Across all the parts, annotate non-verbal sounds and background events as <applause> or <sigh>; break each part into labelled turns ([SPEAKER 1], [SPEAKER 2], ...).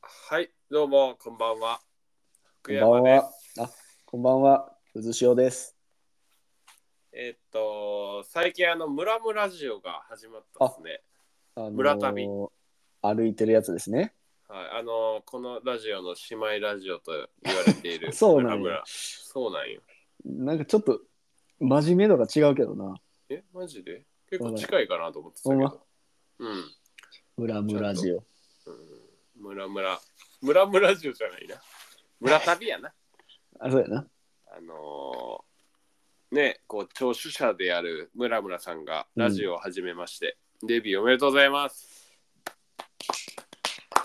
[SPEAKER 1] はい、どうも、こんばんは。
[SPEAKER 2] こ
[SPEAKER 1] 福
[SPEAKER 2] んばん
[SPEAKER 1] 山で
[SPEAKER 2] は。あ、こんばんは。うずしおです。
[SPEAKER 1] す。えーっと、最近、あの、ムラムラジオが始まったですね。
[SPEAKER 2] あのー
[SPEAKER 1] 村旅
[SPEAKER 2] 歩いてるやつですね。
[SPEAKER 1] はい、あの、このラジオの姉妹ラジオと言われてい
[SPEAKER 2] <laughs>
[SPEAKER 1] る。
[SPEAKER 2] そうなんや
[SPEAKER 1] ムラムラそうなんよ。
[SPEAKER 2] なんかちょっと真面目度が違うけどな。
[SPEAKER 1] え、マジで結構近いかなと思ってた
[SPEAKER 2] ほん
[SPEAKER 1] け
[SPEAKER 2] ま
[SPEAKER 1] ど。うん。
[SPEAKER 2] ムラムラジオ。
[SPEAKER 1] うんムラムラ。ムラムラジオじゃないな。ムラ旅やな。
[SPEAKER 2] あ、そうやな。
[SPEAKER 1] あのーね、こう、聴取者であるムラムラさんがラジオを始めまして、デビューおめでとうございます。あ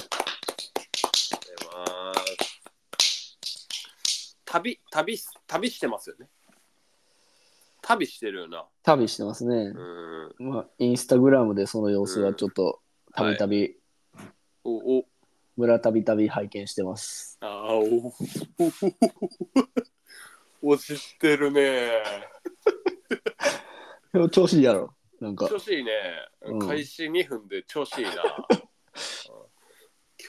[SPEAKER 1] りがとうございます。旅、旅す、旅してますよね。旅してるよな。
[SPEAKER 2] 旅してますね
[SPEAKER 1] う。ん。
[SPEAKER 2] まあ、インスタグラムでその様子はちょっとたびたび、
[SPEAKER 1] お、お、
[SPEAKER 2] 村たびたび拝見してます。
[SPEAKER 1] ああ、お、お、 <laughs> 知ってるね。
[SPEAKER 2] でも調子いいやろ。なんか
[SPEAKER 1] 調、子いいね、
[SPEAKER 2] うん
[SPEAKER 1] 開始2分で調子いいなう
[SPEAKER 2] <laughs>
[SPEAKER 1] ん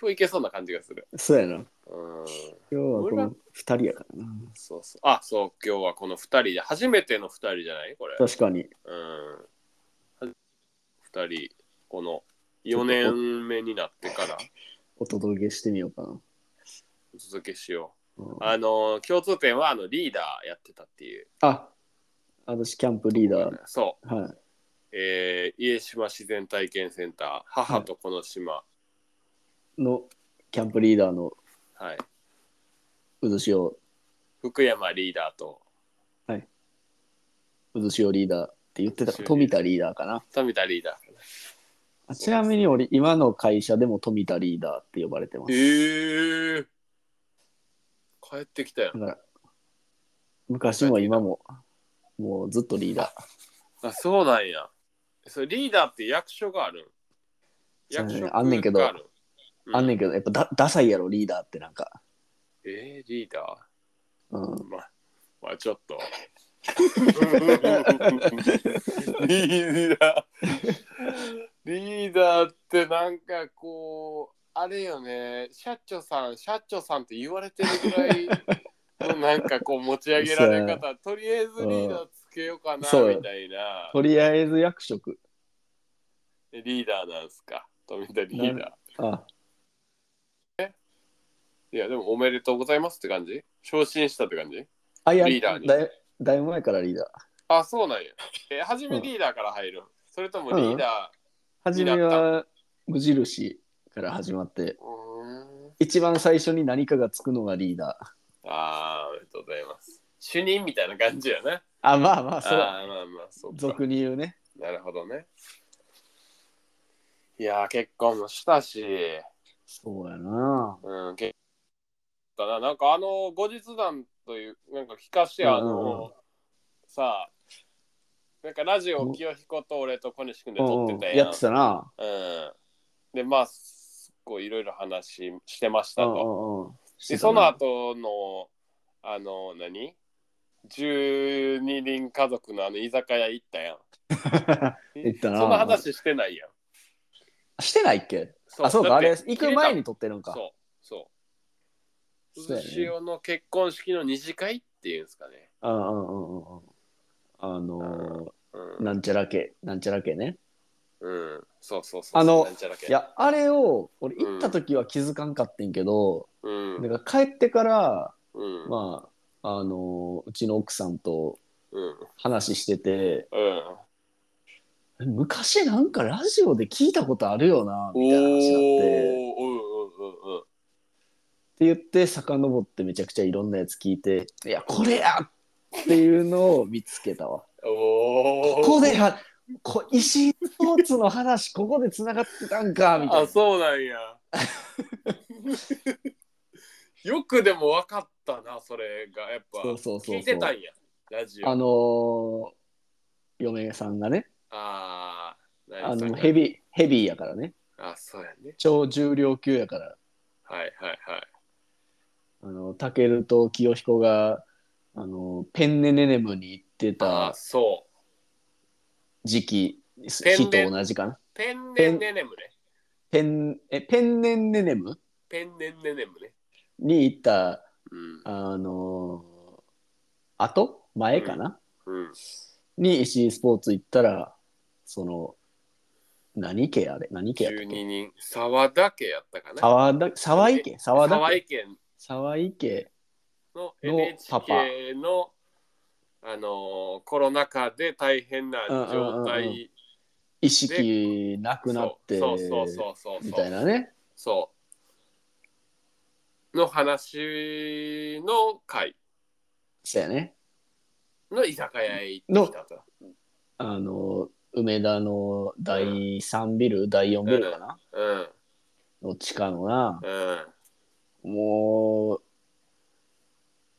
[SPEAKER 1] 今日いけそうな感じがする
[SPEAKER 2] そうやな。
[SPEAKER 1] うん
[SPEAKER 2] 今日はこ
[SPEAKER 1] 村
[SPEAKER 2] の二人やからな。
[SPEAKER 1] そうそうあそう今日はこの2人で初めての2人じゃないこれ
[SPEAKER 2] 確かに。
[SPEAKER 1] うん2人この4年目になってから
[SPEAKER 2] お届けしてみようかな。
[SPEAKER 1] お届けしよ
[SPEAKER 2] うん
[SPEAKER 1] うあの共通点はあのリーダーやってたっていう
[SPEAKER 2] あ、私、キャンプリーダー。
[SPEAKER 1] そう
[SPEAKER 2] はい。
[SPEAKER 1] えー、家島自然体験センター母とこの島
[SPEAKER 2] のキャンプリーダーの
[SPEAKER 1] はい
[SPEAKER 2] 渦潮、
[SPEAKER 1] 福山リーダーと
[SPEAKER 2] 渦潮リーダーって言ってた
[SPEAKER 1] 渦潮リーダー
[SPEAKER 2] 富田リーダーかな。
[SPEAKER 1] 富田リーダー
[SPEAKER 2] あちなみに俺、今の会社でも富田リーダーって呼ばれてます。
[SPEAKER 1] ええ帰ってきたよ
[SPEAKER 2] だ。から、昔も今も、もうずっとリーダ
[SPEAKER 1] あ、そうなんや。それリーダーって役所があるん
[SPEAKER 2] そう
[SPEAKER 1] 役
[SPEAKER 2] ね
[SPEAKER 1] 所
[SPEAKER 2] あんねんけど
[SPEAKER 1] う
[SPEAKER 2] ー。あんねんけど、やっぱだダサいやろ、リーダーってなんか。
[SPEAKER 1] えー、リーダ
[SPEAKER 2] うん
[SPEAKER 1] ー、まあ、まあ、ちょ
[SPEAKER 2] <laughs>
[SPEAKER 1] っと。リーダー。リーダーってなんかこう、あれよね、社長さん、社長さんって言われてるぐらい。のなんかこう持ち上げら
[SPEAKER 2] <laughs>
[SPEAKER 1] れ方、とりあえずリーダーつけようかな
[SPEAKER 2] そう
[SPEAKER 1] みたいな。
[SPEAKER 2] とりあえず役職。
[SPEAKER 1] リーダーなんすか富田リー
[SPEAKER 2] な
[SPEAKER 1] ダー。
[SPEAKER 2] あ、
[SPEAKER 1] いや、でもおめでとうございますって感じ昇進したって感じ
[SPEAKER 2] あいや
[SPEAKER 1] リーダーに
[SPEAKER 2] だい、だいぶ前からリーダー。
[SPEAKER 1] あ、そうなんや。え、初め
[SPEAKER 2] うん
[SPEAKER 1] リーダーから入るんそれともリーダ
[SPEAKER 2] はじめは無印から始まって、
[SPEAKER 1] ー。うーん。
[SPEAKER 2] 一番最初に何かがつくのがリーダー。
[SPEAKER 1] あー、おめでとうございます。主任みたいな感じやな。
[SPEAKER 2] あ、まあまあ、
[SPEAKER 1] あ
[SPEAKER 2] そうだ。
[SPEAKER 1] ー、まあまあ、そうか。
[SPEAKER 2] 俗に言うね。
[SPEAKER 1] なるほどね。いやー、結婚もしたし、
[SPEAKER 2] そうやな。
[SPEAKER 1] うん、結だな。なんかあの、後日談という、なんか聞かしてよあ
[SPEAKER 2] うんうんう
[SPEAKER 1] の、さあ、なんかラジオを清彦と俺と小西君で撮ってたやん。
[SPEAKER 2] やってたな。
[SPEAKER 1] うんでまあすっごいいろいろ話してました
[SPEAKER 2] うん
[SPEAKER 1] と。
[SPEAKER 2] うんうん
[SPEAKER 1] でその後のあの何 ?12 人家族のあの居酒屋行ったやん。
[SPEAKER 2] <laughs> 行ったな
[SPEAKER 1] その話してないやん。
[SPEAKER 2] してないっけあ、そうか、
[SPEAKER 1] だ
[SPEAKER 2] あ
[SPEAKER 1] って
[SPEAKER 2] れ、行く前に撮ってるんか。
[SPEAKER 1] そうそう。
[SPEAKER 2] そうやね
[SPEAKER 1] 鈴潮の結婚式の二次会っていうんですかね。
[SPEAKER 2] うんうんうんうんうん。あの
[SPEAKER 1] う
[SPEAKER 2] ー、
[SPEAKER 1] ん。
[SPEAKER 2] なんちゃらけ、なんちゃらけね。
[SPEAKER 1] うん、そうそうそうそう。
[SPEAKER 2] あの
[SPEAKER 1] なんちゃらけ
[SPEAKER 2] い、や、あれを、俺行った時は気づかんかってんけど、
[SPEAKER 1] うん。うん。
[SPEAKER 2] だから帰ってから、
[SPEAKER 1] うん。
[SPEAKER 2] まあ、あのー、うちの奥さんと
[SPEAKER 1] うん。
[SPEAKER 2] 話してて、
[SPEAKER 1] うん
[SPEAKER 2] 昔なんかラジオで聞いたことあるよな、みたいな話に
[SPEAKER 1] おー
[SPEAKER 2] なって、っ
[SPEAKER 1] うんうんうんうん。
[SPEAKER 2] て言って、遡ってめちゃくちゃいろんなやつ聞いて、いや、これやっていうのを見つけたわ。
[SPEAKER 1] お
[SPEAKER 2] こ
[SPEAKER 1] ー
[SPEAKER 2] こではこ石井スポーツの話ここでつながってたんかみたい
[SPEAKER 1] あそうなんやよくでも分かったなそれがやっぱ
[SPEAKER 2] そうそうそうそう
[SPEAKER 1] 聞いてたんやラジ
[SPEAKER 2] なあ
[SPEAKER 1] オ
[SPEAKER 2] のー嫁さんがね
[SPEAKER 1] あー
[SPEAKER 2] あ
[SPEAKER 1] 何それあ
[SPEAKER 2] のヘビーヘビーやからね
[SPEAKER 1] そうやね
[SPEAKER 2] 超重量級やから
[SPEAKER 1] はいはいはい
[SPEAKER 2] あのタケルと清彦があのペンネネネムに行って
[SPEAKER 1] あ
[SPEAKER 2] た
[SPEAKER 1] そ
[SPEAKER 2] 時期
[SPEAKER 1] ペンネ
[SPEAKER 2] 日と同じかな
[SPEAKER 1] うペンネネネムね
[SPEAKER 2] ペンえペンネネネム
[SPEAKER 1] ペンネンネネムね。
[SPEAKER 2] に行った、
[SPEAKER 1] うん。
[SPEAKER 2] あのー後前かな、
[SPEAKER 1] うん。
[SPEAKER 2] に石井スポーツ行ったら、その、何家あれ何家やった
[SPEAKER 1] 12
[SPEAKER 2] っけ
[SPEAKER 1] 人。沢田家やったかな。
[SPEAKER 2] 沢田沢井家沢
[SPEAKER 1] 沢
[SPEAKER 2] 田
[SPEAKER 1] 井
[SPEAKER 2] 家
[SPEAKER 1] 県
[SPEAKER 2] 沢井家
[SPEAKER 1] の
[SPEAKER 2] のパパ
[SPEAKER 1] NHK のあのーコロナ禍で大変な状
[SPEAKER 2] うんうんうん
[SPEAKER 1] 態
[SPEAKER 2] 意識なくなって
[SPEAKER 1] そうそうそうそう
[SPEAKER 2] み
[SPEAKER 1] そ
[SPEAKER 2] たいうなね
[SPEAKER 1] そうの話の会
[SPEAKER 2] そうやね
[SPEAKER 1] の居酒屋へ行ってきたと
[SPEAKER 2] あの梅田の第3ビル、第4ビルかな、
[SPEAKER 1] うん
[SPEAKER 2] の地下のな
[SPEAKER 1] うん
[SPEAKER 2] もう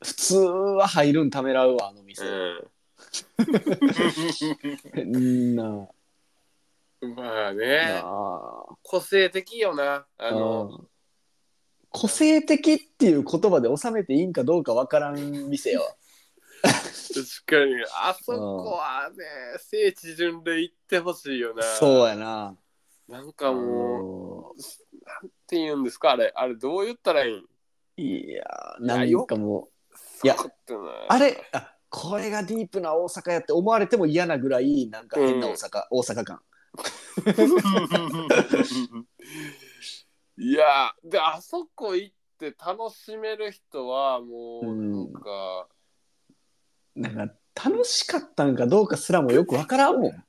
[SPEAKER 2] 普通は入るんためらうわあの店、 <laughs> ん、
[SPEAKER 1] う
[SPEAKER 2] な
[SPEAKER 1] んまあ
[SPEAKER 2] あ
[SPEAKER 1] ね
[SPEAKER 2] なあ
[SPEAKER 1] 個性的よなあの
[SPEAKER 2] うん個性的っていう言葉で収めていいんかどうかわからん店よ
[SPEAKER 1] 確かにあそこはね聖地巡礼行ってほしいよな
[SPEAKER 2] そうやな
[SPEAKER 1] なんかもう
[SPEAKER 2] もう
[SPEAKER 1] って言うんですかあれあれどう言ったらいいん
[SPEAKER 2] いやー
[SPEAKER 1] いや
[SPEAKER 2] なんかもういや
[SPEAKER 1] そうってな
[SPEAKER 2] あれあこれがディープな大阪やって思われても嫌なぐらいなんか変な大阪、大阪感
[SPEAKER 1] いやであそこ行って楽しめる人はもうなんか、
[SPEAKER 2] なんか楽しかったんかどうかすらもよくわからんもん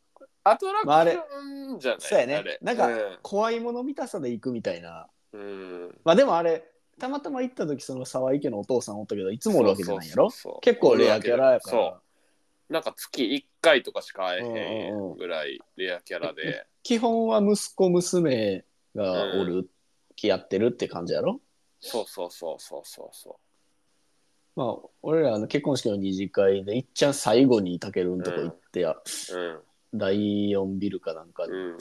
[SPEAKER 1] アトラ
[SPEAKER 2] まああ
[SPEAKER 1] クシ
[SPEAKER 2] れ
[SPEAKER 1] ョンじゃない、
[SPEAKER 2] そうやね
[SPEAKER 1] あれ
[SPEAKER 2] なんか
[SPEAKER 1] うん
[SPEAKER 2] 怖いもの見たさで行くみたいな
[SPEAKER 1] うん、
[SPEAKER 2] まあでもあれたまたま行った時その沢井家のお父さんおったけどいつもおるわけじゃないや
[SPEAKER 1] そ
[SPEAKER 2] ろ
[SPEAKER 1] うそうそう
[SPEAKER 2] 結構レアキャラやか
[SPEAKER 1] そう
[SPEAKER 2] ら
[SPEAKER 1] なんか月1回とかしか会えへ
[SPEAKER 2] うんうんうん
[SPEAKER 1] んぐらいレアキャラで、
[SPEAKER 2] 基本は息子娘がおる、やってるって感じやろ
[SPEAKER 1] そうそうそうそうそうそ
[SPEAKER 2] まあ俺らあの結婚式の二次会でいっちゃん最後にたけるんとこ行ってや、
[SPEAKER 1] ううん
[SPEAKER 2] 第4ビルかなんかで、
[SPEAKER 1] うんうん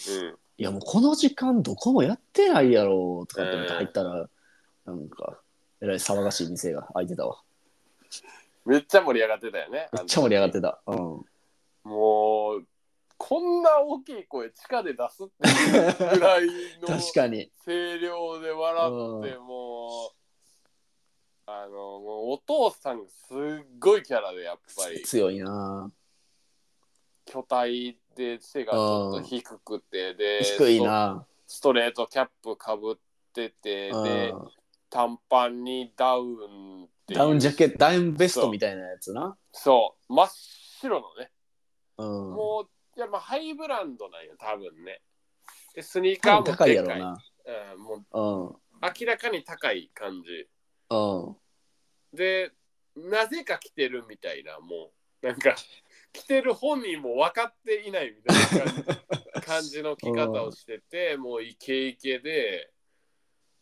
[SPEAKER 2] いやもうこの時間どこもやってないやろとかって思って入ったら、なんかえらい騒がしい店が開いてたわ
[SPEAKER 1] めっちゃ盛り上がってたよね
[SPEAKER 2] めっちゃ盛り上がっててたうん
[SPEAKER 1] もうこんな大きい声地下で出すっていうぐらいの
[SPEAKER 2] 確かに
[SPEAKER 1] 声量で笑ってもうあのもうお父さんがすっごいキャラでやっぱり
[SPEAKER 2] 強いな
[SPEAKER 1] 巨体で背がちょっと低くてで
[SPEAKER 2] 低いな
[SPEAKER 1] ストレートキャップかぶっててで
[SPEAKER 2] うん
[SPEAKER 1] 短パンにダウンっていう
[SPEAKER 2] ダウンジャケットダウンベストみたいなやつな
[SPEAKER 1] そう真っ白のね
[SPEAKER 2] うん
[SPEAKER 1] もういやまあハイブランドなんよ多分ねでスニーカーもで
[SPEAKER 2] 多分高
[SPEAKER 1] かい
[SPEAKER 2] いやろうな
[SPEAKER 1] うん、もう
[SPEAKER 2] うん
[SPEAKER 1] 明らかに高い感じ
[SPEAKER 2] うん
[SPEAKER 1] でなぜか来てるみたいなもうなんか来てる本人も分かっていないみたいな感じ感じの着方をして
[SPEAKER 2] <laughs>
[SPEAKER 1] てもうイケイケで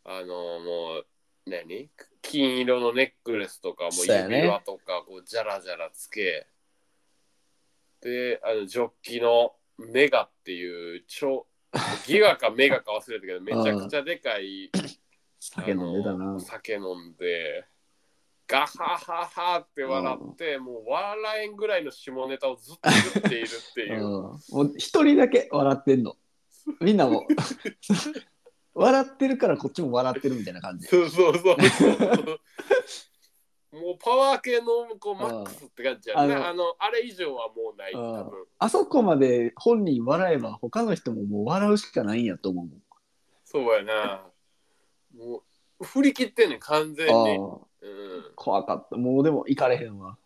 [SPEAKER 1] あのもう何金色のネックレスとかもう
[SPEAKER 2] そうやね
[SPEAKER 1] 指輪とかこうジャラジャラつけ、であのジョッキのメガっていう超ギガかメガか忘れたけどめちゃくちゃでかい
[SPEAKER 2] 酒飲んでた
[SPEAKER 1] あ
[SPEAKER 2] な
[SPEAKER 1] の酒飲んでガハハハって笑って、もう笑えんぐらいの下ネタをずっと言っているって
[SPEAKER 2] う
[SPEAKER 1] い
[SPEAKER 2] ん
[SPEAKER 1] う、
[SPEAKER 2] もう一人だけ笑ってんのみん
[SPEAKER 1] <laughs>
[SPEAKER 2] なも笑ってるからこっちも笑ってるみたいな感じ
[SPEAKER 1] そうそうそう <laughs> そうもうパワー系のこうマックスって感じやね
[SPEAKER 2] あ
[SPEAKER 1] あ
[SPEAKER 2] の
[SPEAKER 1] のあれ以上はもうない
[SPEAKER 2] うん
[SPEAKER 1] 多分
[SPEAKER 2] あそこまで本人笑えば他の人ももう笑うしかないんやと思うもん。
[SPEAKER 1] そうやなもう振り切ってんねん完全に、
[SPEAKER 2] ああ
[SPEAKER 1] うん、
[SPEAKER 2] 怖かった。もうでも行かれへんわ。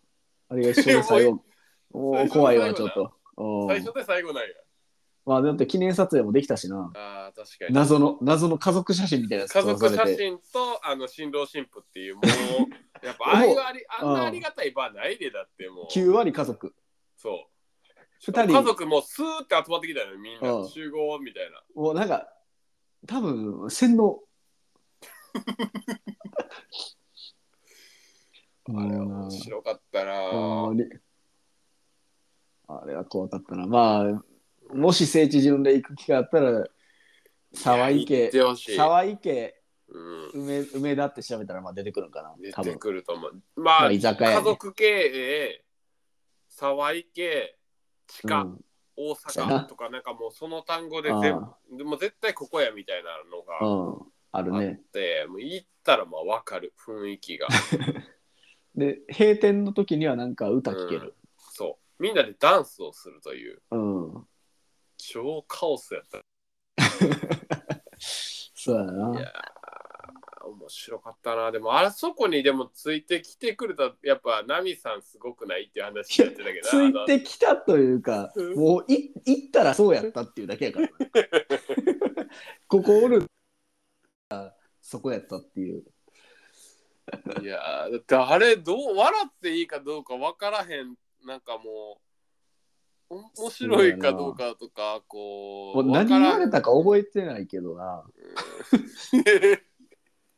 [SPEAKER 2] あれが一緒に最後。もう怖いわ、ちょっと。
[SPEAKER 1] 最
[SPEAKER 2] うん
[SPEAKER 1] 初で最後なんや
[SPEAKER 2] まあだって記念撮影もできたしな。
[SPEAKER 1] あー確かに
[SPEAKER 2] 謎の、謎の家族写真みたいなやつ
[SPEAKER 1] 家族
[SPEAKER 2] 撮ら
[SPEAKER 1] 写
[SPEAKER 2] されて。
[SPEAKER 1] 真とあの新郎新婦っていうも
[SPEAKER 2] <laughs>
[SPEAKER 1] うやっぱああいうありあんなありがたい場ないでだってもう
[SPEAKER 2] 9割家族。
[SPEAKER 1] そう
[SPEAKER 2] 2
[SPEAKER 1] 家
[SPEAKER 2] 人、
[SPEAKER 1] 族もスーって集まってきたよねみん
[SPEAKER 2] う
[SPEAKER 1] なん集合みたいな
[SPEAKER 2] もうなんか、多分洗脳。
[SPEAKER 1] <laughs> あれは
[SPEAKER 2] もう
[SPEAKER 1] 面
[SPEAKER 2] な
[SPEAKER 1] 白かったな
[SPEAKER 2] あれあれは怖かったな。まあ、もし聖地巡礼行く機会あったら、沢
[SPEAKER 1] い
[SPEAKER 2] 井
[SPEAKER 1] や行
[SPEAKER 2] 家
[SPEAKER 1] ってほし、い
[SPEAKER 2] 沢井家、
[SPEAKER 1] うん
[SPEAKER 2] 梅梅田って調べたらまあ出てくるんかな。
[SPEAKER 1] 出
[SPEAKER 2] 多
[SPEAKER 1] て
[SPEAKER 2] 分
[SPEAKER 1] くると思うま
[SPEAKER 2] ま
[SPEAKER 1] あ
[SPEAKER 2] あ居酒屋やね
[SPEAKER 1] 家族経営沢井系地下、
[SPEAKER 2] うん
[SPEAKER 1] 大
[SPEAKER 2] そうやな <laughs>
[SPEAKER 1] 阪とかなんかもうその単語で
[SPEAKER 2] あ
[SPEAKER 1] 全部でも絶対ここやみたいなのが
[SPEAKER 2] ああるね。
[SPEAKER 1] で、もう行ったらまあ分かる、雰囲気が。
[SPEAKER 2] で、閉店の時にはなんか歌聴ける。
[SPEAKER 1] そう。みんなでダンスをするという、
[SPEAKER 2] うん。
[SPEAKER 1] 超カオスやった。
[SPEAKER 2] そうや
[SPEAKER 1] い
[SPEAKER 2] な。
[SPEAKER 1] やー面白かったな。でも、あそこにでもついてきてくれた、やっぱ、ナミさんすごくないっていう話になってたけど、
[SPEAKER 2] <laughs> ついてきたというか
[SPEAKER 1] うん、
[SPEAKER 2] もうい行ったらそうやったっていうだけ
[SPEAKER 1] <laughs>
[SPEAKER 2] やからな。ここおるあそこやったっていう。
[SPEAKER 1] あのいやーだってあれ、どう、笑っていいかどうか分からへん、なんかもう、お面白いかどうかとか、こ
[SPEAKER 2] も
[SPEAKER 1] う、
[SPEAKER 2] う何言 <laughs> われ
[SPEAKER 1] 分
[SPEAKER 2] たか覚えてないけどな。
[SPEAKER 1] からん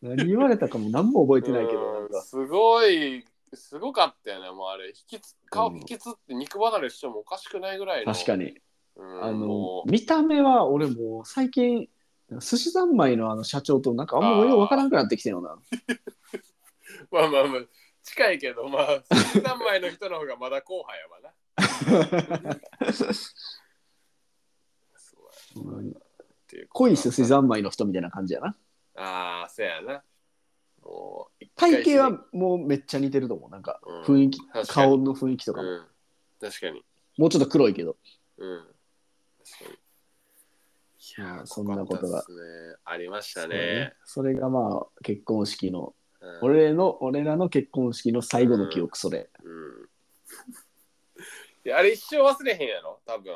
[SPEAKER 2] 何言われたかも何も覚えてないけど、なん
[SPEAKER 1] うん
[SPEAKER 2] か。
[SPEAKER 1] すごいすごかったよねもうあれ引きつ顔
[SPEAKER 2] うん
[SPEAKER 1] 引きつって肉離れしてもおかしくないぐらいの
[SPEAKER 2] 確か
[SPEAKER 1] に、
[SPEAKER 2] に。
[SPEAKER 1] うん、
[SPEAKER 2] あの
[SPEAKER 1] も、
[SPEAKER 2] 見た目は俺もう最近、寿司三昧のあの社長となんかあんまようわからなくなってきてるよな。
[SPEAKER 1] うまあまあまあ近いけどまあ3枚の人の方がまだ後輩やわな
[SPEAKER 2] <laughs>
[SPEAKER 1] そうやっていう
[SPEAKER 2] 濃い寿司三昧の人みたいな感じやな。
[SPEAKER 1] ああそうやなもう一回
[SPEAKER 2] 体型はもうめっちゃ似てると思う。なんか
[SPEAKER 1] うん
[SPEAKER 2] 雰囲気、
[SPEAKER 1] 確かに
[SPEAKER 2] 顔の雰囲気とかも、
[SPEAKER 1] うん確かに
[SPEAKER 2] もうちょっと黒いけど。
[SPEAKER 1] うん確かにい
[SPEAKER 2] まあそんなこ
[SPEAKER 1] 濃か
[SPEAKER 2] とが
[SPEAKER 1] ったっすねありました
[SPEAKER 2] そう
[SPEAKER 1] ね
[SPEAKER 2] ねそれがまあ結婚式の、
[SPEAKER 1] うん
[SPEAKER 2] 俺の、俺らの結婚式の最後の記憶、それ。
[SPEAKER 1] うん <laughs> いやあれ一生忘れへんやろ多分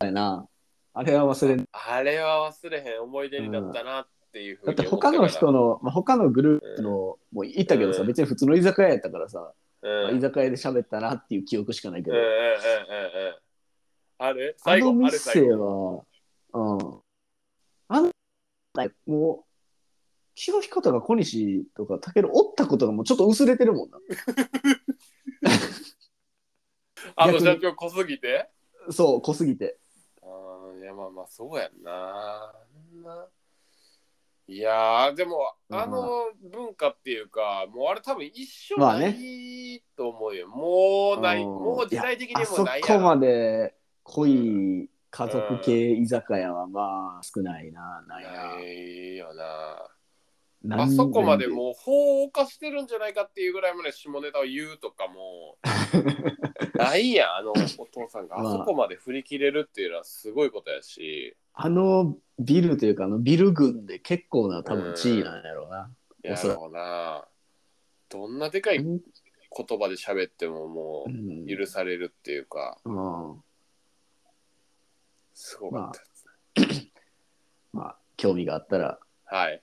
[SPEAKER 2] あれな。あれは忘れん。
[SPEAKER 1] あれは忘れへん思い出になったなっていうふう
[SPEAKER 2] だっ
[SPEAKER 1] に
[SPEAKER 2] て
[SPEAKER 1] 思
[SPEAKER 2] 他の
[SPEAKER 1] ったか
[SPEAKER 2] 人の、まあ、他のグループの、もう行ったけどさ、
[SPEAKER 1] うん
[SPEAKER 2] 別に普通の居酒屋やったからさ、
[SPEAKER 1] ら
[SPEAKER 2] まあ
[SPEAKER 1] うん
[SPEAKER 2] 居酒屋で喋ったなっていう記憶しかないけ
[SPEAKER 1] うん
[SPEAKER 2] ど、
[SPEAKER 1] うんうんうんうんあれ
[SPEAKER 2] あ
[SPEAKER 1] 最
[SPEAKER 2] の
[SPEAKER 1] 後あれ最
[SPEAKER 2] 店
[SPEAKER 1] 後
[SPEAKER 2] は、うん、あの、もう、清彦とか小西とか武尊おったことがもうちょっと薄れてるもんな。
[SPEAKER 1] あの
[SPEAKER 2] 逆に
[SPEAKER 1] 社長濃すぎて
[SPEAKER 2] そう、濃すぎて。
[SPEAKER 1] あーいやまあまあそうやんなあんないやーでもあの文化っていうかもうあれ多分一生
[SPEAKER 2] まあ
[SPEAKER 1] な
[SPEAKER 2] ね
[SPEAKER 1] いと思うよ、もうない
[SPEAKER 2] うん
[SPEAKER 1] もう時代的に
[SPEAKER 2] あ
[SPEAKER 1] も
[SPEAKER 2] そ
[SPEAKER 1] ないや
[SPEAKER 2] こ
[SPEAKER 1] ろ
[SPEAKER 2] まで濃い家族系居酒屋はまあ少ないな、ない
[SPEAKER 1] ないよな。
[SPEAKER 2] な。
[SPEAKER 1] あ
[SPEAKER 2] なん
[SPEAKER 1] そこまでもう法を犯してるんじゃないかっていうぐらいまで下ネタを言うとか
[SPEAKER 2] <laughs>
[SPEAKER 1] もないやんあのお父さんがあ
[SPEAKER 2] まあ
[SPEAKER 1] そこまで振り切れるっていうのはすごいことやし、
[SPEAKER 2] あのビルというか、あのビル群で結構な多分地位なんやろうな。
[SPEAKER 1] やろうなどんなでかい言葉で喋ってもも
[SPEAKER 2] う
[SPEAKER 1] うん許されるっていうか
[SPEAKER 2] うん
[SPEAKER 1] すごかったですね、
[SPEAKER 2] まあ、興味があったら
[SPEAKER 1] はい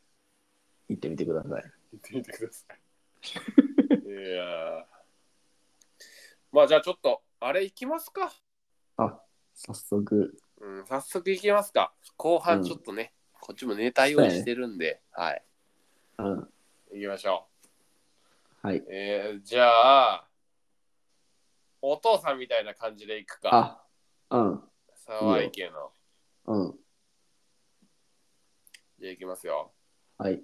[SPEAKER 2] 行ってみてください。
[SPEAKER 1] 言ってみてくださいいやーまあじゃあちょっとあれ行きますか
[SPEAKER 2] あ、早速。
[SPEAKER 1] うん、早速いきますか。後半ちょっとね、こっちもネタ用意してるんで、はい。
[SPEAKER 2] うん。
[SPEAKER 1] 行きましょ
[SPEAKER 2] はい。
[SPEAKER 1] う。えー、じゃあ、お父さんみたいな感じでいくか。
[SPEAKER 2] あ、うん。
[SPEAKER 1] 沢井家の。
[SPEAKER 2] うん。
[SPEAKER 1] じゃあいきますよ。
[SPEAKER 2] はい。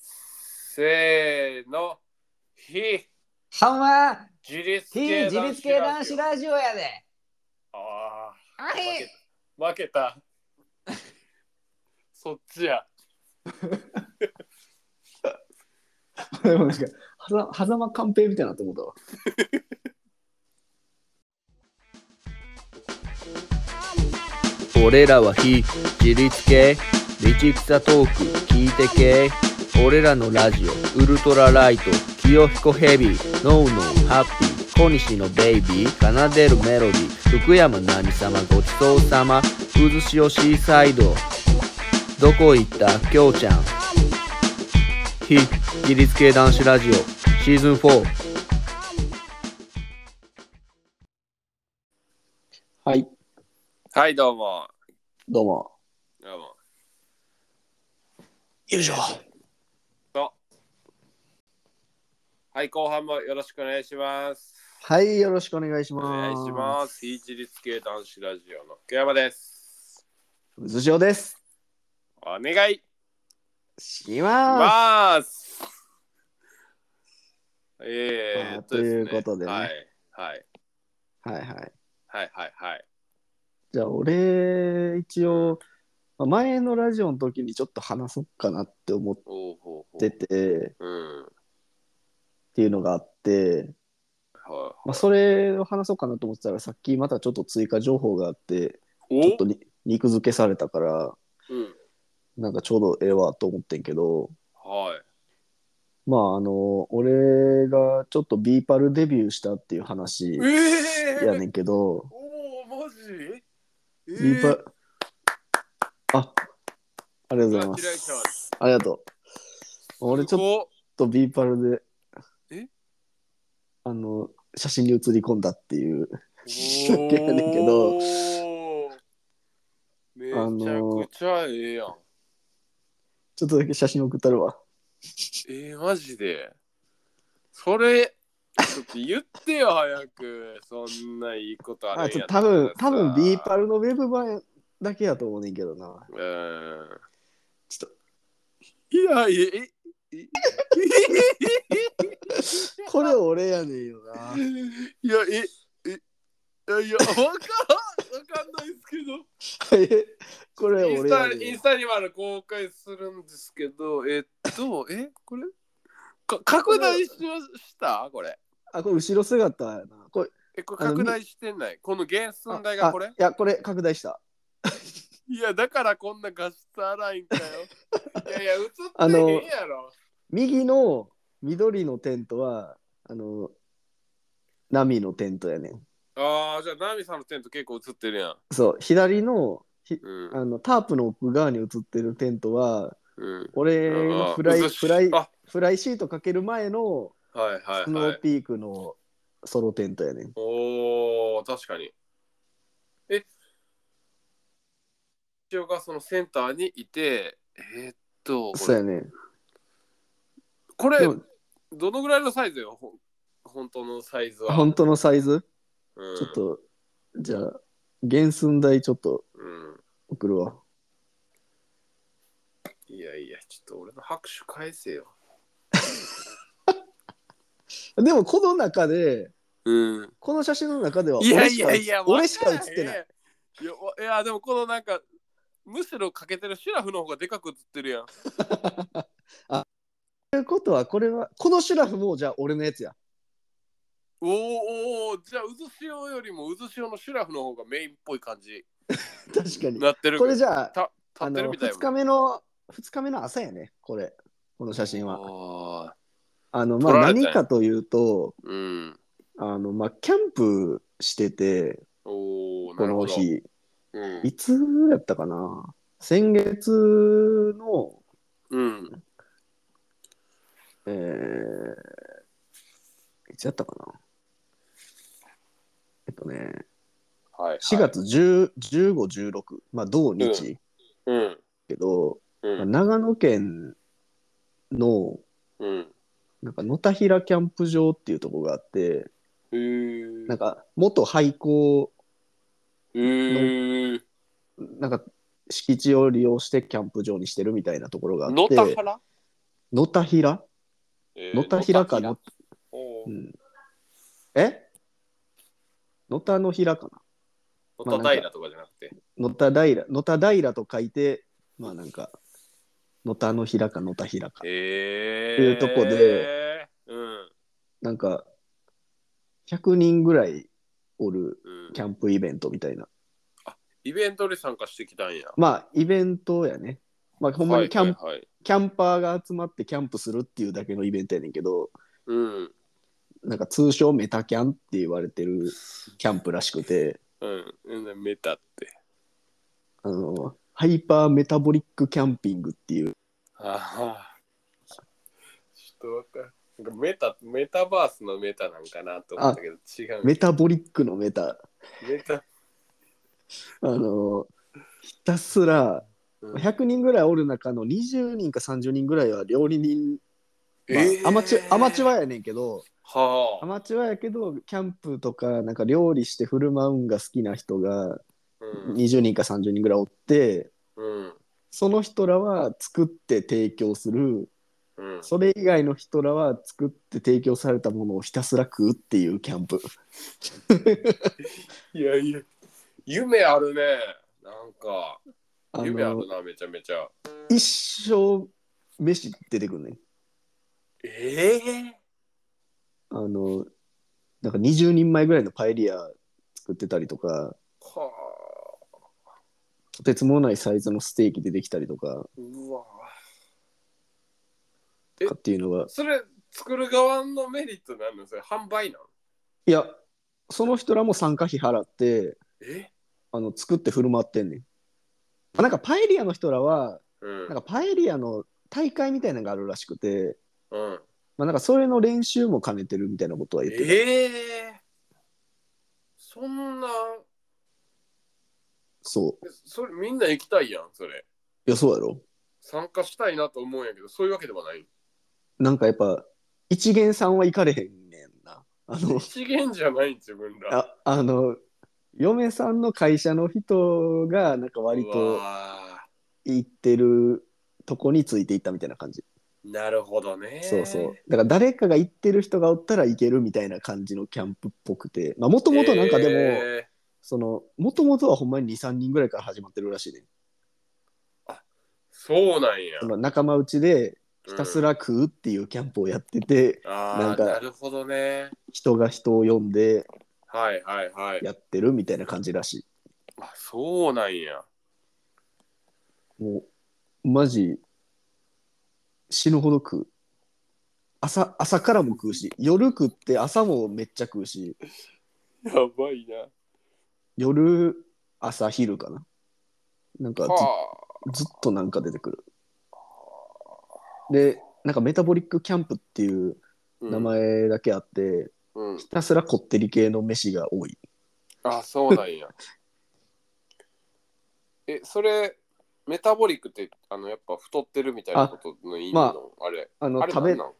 [SPEAKER 1] せーの、非
[SPEAKER 2] ハンは、
[SPEAKER 1] 自立
[SPEAKER 2] 非
[SPEAKER 1] 系
[SPEAKER 2] 自
[SPEAKER 1] 男
[SPEAKER 2] 立
[SPEAKER 1] 子
[SPEAKER 2] 系
[SPEAKER 1] ラ
[SPEAKER 2] 男
[SPEAKER 1] ジ
[SPEAKER 2] 子
[SPEAKER 1] オ。
[SPEAKER 2] ラジオやで。
[SPEAKER 1] あ
[SPEAKER 2] あ
[SPEAKER 1] あ、負けた。負けた
[SPEAKER 2] <laughs>
[SPEAKER 1] そっちや。
[SPEAKER 2] でもなんか、 <laughs> はざま寛平みたいなと思ったわ。
[SPEAKER 3] 俺らは非自立系道草トーク聞いて系俺らのラジオウルトラライト清彦ヘビーノーノーハッピー小西のベイビー奏でるメロディー福山なみさまごちそうさま渦潮シーサイドどこ行ったきょうちゃん非自立系男子ラジオシーズン4
[SPEAKER 2] はい。
[SPEAKER 1] はい、どうも。
[SPEAKER 2] どうも。
[SPEAKER 1] どうも。
[SPEAKER 2] よいしょ。
[SPEAKER 1] と。はい、後半もよろしくお願いします。
[SPEAKER 2] はい。よろしくお願いし
[SPEAKER 1] お
[SPEAKER 2] ま
[SPEAKER 1] 願
[SPEAKER 2] す。
[SPEAKER 1] いします。非自立系男子ラジオの福山です。
[SPEAKER 2] す。頭上です。
[SPEAKER 1] お願いし
[SPEAKER 2] しま
[SPEAKER 1] ます。え
[SPEAKER 2] ま
[SPEAKER 1] ー
[SPEAKER 2] あということでね
[SPEAKER 1] はい、はい、
[SPEAKER 2] す。はいはい。
[SPEAKER 1] はい、はい、はい。
[SPEAKER 2] じゃあ、俺、一応、まあ前のラジオの時にちょっと話そうかなって思っ
[SPEAKER 1] おうほうほう。
[SPEAKER 2] てて、っ
[SPEAKER 1] うん。は
[SPEAKER 2] ていうのがあって、まあ、それを話そうかなと思ってたら、さっきまたちょっと追加情報があって、
[SPEAKER 1] い。
[SPEAKER 2] ちょっとに肉付けされたから、
[SPEAKER 1] おうん。
[SPEAKER 2] なんかちょうどええわと思ってんけど、
[SPEAKER 1] はい。
[SPEAKER 2] まああの、俺がちょっとビーパルデビューしたっていう話
[SPEAKER 1] ええ
[SPEAKER 2] やねんけど、
[SPEAKER 1] おお、マジえ
[SPEAKER 2] ビーパあ、ありがとうございま
[SPEAKER 1] コングラチュレー
[SPEAKER 2] す
[SPEAKER 1] ション。
[SPEAKER 2] ありがとう。俺ちょっ
[SPEAKER 1] っ
[SPEAKER 2] とビーパルで、
[SPEAKER 1] え
[SPEAKER 2] あの、写真に写り込んだっていう。
[SPEAKER 1] す
[SPEAKER 2] すっげえやねんけど
[SPEAKER 1] めちゃくちゃええやん。
[SPEAKER 2] ちょっとだけ写真送ったるわ。
[SPEAKER 1] えー、マジでそれ、ちょっと言って
[SPEAKER 2] <laughs>
[SPEAKER 1] よ、早く。そんないいことある
[SPEAKER 2] あ、
[SPEAKER 1] ん
[SPEAKER 2] ちょ
[SPEAKER 1] や
[SPEAKER 2] っと多分、多分ビー
[SPEAKER 1] ル。
[SPEAKER 2] パルのウェブ版だけやと思うねんけどな。
[SPEAKER 1] うん。
[SPEAKER 2] ちょっ
[SPEAKER 1] いや、いえ、え
[SPEAKER 2] と、これ俺やねんよな。
[SPEAKER 1] <laughs> いや、え、え、いや、いやわかん、わかんないですけど。
[SPEAKER 2] えこれ
[SPEAKER 1] インス
[SPEAKER 2] 俺や
[SPEAKER 1] タ
[SPEAKER 2] ねん
[SPEAKER 1] イン
[SPEAKER 2] よ
[SPEAKER 1] ス。タにまで公開するんですけど、えっと、え、これか拡大しましたこれ。
[SPEAKER 2] あ、これ後ろ姿やな。これ、
[SPEAKER 1] え、これ
[SPEAKER 2] あの
[SPEAKER 1] 拡大してない。この原寸大
[SPEAKER 2] あ
[SPEAKER 1] が
[SPEAKER 2] あ
[SPEAKER 1] これ
[SPEAKER 2] いや、これ拡大した。
[SPEAKER 1] いや、だからこんなガスターライン <laughs> かよ。いやいや、映
[SPEAKER 2] あ
[SPEAKER 1] って
[SPEAKER 2] の
[SPEAKER 1] へんやろ。
[SPEAKER 2] 右の緑のテントは、あの、ナミのテントやねん。
[SPEAKER 1] ああー、じゃあ、ナミさんのテント結構映ってるやん。
[SPEAKER 2] そう、左のひ
[SPEAKER 1] うん。
[SPEAKER 2] あのタープの奥側に映ってるテントは、
[SPEAKER 1] うん、
[SPEAKER 2] 俺
[SPEAKER 1] あ
[SPEAKER 2] が
[SPEAKER 1] ー
[SPEAKER 2] フライ
[SPEAKER 1] 映し
[SPEAKER 2] フライ
[SPEAKER 1] あ
[SPEAKER 2] フライシートかける前の
[SPEAKER 1] はいは
[SPEAKER 2] ス
[SPEAKER 1] い
[SPEAKER 2] ノ
[SPEAKER 1] は
[SPEAKER 2] ー
[SPEAKER 1] い。
[SPEAKER 2] ピークのソロテントやねん。
[SPEAKER 1] おー、確かに。え、一応がそのセンターにいて、えーっと、こ
[SPEAKER 2] そう
[SPEAKER 1] れ
[SPEAKER 2] やねん。
[SPEAKER 1] これ
[SPEAKER 2] でも
[SPEAKER 1] どのぐらいのサイズよ、ほん本当のサイズは。
[SPEAKER 2] 本当のサイズ、
[SPEAKER 1] うん、
[SPEAKER 2] ちょっと、じゃあ、原寸大ちょっと
[SPEAKER 1] うん。
[SPEAKER 2] 送るわ。
[SPEAKER 1] いやいや、ちょっと俺の拍手返せよ。
[SPEAKER 2] でも、この中で、
[SPEAKER 1] うん。
[SPEAKER 2] この写真の中では俺
[SPEAKER 1] い
[SPEAKER 2] しか
[SPEAKER 1] やいやいや、
[SPEAKER 2] 俺しか写ってない。
[SPEAKER 1] わからへん。いや、わいやでもこのなんか、むしろかけてるシュラフの方がでかく映ってるやん。
[SPEAKER 2] ということは、これは、このシュラフもじゃあ俺のやつや。
[SPEAKER 1] おーおーおーじゃあ、渦潮よりも渦潮のシュラフの方がメインっぽい感じ
[SPEAKER 2] 確かに。
[SPEAKER 1] なってる。
[SPEAKER 2] これじゃあ、
[SPEAKER 1] た
[SPEAKER 2] あ
[SPEAKER 1] 立ってる
[SPEAKER 2] の
[SPEAKER 1] みたい
[SPEAKER 2] 2日目の2日目の朝やね、これ、この写真は。
[SPEAKER 1] は。
[SPEAKER 2] あのまあ、
[SPEAKER 1] 撮られたんや
[SPEAKER 2] 何かというと、
[SPEAKER 1] うん。
[SPEAKER 2] あのまあ、キャンプしてて、
[SPEAKER 1] おお、
[SPEAKER 2] この
[SPEAKER 1] なる
[SPEAKER 2] 日、
[SPEAKER 1] ほど。
[SPEAKER 2] いつやったかな、先月の、
[SPEAKER 1] うん。うん。
[SPEAKER 2] えー、いつやったかな、えっとね、
[SPEAKER 1] はい、はい。
[SPEAKER 2] 4。月10 15、16、まあ、同日
[SPEAKER 1] うん。
[SPEAKER 2] けど、
[SPEAKER 1] う
[SPEAKER 2] まあ
[SPEAKER 1] ん。
[SPEAKER 2] 長野県の
[SPEAKER 1] うん。
[SPEAKER 2] なんか野田平キャンプ場っていうとこがあって、
[SPEAKER 1] へー
[SPEAKER 2] なんか元廃校
[SPEAKER 1] へー
[SPEAKER 2] なんか敷地を利用してキャンプ場にしてるみたいなところがあっ
[SPEAKER 1] 野
[SPEAKER 2] て
[SPEAKER 1] 田原
[SPEAKER 2] 野田平
[SPEAKER 1] えー
[SPEAKER 2] 野田平か
[SPEAKER 1] 野
[SPEAKER 2] の
[SPEAKER 1] 田、お
[SPEAKER 2] う
[SPEAKER 1] ー
[SPEAKER 2] ん、え野田の平かまあ
[SPEAKER 1] 野田平とかじゃなくて。
[SPEAKER 2] な野田平野田平と書いてまあなんか野田の平か野田平か
[SPEAKER 1] へえ。
[SPEAKER 2] っていうとこで。
[SPEAKER 1] うん。
[SPEAKER 2] なんか100人ぐらいおる
[SPEAKER 1] うん
[SPEAKER 2] キ、ャンプイベントみたいな
[SPEAKER 1] イベントに参加してきたんや。
[SPEAKER 2] まあイベントやねまあほんまにキャ
[SPEAKER 1] はい
[SPEAKER 2] ン、
[SPEAKER 1] はいはい
[SPEAKER 2] キャンパーが集まってキャンプするっていうだけのイベントやねんけど、
[SPEAKER 1] うん。
[SPEAKER 2] なんか通称メタキャンって言われてるキャンプらしくて、
[SPEAKER 1] うんうん。メタって。
[SPEAKER 2] あの、ハイパーメタボリックキャンピングっていう、
[SPEAKER 1] ああ。ちょっとわかる。なんかメタ、メタバースのメタなんかなと思ったけど、違う。
[SPEAKER 2] メタボリックのメタ、
[SPEAKER 1] メタ。
[SPEAKER 2] あの、ひたすら、
[SPEAKER 1] うん
[SPEAKER 2] 100人ぐらいおる中の20人か30人ぐらいは料理人、まあ
[SPEAKER 1] えー
[SPEAKER 2] アマチュアマチュアやねんけど、
[SPEAKER 1] は
[SPEAKER 2] ア
[SPEAKER 1] あ。
[SPEAKER 2] マチュアやけど、キャンプとか、なんか料理して振る舞うんが好きな人が
[SPEAKER 1] うん。
[SPEAKER 2] 20人か30人ぐらいおって、
[SPEAKER 1] うん。
[SPEAKER 2] その人らは作って提供する
[SPEAKER 1] うん。
[SPEAKER 2] それ以外の人らは作って提供されたものをひたすら食うっていうキャンプ。
[SPEAKER 1] いやいや、夢あるね。なんか、
[SPEAKER 2] あ
[SPEAKER 1] 夢ある
[SPEAKER 2] の
[SPEAKER 1] な、めちゃめちゃ。
[SPEAKER 2] 一生飯出てくんねん
[SPEAKER 1] ええ
[SPEAKER 2] あのなんか20人前ぐらいのパエリア作ってたりとか
[SPEAKER 1] はあ。
[SPEAKER 2] とてつもないサイズのステーキ出てきたりとか
[SPEAKER 1] うわ。え
[SPEAKER 2] とかっていうのが
[SPEAKER 1] それ、作る側のメリットなんですよ。販売なん
[SPEAKER 2] いやその人らも参加費払って
[SPEAKER 1] え
[SPEAKER 2] あの作って振る舞ってんねんあなんかパエリアの人らは
[SPEAKER 1] うん
[SPEAKER 2] なんかパエリアの大会みたいなのがあるらしくて、
[SPEAKER 1] うん。
[SPEAKER 2] まあ、なんかそれの練習も兼ねてるみたいなことは言ってた
[SPEAKER 1] ええそんな、
[SPEAKER 2] そう
[SPEAKER 1] それみんな行きたいやん、それ。
[SPEAKER 2] いやそうやろ
[SPEAKER 1] 参加したいなと思うんやけど、そういうわけでは
[SPEAKER 2] <laughs>
[SPEAKER 1] ない。
[SPEAKER 2] なんかやっぱ一元さんは行かれへんねんなあの
[SPEAKER 1] 資源じゃない自分ら。
[SPEAKER 2] ああの嫁さんの会社の人がなんか割
[SPEAKER 1] う
[SPEAKER 2] と
[SPEAKER 1] わ
[SPEAKER 2] 行ってるとこについていったみたいな感じ、
[SPEAKER 1] ーなるほどね。
[SPEAKER 2] そうそうだから誰かが行ってる人がおったら行けるみたいな感じのキャンプっぽくてまあもともとなんかでも、
[SPEAKER 1] え
[SPEAKER 2] そのもともとはほんまに23人ぐらいから始まってるらしいね
[SPEAKER 1] ーそうなんや。
[SPEAKER 2] まあ仲間内で
[SPEAKER 1] うん
[SPEAKER 2] ひたすら食うっていうキャンプをやってて、
[SPEAKER 1] あ
[SPEAKER 2] な
[SPEAKER 1] あ
[SPEAKER 2] んか
[SPEAKER 1] なるほどね。
[SPEAKER 2] 人が人を呼んで
[SPEAKER 1] はいはいはい。
[SPEAKER 2] やってるみたいな感じらし
[SPEAKER 1] あそうなんや。
[SPEAKER 2] いもうマジ死ぬほど食う朝朝からも食うし夜食って朝もめっちゃ食うし
[SPEAKER 1] やばいな。
[SPEAKER 2] 夜朝昼かななんかず,、
[SPEAKER 1] は
[SPEAKER 2] ずっとなんか出てくるでなんかメタボリックキャンプっていう
[SPEAKER 1] あ。
[SPEAKER 2] 名前だけあって、
[SPEAKER 1] うん。うん
[SPEAKER 2] ひたすらこってり系の飯が多い
[SPEAKER 1] あそうなんや。 <laughs> え、それ、メタボリックって、あの、やっぱ太ってるみたいなことの意味
[SPEAKER 2] ま
[SPEAKER 1] の、あ、れ。
[SPEAKER 2] あの
[SPEAKER 1] あれ
[SPEAKER 2] 食べ
[SPEAKER 1] なんなん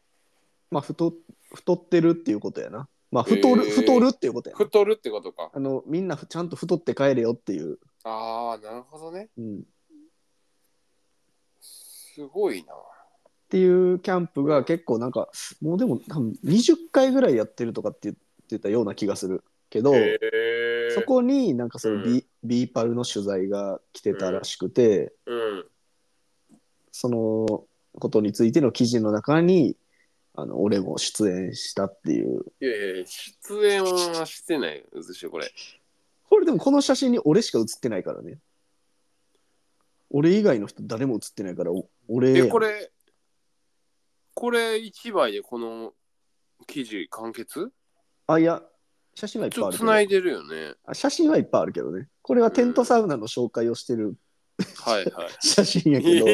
[SPEAKER 2] まあ、太太ってるっていうことやな。まあ、太る、
[SPEAKER 1] えー
[SPEAKER 2] 太るっていうことやな。
[SPEAKER 1] 太るってことか。
[SPEAKER 2] あの、みんなふちゃんと太って帰れよっていう。
[SPEAKER 1] ああ、なるほどね。
[SPEAKER 2] うん、っ
[SPEAKER 1] すごいな。
[SPEAKER 2] ていうキャンプが結構なんか、もうでも多分20回ぐらいやってるとかって言ってたような気がするけど、
[SPEAKER 1] へえ
[SPEAKER 2] そこになんかその B,、ビーパルの取材が来てたらしくて、
[SPEAKER 1] うん。
[SPEAKER 2] そのことについての記事の中に、あの俺も出演したっていう。
[SPEAKER 1] いやいや、出演はしてないよ、ずしこれ。
[SPEAKER 2] これでもこの写真に俺しか写ってないからね。俺以外の人誰も写ってないから、お俺や
[SPEAKER 1] え、
[SPEAKER 2] ん
[SPEAKER 1] これ、これ一枚でこの記事完結
[SPEAKER 2] あ、いや、写真はいっ
[SPEAKER 1] ち
[SPEAKER 2] ぱい
[SPEAKER 1] ょ
[SPEAKER 2] あ
[SPEAKER 1] っと
[SPEAKER 2] るけ
[SPEAKER 1] つ
[SPEAKER 2] ど
[SPEAKER 1] ないでるよね。
[SPEAKER 2] あ。写真はいっぱいあるけどね。これはテントサウナの紹介をしてる
[SPEAKER 1] はいはい。
[SPEAKER 2] 写真やけど、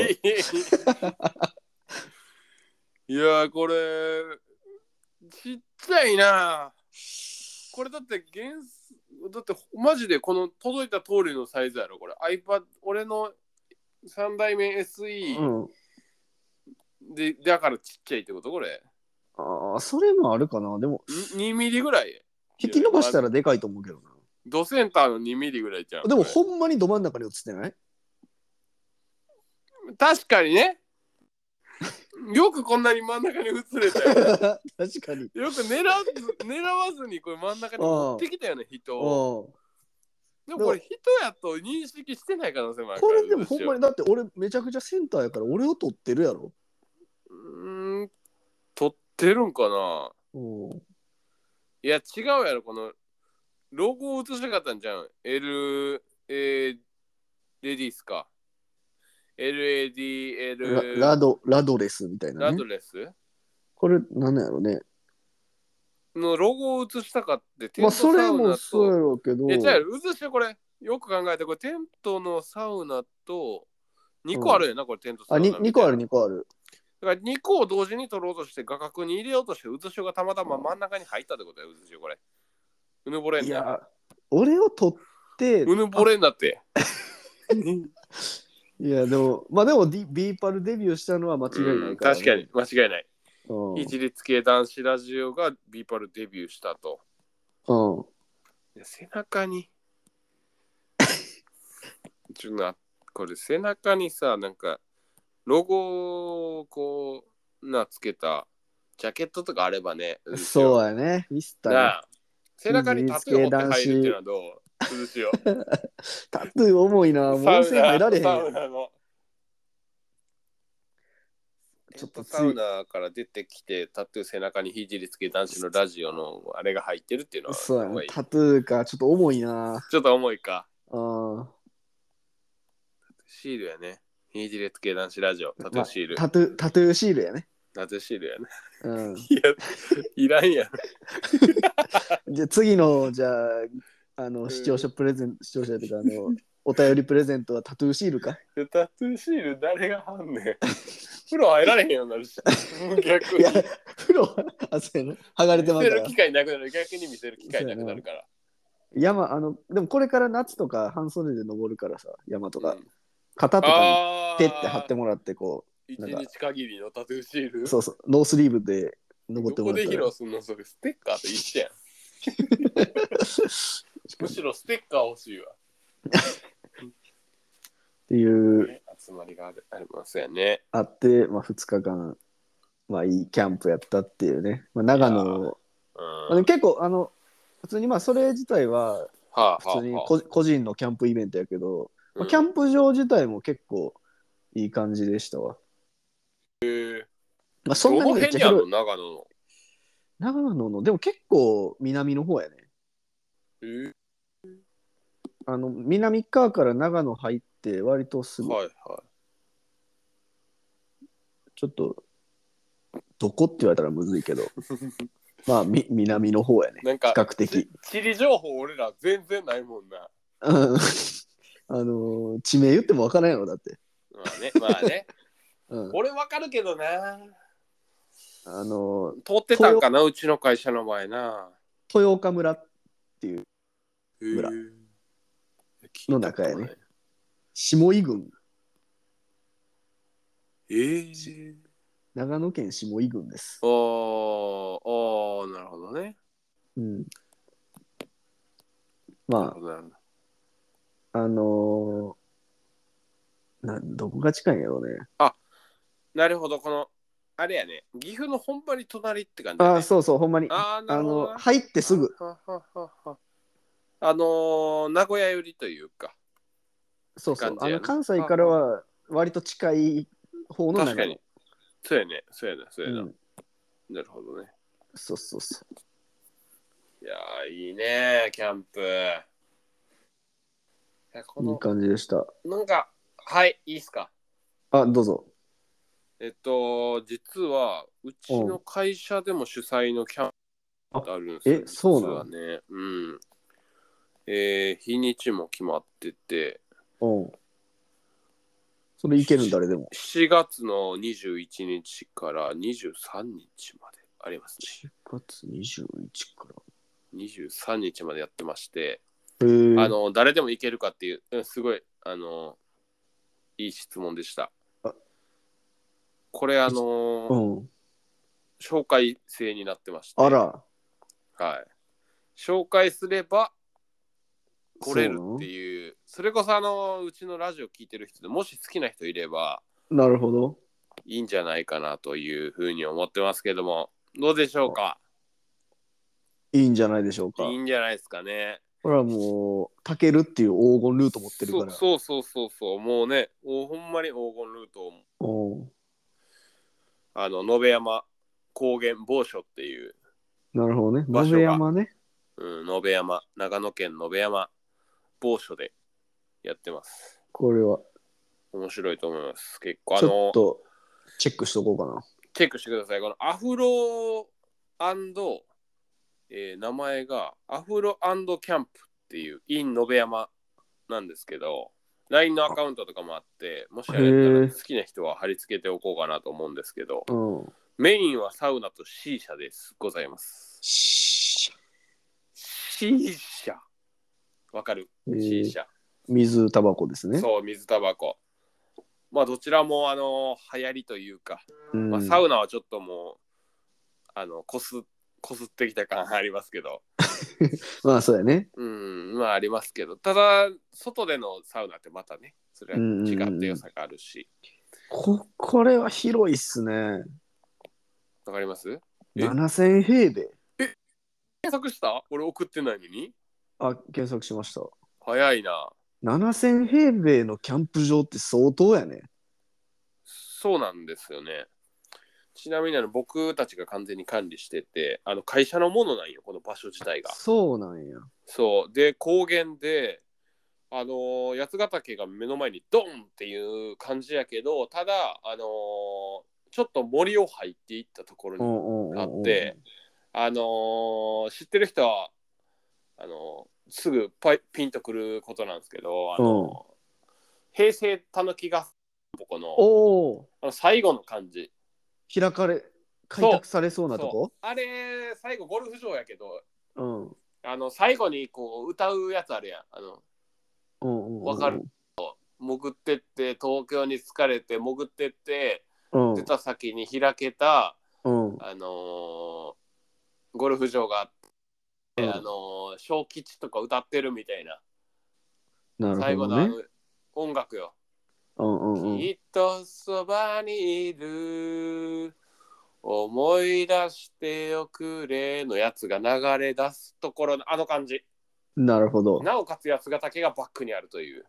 [SPEAKER 1] いや、これ、ちっちゃいな。これだって原す、だってマジでこの届いた通りのサイズやろ、これ。iPad、俺の3代目 SE
[SPEAKER 2] うん。
[SPEAKER 1] で、だからちっちゃいってことこれ。
[SPEAKER 2] ああ、それもあるかな。でも、
[SPEAKER 1] 2ミリぐらい
[SPEAKER 2] 引き伸ばしたらでかいと思うけどな。
[SPEAKER 1] ドセンターの2ミリぐらいじゃん
[SPEAKER 2] でも、
[SPEAKER 1] こ
[SPEAKER 2] ほんまにど真ん中に写ってない <laughs>
[SPEAKER 1] れ確かにねよくこんなに真ん中に映れたよね
[SPEAKER 2] 確かに。
[SPEAKER 1] よく狙わず狙わずにこれ真ん中に持ってきたよね人を
[SPEAKER 2] うん
[SPEAKER 1] でもこれ人やと認識してない可能性もあるか
[SPEAKER 2] こ
[SPEAKER 1] ら
[SPEAKER 2] れでもほんまに、
[SPEAKER 1] に
[SPEAKER 2] だって俺めちゃくちゃセンターやから俺を撮ってるやろ。
[SPEAKER 1] うーん撮ってるんかな
[SPEAKER 2] うん
[SPEAKER 1] いや違うやろこのロゴを映したかったんじゃん LA レディースか LADL
[SPEAKER 2] ララドラドレスみたいな
[SPEAKER 1] ラ
[SPEAKER 2] ね
[SPEAKER 1] ド。レス、
[SPEAKER 2] これなんやろね。
[SPEAKER 1] のロゴを映したかって、テン
[SPEAKER 2] ま
[SPEAKER 1] ト
[SPEAKER 2] あ
[SPEAKER 1] サ
[SPEAKER 2] それ
[SPEAKER 1] ウ
[SPEAKER 2] も
[SPEAKER 1] ナ
[SPEAKER 2] そうや
[SPEAKER 1] と。
[SPEAKER 2] ろうけど。
[SPEAKER 1] え、じゃあ、映してこれ、よく考えて、これ、テントのサウナと、2個あるよな、これ、テントサ
[SPEAKER 2] あ、
[SPEAKER 1] ウナ
[SPEAKER 2] に
[SPEAKER 1] みたいな。
[SPEAKER 2] 2個ある2個ある。
[SPEAKER 1] だから2個を同時に取ろうとして、画角に入れようとして、映しがたまたま真ん中に入ったってことよ、映しこれ。うぬぼれ
[SPEAKER 2] い
[SPEAKER 1] んな。
[SPEAKER 2] や、俺を撮って、
[SPEAKER 1] うぬぼれんなって。
[SPEAKER 2] いやでも、まあでも D- B パルデビューしたのは間違いな
[SPEAKER 1] うん
[SPEAKER 2] いから、
[SPEAKER 1] 確かに、間違いない。
[SPEAKER 2] うん。
[SPEAKER 1] 一律系男子ラジオがビーパルデビューしたと。
[SPEAKER 2] うん。
[SPEAKER 1] で背中
[SPEAKER 2] <laughs>
[SPEAKER 1] にちょっとなこれ背中にさなんかロゴをこうなつけたジャケットとかあればね
[SPEAKER 2] そう
[SPEAKER 1] う
[SPEAKER 2] やね。ミスターね。 <laughs>
[SPEAKER 1] なあ背中にタトゥー彫って入るっていうのはどう涼しいよ。
[SPEAKER 2] タトゥー重いな。もう温泉入られへん
[SPEAKER 1] サ
[SPEAKER 2] や
[SPEAKER 1] ウ
[SPEAKER 2] ん。
[SPEAKER 1] ナの。
[SPEAKER 2] ちょっとつい
[SPEAKER 1] サウナから出てきてタトゥー背中にひじりつけ男子のラジオのあれが入ってるっていうのは
[SPEAKER 2] そうや
[SPEAKER 1] 重。
[SPEAKER 2] ないタトゥーか、ちょっと重いな。
[SPEAKER 1] ちょっと重いか。
[SPEAKER 2] あー
[SPEAKER 1] シールやね。ひじりつけ男子ラジオ、タトゥーシール。
[SPEAKER 2] タトゥー、タトゥーシールやね。
[SPEAKER 1] タトゥーシールやね。
[SPEAKER 2] うん。
[SPEAKER 1] いや、いらんやん。
[SPEAKER 2] じゃあ次の、じゃあ、あの、
[SPEAKER 1] ん
[SPEAKER 2] 視聴者プレゼント、視聴者というか、あの、 <laughs> お便りプレゼントはタトゥーシールか。
[SPEAKER 1] タトゥーシール誰が貼んねん。風呂入られへんようになるし。逆
[SPEAKER 2] い
[SPEAKER 1] に。
[SPEAKER 2] や、風呂は、あ、そうやな。剥がれてま
[SPEAKER 1] 見せ
[SPEAKER 2] すか
[SPEAKER 1] る。
[SPEAKER 2] ら
[SPEAKER 1] 機会なくなる。逆に見せる機会なくなるから。
[SPEAKER 2] 山、あの、でもこれから夏とか半袖で登るからさ、山とか
[SPEAKER 1] うん、
[SPEAKER 2] 肩とか
[SPEAKER 1] あ
[SPEAKER 2] に
[SPEAKER 1] あ
[SPEAKER 2] 手って貼ってもらって、こ
[SPEAKER 1] 一
[SPEAKER 2] なんか
[SPEAKER 1] 日限りのタトゥーシール
[SPEAKER 2] う、そうそう、ノースリーブで登って
[SPEAKER 1] ど
[SPEAKER 2] も
[SPEAKER 1] こ
[SPEAKER 2] ら
[SPEAKER 1] で
[SPEAKER 2] っ
[SPEAKER 1] 披
[SPEAKER 2] たら
[SPEAKER 1] 露。すんのそれステッカーと一
[SPEAKER 2] <laughs>
[SPEAKER 1] 緒やん。むしろステッカー欲しいわ。
[SPEAKER 2] っていう、
[SPEAKER 1] ね集まりがあるありますよね。
[SPEAKER 2] あって、まあ、2日間、まあ、いいキャンプやったっていうね、まあ、長
[SPEAKER 1] いや
[SPEAKER 2] 野、
[SPEAKER 1] うん。
[SPEAKER 2] まあでも結構あの普通にまあそれ自体は
[SPEAKER 1] は
[SPEAKER 2] 普通にこ個人のキャンプイベントやけど、まあ、キャ
[SPEAKER 1] ン
[SPEAKER 2] ンプ場自体も結構いい感じでしたわ、
[SPEAKER 1] プ。
[SPEAKER 2] まあ、そ
[SPEAKER 1] そ
[SPEAKER 2] ん
[SPEAKER 1] ん
[SPEAKER 2] な
[SPEAKER 1] な
[SPEAKER 2] に
[SPEAKER 1] にめ
[SPEAKER 2] めっ
[SPEAKER 1] っ
[SPEAKER 2] ち
[SPEAKER 1] ち
[SPEAKER 2] ゃ
[SPEAKER 1] ゃ広
[SPEAKER 2] 広
[SPEAKER 1] い。
[SPEAKER 2] い
[SPEAKER 1] 長野の。
[SPEAKER 2] 長野のでも結構南の方やね
[SPEAKER 1] えー
[SPEAKER 2] あの南側から長野入って割とすぐ、
[SPEAKER 1] はいはい。
[SPEAKER 2] ちょっとどこって言われたらむずい
[SPEAKER 1] <laughs>
[SPEAKER 2] けどまあみ南の方やね
[SPEAKER 1] なん
[SPEAKER 2] 比
[SPEAKER 1] か、
[SPEAKER 2] 較的
[SPEAKER 1] 地理情報俺ら全然ないもんな。
[SPEAKER 2] うんあのー地名言ってもわからんやろだって、
[SPEAKER 1] まあね、まあ
[SPEAKER 2] <laughs>
[SPEAKER 1] ね。
[SPEAKER 2] うん、
[SPEAKER 1] 俺わかるけどな。
[SPEAKER 2] あのー
[SPEAKER 1] 通ってたんかな、うちの会社の前な。
[SPEAKER 2] 豊岡村
[SPEAKER 1] へー
[SPEAKER 2] 村
[SPEAKER 1] 聞いたことない
[SPEAKER 2] の中やね。下井郡
[SPEAKER 1] えー。
[SPEAKER 2] 長野県下井郡です。
[SPEAKER 1] おーおーなるほどね。
[SPEAKER 2] うん、
[SPEAKER 1] なる
[SPEAKER 2] ま
[SPEAKER 1] ほどなるほど
[SPEAKER 2] あ、あのーな、どこが近いんやろうね。
[SPEAKER 1] なるほど、この、あれやね、岐阜の本場に隣って感じ、ね。
[SPEAKER 2] あ、そうそう、ほんまに。あ
[SPEAKER 1] あーなるほど
[SPEAKER 2] の、
[SPEAKER 1] な。
[SPEAKER 2] 入ってすぐ。
[SPEAKER 1] ははははあのー、名古屋寄りというか、
[SPEAKER 2] そうそう
[SPEAKER 1] 感。じ
[SPEAKER 2] あ
[SPEAKER 1] やね
[SPEAKER 2] の、関西からは割と近い方の
[SPEAKER 1] 確
[SPEAKER 2] 長
[SPEAKER 1] か
[SPEAKER 2] 野
[SPEAKER 1] に。。そうやね、そうやな、そう
[SPEAKER 2] う
[SPEAKER 1] やな。
[SPEAKER 2] ん、
[SPEAKER 1] なるほどね。
[SPEAKER 2] そうそうそう。
[SPEAKER 1] いやー、いいね、キャンプ。いやこ
[SPEAKER 2] いい
[SPEAKER 1] の、
[SPEAKER 2] 感じでした。
[SPEAKER 1] なんか、はい、いいっすか。
[SPEAKER 2] あ、どうぞ。
[SPEAKER 1] えっと、実は、うちの会社でも主催のキャンプってあるんですよ。
[SPEAKER 2] えそうなの
[SPEAKER 1] 実はね。うん。えー、日にちも決まってて、
[SPEAKER 2] うん。それいけるんだ、誰でも。
[SPEAKER 1] 7月の21日から23日まであります
[SPEAKER 2] 4月21か
[SPEAKER 1] ね。23日までやってまして、
[SPEAKER 2] ら。へえ。
[SPEAKER 1] あの、誰でも行けるかっていう、うんすごい、あの、いい質問でした
[SPEAKER 2] あ。
[SPEAKER 1] これ、あの
[SPEAKER 2] うん。
[SPEAKER 1] 紹介制になってまして。
[SPEAKER 2] あら。
[SPEAKER 1] はい。紹介すれば来れる
[SPEAKER 2] そうなの
[SPEAKER 1] っていう、それこそあの、うちのラジオ聞いてる人でもし好きな人いれば
[SPEAKER 2] なるほど。
[SPEAKER 1] いいんじゃないかなというふうに思ってますけども、どうでしょうか
[SPEAKER 2] いいんじゃないでしょうか。
[SPEAKER 1] いいんじゃないですかね。
[SPEAKER 2] これはもう、たけるっていう黄金ルート持ってるから。
[SPEAKER 1] そうそうそうそうそう、もうね、おほんまに黄金ルートを、
[SPEAKER 2] お
[SPEAKER 1] あの、野辺山高原某所っていう、
[SPEAKER 2] なるほどね。野
[SPEAKER 1] 場所が
[SPEAKER 2] 辺山ね。
[SPEAKER 1] うん、野辺山、長野県野辺山某所でやってます。
[SPEAKER 2] これは、
[SPEAKER 1] 面白いと思います。結構あ
[SPEAKER 2] ちょ
[SPEAKER 1] の
[SPEAKER 2] っ、とチェックしとこうかな。
[SPEAKER 1] チェックしてください。このアフロえー名前がアフロキャンプっていう in 延山なんですけど、LINE のアカウントとかもあって、もしあ
[SPEAKER 2] へ
[SPEAKER 1] れ
[SPEAKER 2] ー
[SPEAKER 1] 好きな人は貼り付けておこうかなと思うんですけど、
[SPEAKER 2] うん。
[SPEAKER 1] メインはサウナと C 社です。ございます。
[SPEAKER 2] し
[SPEAKER 1] C 社わかる
[SPEAKER 2] えー
[SPEAKER 1] ?C 社。
[SPEAKER 2] 水タバコですね。
[SPEAKER 1] そう、水タバコ。まあ、どちらも、あの流行りというか、
[SPEAKER 2] うん
[SPEAKER 1] まあ、サウナはちょっともうあのこすこすってきた感ありますけど
[SPEAKER 2] まあそうやね。
[SPEAKER 1] うんまあありますけどただ外でのサウナってまたねそれは違った良さがあるし
[SPEAKER 2] ここれは広いっすね。
[SPEAKER 1] わかりますえ
[SPEAKER 2] 7000平米。
[SPEAKER 1] 検索した俺送ってないのに
[SPEAKER 2] あ、検索しました。
[SPEAKER 1] 早いな。
[SPEAKER 2] 7000平米のキャンプ場って相当やね。
[SPEAKER 1] そうなんですよね。ちなみにあの僕たちが完全に管理してて、あの会社のものなんよ、この場所自体が。
[SPEAKER 2] そうなんや。
[SPEAKER 1] そう。で、高原で、あのー八ヶ岳が目の前にドンっていう感じやけど、ただ、あのーちょっと森を入っていったところに、
[SPEAKER 2] うんうんうんうん
[SPEAKER 1] あって、あのー知ってる人は、あのーすぐパイピンとくることなんですけど、あのー平成たぬきがこの
[SPEAKER 2] おお、
[SPEAKER 1] あの最後の感じ。
[SPEAKER 2] 開かれ、開拓されそうなと
[SPEAKER 1] そ
[SPEAKER 2] こ
[SPEAKER 1] うあれ最後ゴルフ場やけど
[SPEAKER 2] うん。
[SPEAKER 1] あの最後にこう歌うやつあるやんあの
[SPEAKER 2] うんうんうん。
[SPEAKER 1] わかる。潜ってって東京に疲れて潜ってって
[SPEAKER 2] うん。
[SPEAKER 1] 出た先に開けた、
[SPEAKER 2] うん。
[SPEAKER 1] あのーゴルフ場があって、
[SPEAKER 2] うん
[SPEAKER 1] あのー小吉とか歌ってるみたいな、
[SPEAKER 2] な
[SPEAKER 1] 最
[SPEAKER 2] る
[SPEAKER 1] 後の
[SPEAKER 2] ほ
[SPEAKER 1] あ
[SPEAKER 2] ど
[SPEAKER 1] の。
[SPEAKER 2] ね
[SPEAKER 1] 音楽よ、
[SPEAKER 2] うんうんうん。
[SPEAKER 1] きっとそばにいる思い出しておくれのやつが流れ出すところのあの感じ
[SPEAKER 2] なるほど。
[SPEAKER 1] なおかつ八ヶ岳がバックにあるという。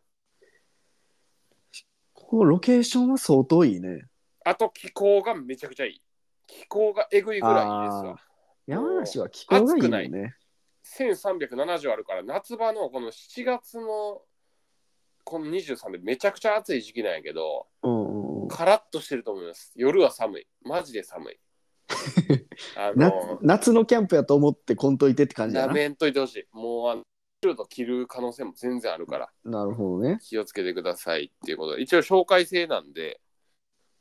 [SPEAKER 2] ここロケーションは相当いいね。
[SPEAKER 1] あと気候がめちゃくちゃいい。気候がえぐいぐらいいい
[SPEAKER 2] あー
[SPEAKER 1] で
[SPEAKER 2] 山梨は気候がいいよ
[SPEAKER 1] 暑く
[SPEAKER 2] ね。
[SPEAKER 1] すよ。1370あるから夏場のこの7月のこの23でめちゃくちゃ暑い時期なんやけど、
[SPEAKER 2] うんうんうん。
[SPEAKER 1] カラッとしてると思います。夜は寒い。マジで寒い。あ
[SPEAKER 2] 夏
[SPEAKER 1] の、
[SPEAKER 2] 夏のキャンプやと思ってこんといてって感じだ
[SPEAKER 1] な
[SPEAKER 2] な。
[SPEAKER 1] めんといてほしい。もうあの、シュート着る可能性も全然あるから。
[SPEAKER 2] なるほどね。
[SPEAKER 1] 気をつけてくださいっていうことで一応紹介制なんで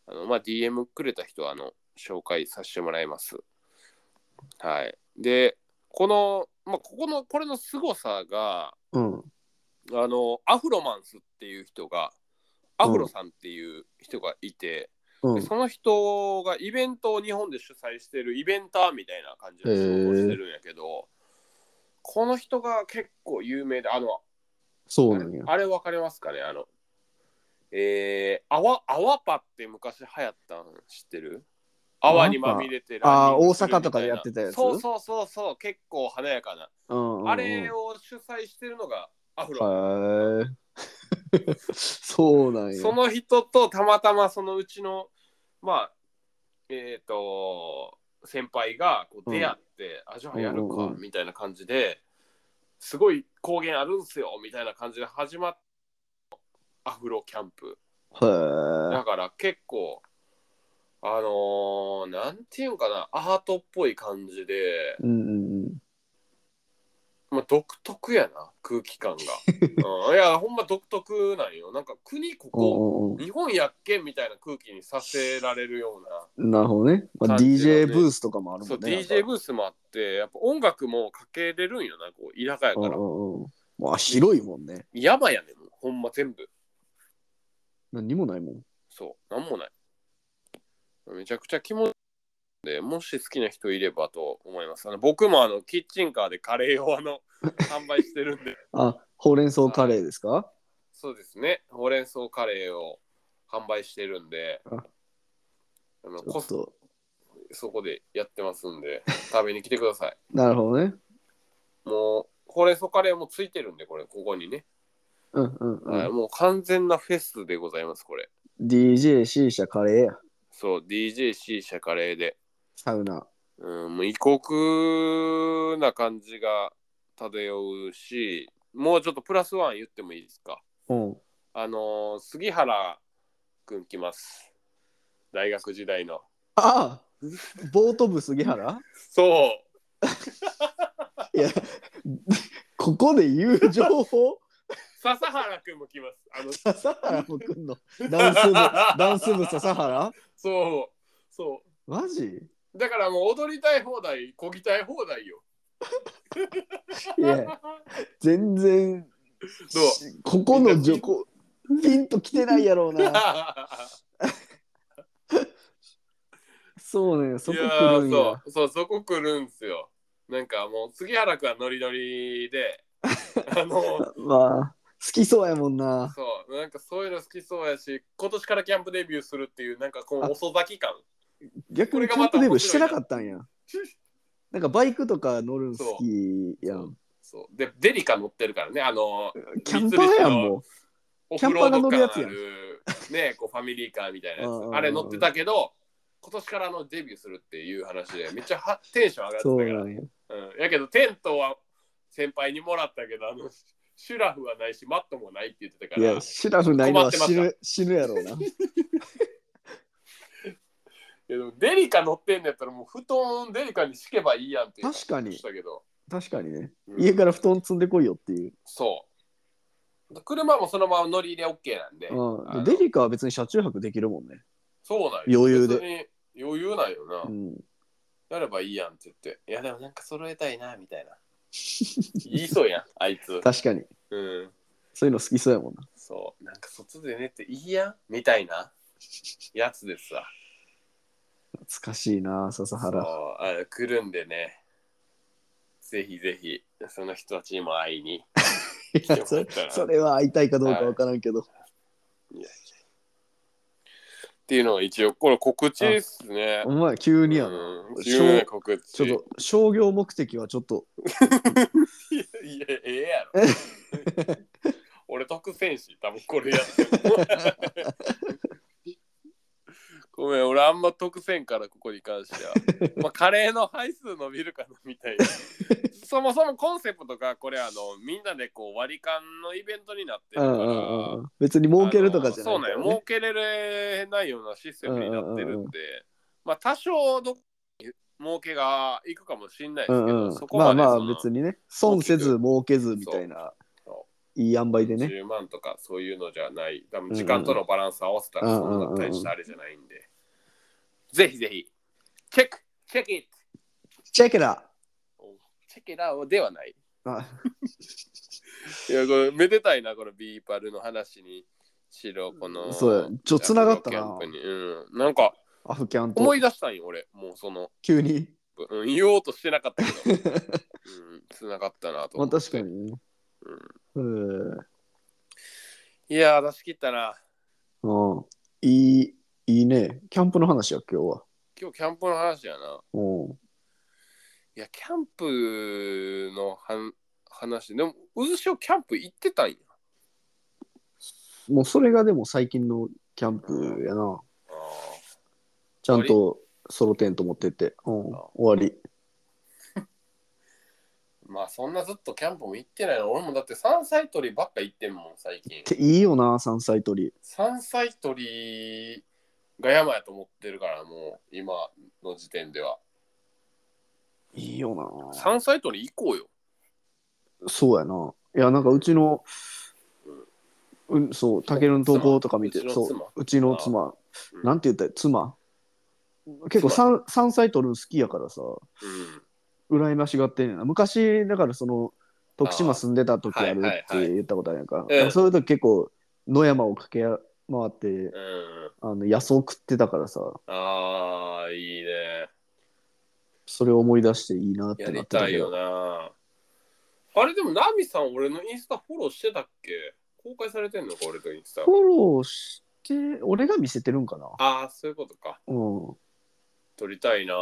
[SPEAKER 1] あの、まあ、DM くれた人はあの紹介させてもらいますはいでこの、まあ、ここのこれの凄さが
[SPEAKER 2] うん。
[SPEAKER 1] あのアフロマンスっていう人がアフロさんっていう人がいて、
[SPEAKER 2] うん
[SPEAKER 1] で。その人がイベントを日本で主催してるイベンターみたいな感じの仕事をしてるんやけど、この人が結構有名であの
[SPEAKER 2] そうなんや。
[SPEAKER 1] あれあれ分かりますかねあの、えー、あわ、あわぱって昔流行ったん知ってる
[SPEAKER 2] あわぱ
[SPEAKER 1] 泡にまみれて
[SPEAKER 2] あ
[SPEAKER 1] ラ
[SPEAKER 2] ー
[SPEAKER 1] ンニングするみいな
[SPEAKER 2] 大阪とかでやってたやつ
[SPEAKER 1] そうそうそうそう、結構華やかな。
[SPEAKER 2] うんうんうん
[SPEAKER 1] あれを主催してるのがアフロ。
[SPEAKER 2] へえ。そうなんや。
[SPEAKER 1] その人とたまたまそのうちの、まあ、えっ、と、先輩がこう出会って、あ、じゃあやる
[SPEAKER 2] うんうん
[SPEAKER 1] か
[SPEAKER 2] う、ん
[SPEAKER 1] みたいな感じで、すごい高原あるんすよ、みたいな感じで始まったアフロキャンプ。
[SPEAKER 2] へえ。
[SPEAKER 1] だから結構あのー、なんていうんかなアートっぽい感じで、
[SPEAKER 2] うんうんうん。
[SPEAKER 1] まあ、独特やな空気
[SPEAKER 2] <laughs>
[SPEAKER 1] 感が、うん、いやほんま独特なんよなんか国ここ
[SPEAKER 2] おうおうお
[SPEAKER 1] 日本やっけみたいな空気にさせられるよう
[SPEAKER 2] うなるほどね。ま
[SPEAKER 1] 感
[SPEAKER 2] あ、
[SPEAKER 1] じだね
[SPEAKER 2] DJ ブースとかもあ
[SPEAKER 1] な、
[SPEAKER 2] る
[SPEAKER 1] そ
[SPEAKER 2] も
[SPEAKER 1] うん
[SPEAKER 2] ね。なんか
[SPEAKER 1] DJ ブースもあってやっぱ音楽もかけれるんよなこう田舎や
[SPEAKER 2] う
[SPEAKER 1] か
[SPEAKER 2] ん
[SPEAKER 1] ら
[SPEAKER 2] うんうん。まあ、広いもんね。
[SPEAKER 1] 山やねんもうほんま全部
[SPEAKER 2] 何にもないもん。
[SPEAKER 1] そうなんもないめちゃくちゃ気持ちいいのでもし好きな人いればと思いますあの僕もあのキッチンカーでカレーをあの <laughs> 販売してるんで
[SPEAKER 2] あ、ほうれん草カレーですか
[SPEAKER 1] そうですねほうれん草カレーを販売してるんで
[SPEAKER 2] あ
[SPEAKER 1] あの
[SPEAKER 2] ちょ
[SPEAKER 1] コ
[SPEAKER 2] っ
[SPEAKER 1] ス
[SPEAKER 2] と。
[SPEAKER 1] そこでやってますんで食べに来てください
[SPEAKER 2] なるほどね。
[SPEAKER 1] もうほうれん草カレーもついてるんでこれここにね、
[SPEAKER 2] うんうんう
[SPEAKER 1] はい
[SPEAKER 2] ん。
[SPEAKER 1] もう完全なフェスでございますこれ
[SPEAKER 2] DJ C 社カレーや。
[SPEAKER 1] そう DJC 社カレーで
[SPEAKER 2] サウナ。
[SPEAKER 1] うん、もう異国な感じが漂うし、もうちょっとプラスワン言ってもいいですか。
[SPEAKER 2] うん。
[SPEAKER 1] あのー杉原くん来ます。大学時代の。
[SPEAKER 2] ああボート部杉原
[SPEAKER 1] そ
[SPEAKER 2] いや、ここで言う情報
[SPEAKER 1] う、笹原くんも来ます。あの、
[SPEAKER 2] 笹原もくんのダンス部、ダンス部笹原
[SPEAKER 1] そう、そ
[SPEAKER 2] マジ
[SPEAKER 1] う。だからもう踊りたい放題、こぎたい放題
[SPEAKER 2] <laughs>
[SPEAKER 1] よ。
[SPEAKER 2] いや、全然、
[SPEAKER 1] ど
[SPEAKER 2] ここの情報、ピンと来てないやろう
[SPEAKER 1] う
[SPEAKER 2] な。そうね、そ
[SPEAKER 1] い
[SPEAKER 2] こ
[SPEAKER 1] や
[SPEAKER 2] 来る
[SPEAKER 1] ー
[SPEAKER 2] ん
[SPEAKER 1] そ
[SPEAKER 2] や。
[SPEAKER 1] うそうそこ来るんすよなんかもう杉原くんはノリノリ
[SPEAKER 2] <laughs>
[SPEAKER 1] であの
[SPEAKER 2] まあ、好きそうやもんな。
[SPEAKER 1] そうなんかそういうの好きそうやし今年からキャンプデビューするっていうなんかこ
[SPEAKER 2] あ
[SPEAKER 1] う遅咲き感
[SPEAKER 2] 逆
[SPEAKER 1] こ
[SPEAKER 2] に
[SPEAKER 1] れ
[SPEAKER 2] キ
[SPEAKER 1] が
[SPEAKER 2] ャン
[SPEAKER 1] また
[SPEAKER 2] プデビュー
[SPEAKER 1] 面白いな
[SPEAKER 2] してなかったんや。なんかバイクとか乗るん好きや
[SPEAKER 1] そ
[SPEAKER 2] ん。
[SPEAKER 1] そうでデリカ乗ってるからねあの
[SPEAKER 2] キャンパーやんも
[SPEAKER 1] オ
[SPEAKER 2] キャ
[SPEAKER 1] フ
[SPEAKER 2] ン
[SPEAKER 1] ロ
[SPEAKER 2] パー
[SPEAKER 1] ード
[SPEAKER 2] が乗る
[SPEAKER 1] 感
[SPEAKER 2] や
[SPEAKER 1] あ
[SPEAKER 2] つやん
[SPEAKER 1] るねこうファミリーカーみたいなや
[SPEAKER 2] うんうんうん
[SPEAKER 1] つあれ乗ってたけど今年からあのデビューするっていう話でめっちゃはテンション上が
[SPEAKER 2] う
[SPEAKER 1] って
[SPEAKER 2] そう
[SPEAKER 1] たから
[SPEAKER 2] なんや
[SPEAKER 1] うん、やけどテントは先輩にもらったけどあのシュラフはないしマットもないって言ってたか
[SPEAKER 2] い
[SPEAKER 1] ら
[SPEAKER 2] やシラフないの
[SPEAKER 1] 困っ
[SPEAKER 2] は
[SPEAKER 1] てま
[SPEAKER 2] 死
[SPEAKER 1] した
[SPEAKER 2] ぬ死ぬやろう
[SPEAKER 1] <laughs>
[SPEAKER 2] な
[SPEAKER 1] けどデリカ乗ってんのやったらもう布団デリカに敷けばいいやんっていう
[SPEAKER 2] 確かに
[SPEAKER 1] 話したけど、
[SPEAKER 2] 確かにね
[SPEAKER 1] うん
[SPEAKER 2] 家から布団積んでこいよっていう、
[SPEAKER 1] そう車もそのまま乗り入れ OK なんで、
[SPEAKER 2] う
[SPEAKER 1] あの
[SPEAKER 2] ん、デリカは別に車中泊できるもんね、
[SPEAKER 1] そうなん
[SPEAKER 2] 余裕で
[SPEAKER 1] で余裕なんよな、
[SPEAKER 2] うん、
[SPEAKER 1] やればいいやんって言っていやでもなんか揃えたいなみたいな言いそうやんあいつ
[SPEAKER 2] <laughs> 確かに
[SPEAKER 1] うん
[SPEAKER 2] そういうの好きそうやもんな
[SPEAKER 1] そうなんか外で寝ていいやんみたいなやつですわ
[SPEAKER 2] 懐かしいな笹原
[SPEAKER 1] そうあの来るんでね、ぜひぜひ、その人たちにも会いに。
[SPEAKER 2] い
[SPEAKER 1] 来てもら
[SPEAKER 2] や
[SPEAKER 1] った
[SPEAKER 2] そ
[SPEAKER 1] ら
[SPEAKER 2] れそれは会いたいかどうかわからんけど、
[SPEAKER 1] っていうのは一応、これ告知ですね
[SPEAKER 2] お。前急にやな、
[SPEAKER 1] うん、自由な告知。
[SPEAKER 2] ちょっと商業目的はちょっと
[SPEAKER 1] いや、いやええやろ。
[SPEAKER 2] <laughs>
[SPEAKER 1] 俺、特選手、多分これやってる。ごめん、俺あんま特選からここに関しては。
[SPEAKER 2] <laughs>
[SPEAKER 1] まあ、カレーの配数伸びるかなみたいな。そもそもコンセプトがこれあのみんなでこう割り勘のイベントになってる
[SPEAKER 2] う
[SPEAKER 1] から、
[SPEAKER 2] んうんうんうん別に儲けるとかじゃない
[SPEAKER 1] あのそうね儲けれないようなシステムになってる
[SPEAKER 2] うんうんんうん
[SPEAKER 1] で、まあ多少どっかに儲けがいくかもしれないで
[SPEAKER 2] う
[SPEAKER 1] す
[SPEAKER 2] ん
[SPEAKER 1] けど、
[SPEAKER 2] うん
[SPEAKER 1] そ、こ
[SPEAKER 2] まあ
[SPEAKER 1] まで
[SPEAKER 2] ま
[SPEAKER 1] そ
[SPEAKER 2] あ
[SPEAKER 1] の
[SPEAKER 2] 別にね損せず儲けずみたいな
[SPEAKER 1] そ
[SPEAKER 2] いい塩梅でね
[SPEAKER 1] 10万とかそういうのじゃない多
[SPEAKER 2] んう
[SPEAKER 1] 分
[SPEAKER 2] ん
[SPEAKER 1] 時間とのバランス合わせたらそんな大したあれじゃないんで、ぜひぜひチェックチェックイット
[SPEAKER 2] チェケラ
[SPEAKER 1] チェックラーではない
[SPEAKER 2] あ
[SPEAKER 1] いやこれめでたいなこのビーパルの話にしろこの
[SPEAKER 2] そうやちょ繋がったな
[SPEAKER 1] キャンプにうん、なんか
[SPEAKER 2] アフキャンと
[SPEAKER 1] 思い出したんよ俺もうその
[SPEAKER 2] 急に
[SPEAKER 1] うん、言おうとしてなかったけ
[SPEAKER 2] <laughs>
[SPEAKER 1] ど、うん、つながったなと思
[SPEAKER 2] まあ
[SPEAKER 1] って。
[SPEAKER 2] 確かにねうん
[SPEAKER 1] いやー、出し切ったな。
[SPEAKER 2] うんいいいいねキャンプの話や今日は
[SPEAKER 1] 今日キャンプの話やな。
[SPEAKER 2] うん
[SPEAKER 1] いや、キャンプのはん話、でも、渦潮キャンプ行ってたんや。
[SPEAKER 2] もうそれがでも最近のキャンプやな
[SPEAKER 1] あ
[SPEAKER 2] ちゃんとソロテント持ってってうん
[SPEAKER 1] あ
[SPEAKER 2] 終わり
[SPEAKER 1] ーまあ、そんなずっとキャンプも行ってないの。俺もだって山菜採りばっか行ってんもん、最近
[SPEAKER 2] っ。ていいよな山菜採り
[SPEAKER 1] 山菜採りが山やと思ってるから、もう、今の時点では。
[SPEAKER 2] いいよな
[SPEAKER 1] 山菜採り行こうよ。
[SPEAKER 2] そうやな。いや、なんかうちの、うん、そう、たけるの投稿とか見て、
[SPEAKER 1] うちの
[SPEAKER 2] そ
[SPEAKER 1] 妻
[SPEAKER 2] う、うちの妻、
[SPEAKER 1] うん
[SPEAKER 2] なんて言ったら、妻。結構山山菜取るの好きやからさ、
[SPEAKER 1] うん。
[SPEAKER 2] 羨ましがってんねんな。昔、だからその、徳島住んでた時
[SPEAKER 1] あー
[SPEAKER 2] あるって
[SPEAKER 1] はいはいはい
[SPEAKER 2] 言ったことあるやんか。
[SPEAKER 1] うん
[SPEAKER 2] そういう時結構、野山を駆け回って、
[SPEAKER 1] うん。
[SPEAKER 2] あの野草食ってたからさ、
[SPEAKER 1] ああ、いいね。
[SPEAKER 2] それを思い出していいなって
[SPEAKER 1] や
[SPEAKER 2] な
[SPEAKER 1] り
[SPEAKER 2] ってた
[SPEAKER 1] たい
[SPEAKER 2] け
[SPEAKER 1] よ
[SPEAKER 2] ど。
[SPEAKER 1] な。あれでも、ナミさん、俺のインスタフォローしてたっけ公開されてんのか、俺とインスタ。
[SPEAKER 2] フォローして、俺が見せてるんかな。
[SPEAKER 1] ああ、そういうことか。
[SPEAKER 2] うん。
[SPEAKER 1] 撮りたいな。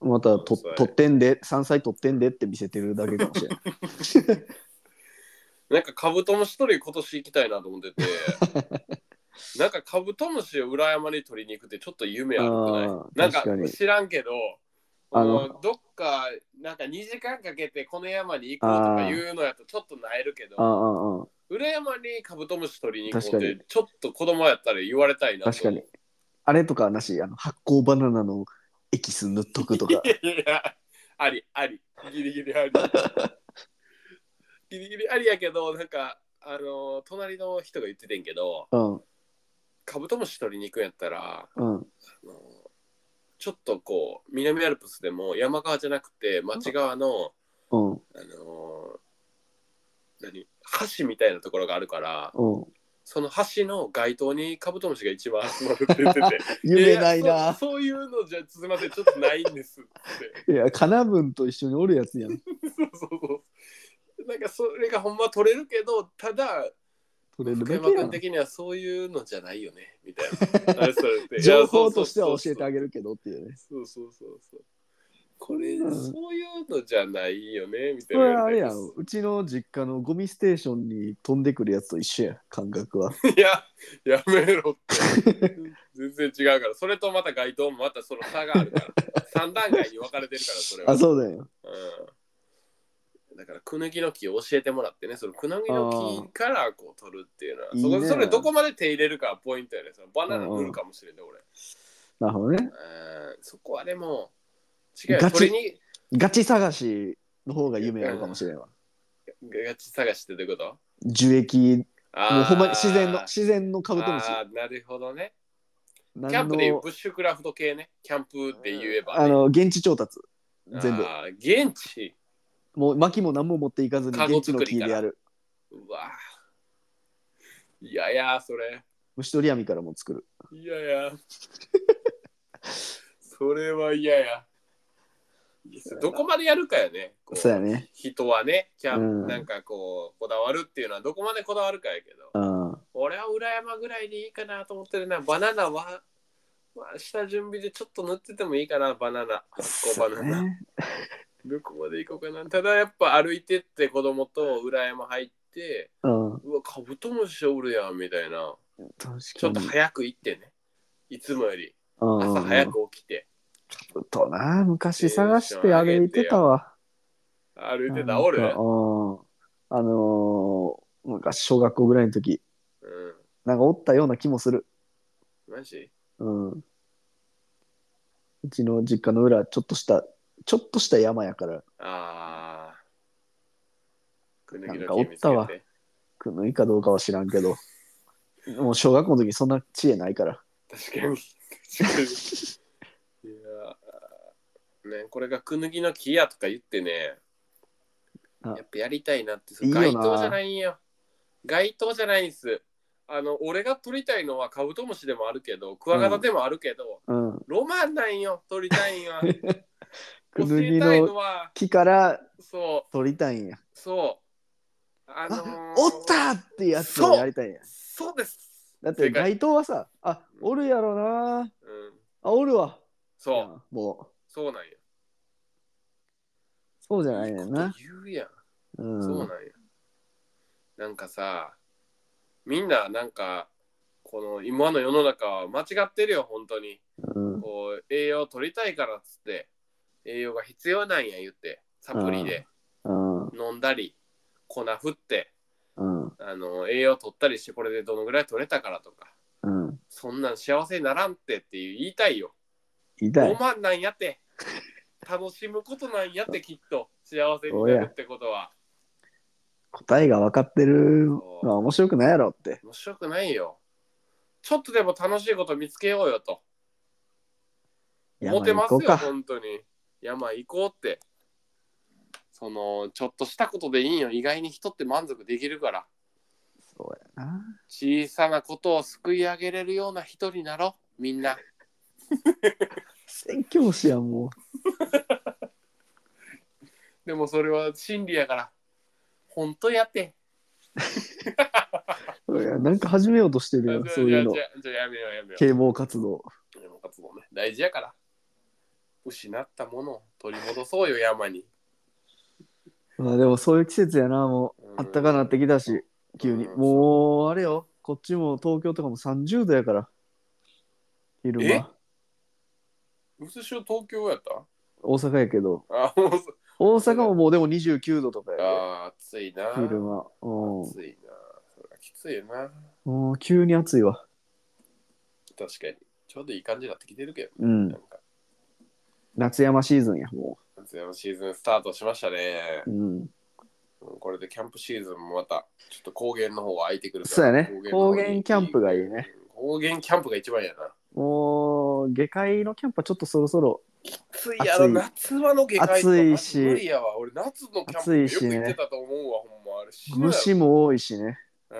[SPEAKER 2] またと
[SPEAKER 1] そうやね
[SPEAKER 2] 取ってんで山菜取ってんでって見せてるだけかもし
[SPEAKER 1] <laughs>
[SPEAKER 2] れない
[SPEAKER 1] なんかカブトムシ取り今年行きたいなと思ってて。
[SPEAKER 2] <laughs>
[SPEAKER 1] なんかカブトムシを裏山に取りに行くってちょっと夢あるくない
[SPEAKER 2] あー
[SPEAKER 1] なん
[SPEAKER 2] 確か
[SPEAKER 1] か
[SPEAKER 2] に
[SPEAKER 1] 知らんけど、
[SPEAKER 2] あの
[SPEAKER 1] もうどっか、なんか2時間かけてこの山に行こうとかいうのやとちょっとなえるけど
[SPEAKER 2] あ、あああ
[SPEAKER 1] 裏山にカブトムシ取りに行こうっ
[SPEAKER 2] 確か
[SPEAKER 1] てちょっと子供やったら言われたいなと
[SPEAKER 2] 確かにあれとかなしあの発酵バナナのエキス塗っとく
[SPEAKER 1] <laughs>
[SPEAKER 2] とか
[SPEAKER 1] いやいやありありギリギリありギリギリありやけどなんかあのー隣の人が言っててんけど
[SPEAKER 2] うん
[SPEAKER 1] カブトムシ取りに行くんやったら、
[SPEAKER 2] うん
[SPEAKER 1] あのーちょっとこう南アルプスでも山側じゃなくて町側の、あ
[SPEAKER 2] うん
[SPEAKER 1] のー何橋みたいなところがあるから
[SPEAKER 2] うん
[SPEAKER 1] その橋の街灯にカブトムシが一番集まるって言ってて
[SPEAKER 2] <laughs> 夢ない
[SPEAKER 1] やや
[SPEAKER 2] な
[SPEAKER 1] そうそう <laughs> いうのじゃすみませんちょっとないんですって
[SPEAKER 2] いやカナブンと一緒におるやつやん
[SPEAKER 1] <laughs> そうそうそうなんかそれがほんま取れるけどただ
[SPEAKER 2] 取れる
[SPEAKER 1] 福
[SPEAKER 2] だ
[SPEAKER 1] 山
[SPEAKER 2] けや
[SPEAKER 1] 君
[SPEAKER 2] ん
[SPEAKER 1] 的にはそういうのじゃないよねみ
[SPEAKER 2] <laughs>
[SPEAKER 1] たいなあれそれって
[SPEAKER 2] 情報としては教えてあ
[SPEAKER 1] る
[SPEAKER 2] げるけどっていうね
[SPEAKER 1] そうそうそうそうこれ、
[SPEAKER 2] うん
[SPEAKER 1] そういうのじゃないよねみたい
[SPEAKER 2] こ
[SPEAKER 1] な
[SPEAKER 2] れあれやんうちの実家のゴミステーションに飛んでくるやつと一緒やん感覚は
[SPEAKER 1] <laughs> いややめろって全然違うからそれとまた街灯もまたその差があるから3 <laughs> 段階に分かれてるからそれは
[SPEAKER 2] あそうだよ
[SPEAKER 1] うんだからクヌギの木を教えてもらってねそのクヌギの木からこう取るっていうのはそこ
[SPEAKER 2] いいね
[SPEAKER 1] それどこまで手入れるかはポイントやねそのバナナ塗るかもしれんね、俺、
[SPEAKER 2] なるほどね
[SPEAKER 1] うん、そこはでも違うよ
[SPEAKER 2] ガチ
[SPEAKER 1] 鳥に
[SPEAKER 2] ガチ探しの方が夢あるかもしれんわ
[SPEAKER 1] ガチ探してってこと
[SPEAKER 2] 樹液
[SPEAKER 1] あー
[SPEAKER 2] もうほんまに自然の自然のカブトムシ
[SPEAKER 1] あーなるほどねキャ
[SPEAKER 2] 何
[SPEAKER 1] ンプでいう
[SPEAKER 2] の
[SPEAKER 1] ブッシュクラフト系ねキャンプって言えば、ね、
[SPEAKER 2] あの現地調達全部
[SPEAKER 1] あー現地
[SPEAKER 2] もう薪も何も持っていかずに
[SPEAKER 1] カゴ
[SPEAKER 2] 現地の
[SPEAKER 1] 作り
[SPEAKER 2] 木
[SPEAKER 1] から
[SPEAKER 2] でやる
[SPEAKER 1] うわーいやいやそれ
[SPEAKER 2] 虫取り網からも作る
[SPEAKER 1] いやいやそれは嫌やどこまでやるかよねこう
[SPEAKER 2] そうやね
[SPEAKER 1] 人はねキャン、
[SPEAKER 2] うん
[SPEAKER 1] なんかこうこだわるっていうのはどこまでこだわるかやけど
[SPEAKER 2] うん
[SPEAKER 1] 俺は裏山ぐらいでいいかなと思ってるなバナナは、まあ、下準備でちょっと塗っててもいいかなバナナ発酵バナナ、
[SPEAKER 2] そうね
[SPEAKER 1] どこまで行こうかな。ただやっぱ歩いてって子供と裏山入って、
[SPEAKER 2] うん
[SPEAKER 1] うわ、カブトムシおるやんみたいな。
[SPEAKER 2] 確かに
[SPEAKER 1] ちょっと早く行ってね。いつもより
[SPEAKER 2] うん
[SPEAKER 1] 朝早く起きて。
[SPEAKER 2] ちょっとな昔探して歩いてたわ
[SPEAKER 1] 歩いて
[SPEAKER 2] なん
[SPEAKER 1] た
[SPEAKER 2] か
[SPEAKER 1] おる、
[SPEAKER 2] うんあのー、なんか小学校ぐらいの時
[SPEAKER 1] う
[SPEAKER 2] なんかおったような気もする
[SPEAKER 1] ん。マジ
[SPEAKER 2] うんうちの実家の裏ちょっとしたちょっとした山やから
[SPEAKER 1] ああ。くぬぎ
[SPEAKER 2] な
[SPEAKER 1] の
[SPEAKER 2] んかお
[SPEAKER 1] 木
[SPEAKER 2] っ
[SPEAKER 1] 見つ
[SPEAKER 2] た
[SPEAKER 1] け
[SPEAKER 2] わ
[SPEAKER 1] て。
[SPEAKER 2] くぬいかどうかは知らんけどもう小学校の時そんな知恵ないから
[SPEAKER 1] 確かに。確か
[SPEAKER 2] <laughs>
[SPEAKER 1] に。いやーね、これがくぬぎの木やとか言ってね、
[SPEAKER 2] あ
[SPEAKER 1] やっぱやりたいなって、そ
[SPEAKER 2] い
[SPEAKER 1] れ
[SPEAKER 2] いよな
[SPEAKER 1] 街灯じゃないんよ。街灯じゃないんです。あの、俺が撮りたいのはカブトムシでもあるけど、クワガタでもあるけど、
[SPEAKER 2] うん
[SPEAKER 1] ロマンなんよ、撮りたいん
[SPEAKER 2] <laughs>
[SPEAKER 1] は。
[SPEAKER 2] く
[SPEAKER 1] 教
[SPEAKER 2] ぬぎ
[SPEAKER 1] えたいの
[SPEAKER 2] の
[SPEAKER 1] は、
[SPEAKER 2] 木から
[SPEAKER 1] そ
[SPEAKER 2] 取りたいんや、
[SPEAKER 1] う、そう。あのー
[SPEAKER 2] あおったっていうやつをやりたいんや
[SPEAKER 1] そうです
[SPEAKER 2] だって
[SPEAKER 1] 正解
[SPEAKER 2] 街灯はさあおるやろな
[SPEAKER 1] うん、
[SPEAKER 2] あおるわ
[SPEAKER 1] そう、
[SPEAKER 2] もう
[SPEAKER 1] そうなんよ。
[SPEAKER 2] そうじゃないねん
[SPEAKER 1] いい
[SPEAKER 2] な
[SPEAKER 1] こと言うやん。
[SPEAKER 2] うん
[SPEAKER 1] そうなんや。なんかさ、みんななんか、この今の世の中は間違ってるよ、本当に。
[SPEAKER 2] うん
[SPEAKER 1] こう栄養取りたいからっつって、栄養が必要なんや言って、サプリで
[SPEAKER 2] うん
[SPEAKER 1] 飲んだり、粉振って、
[SPEAKER 2] うん
[SPEAKER 1] あの栄養取ったりして、これでどのぐらい取れたからとか、
[SPEAKER 2] うん
[SPEAKER 1] そんなん幸せにならんってっていう言いたいよ。
[SPEAKER 2] 痛
[SPEAKER 1] ロ
[SPEAKER 2] い
[SPEAKER 1] マンなんやって、楽しむことなんやって、きっと幸せになるってことは。
[SPEAKER 2] 答えが分かってるのは面白くないやろって
[SPEAKER 1] 面白くないよ。ちょっとでも楽しいこと見つけようよと。思ってます
[SPEAKER 2] 山行こう
[SPEAKER 1] よ、本当に。山行こうって。その、ちょっとしたことでいいんよ。意外に人って満足できるから。
[SPEAKER 2] そうやな
[SPEAKER 1] 小さなことを救い上げれるような人になろう、みんな。
[SPEAKER 2] 宣教師やんも
[SPEAKER 1] でもそれは真理やから。本当やって。
[SPEAKER 2] ういやなんか始めようとしてるよ
[SPEAKER 1] じゃあ
[SPEAKER 2] そういうの
[SPEAKER 1] じゃあじゃあやめようやめよう。
[SPEAKER 2] 啓蒙活動
[SPEAKER 1] でも活動ね、大事やから。失ったものを取り戻そうよ、山に。
[SPEAKER 2] まあでもそういう季節やなもう
[SPEAKER 1] うん
[SPEAKER 2] あったかなってきたし急に
[SPEAKER 1] うん
[SPEAKER 2] もうあれよこっちも東京とかも30度やから昼
[SPEAKER 1] えう
[SPEAKER 2] 間
[SPEAKER 1] すしお東京やった
[SPEAKER 2] 大阪やけど
[SPEAKER 1] あ、もう
[SPEAKER 2] 大阪ももうでも29度とかやで
[SPEAKER 1] あー暑いな。
[SPEAKER 2] 昼間うん
[SPEAKER 1] 暑いな。それはきついよな。
[SPEAKER 2] もう急に暑いわ
[SPEAKER 1] 確かに。ちょうどいい感じになってきてるけど、
[SPEAKER 2] うん
[SPEAKER 1] なんか、
[SPEAKER 2] 夏山シーズンやも
[SPEAKER 1] 夏山シーズンスタートしましたね
[SPEAKER 2] う、。うん、
[SPEAKER 1] うんこれでキャンプシーズンもまた、ちょっと高原の方は空いてくる
[SPEAKER 2] そうやね
[SPEAKER 1] の方に
[SPEAKER 2] 高原キャンプがいいね。
[SPEAKER 1] 高原キャンプが一番やな。
[SPEAKER 2] もう下界のキャンプはちょっとそろそろ
[SPEAKER 1] 暑い
[SPEAKER 2] い
[SPEAKER 1] やろ、夏場の下界とか
[SPEAKER 2] 暑いし
[SPEAKER 1] 無理やわ。俺、夏のキャンプ
[SPEAKER 2] 暑い
[SPEAKER 1] よ
[SPEAKER 2] し
[SPEAKER 1] く
[SPEAKER 2] ね
[SPEAKER 1] 行ってたと思うわ、ほんま。あれ、死ぬやろ
[SPEAKER 2] 虫も多いしね
[SPEAKER 1] う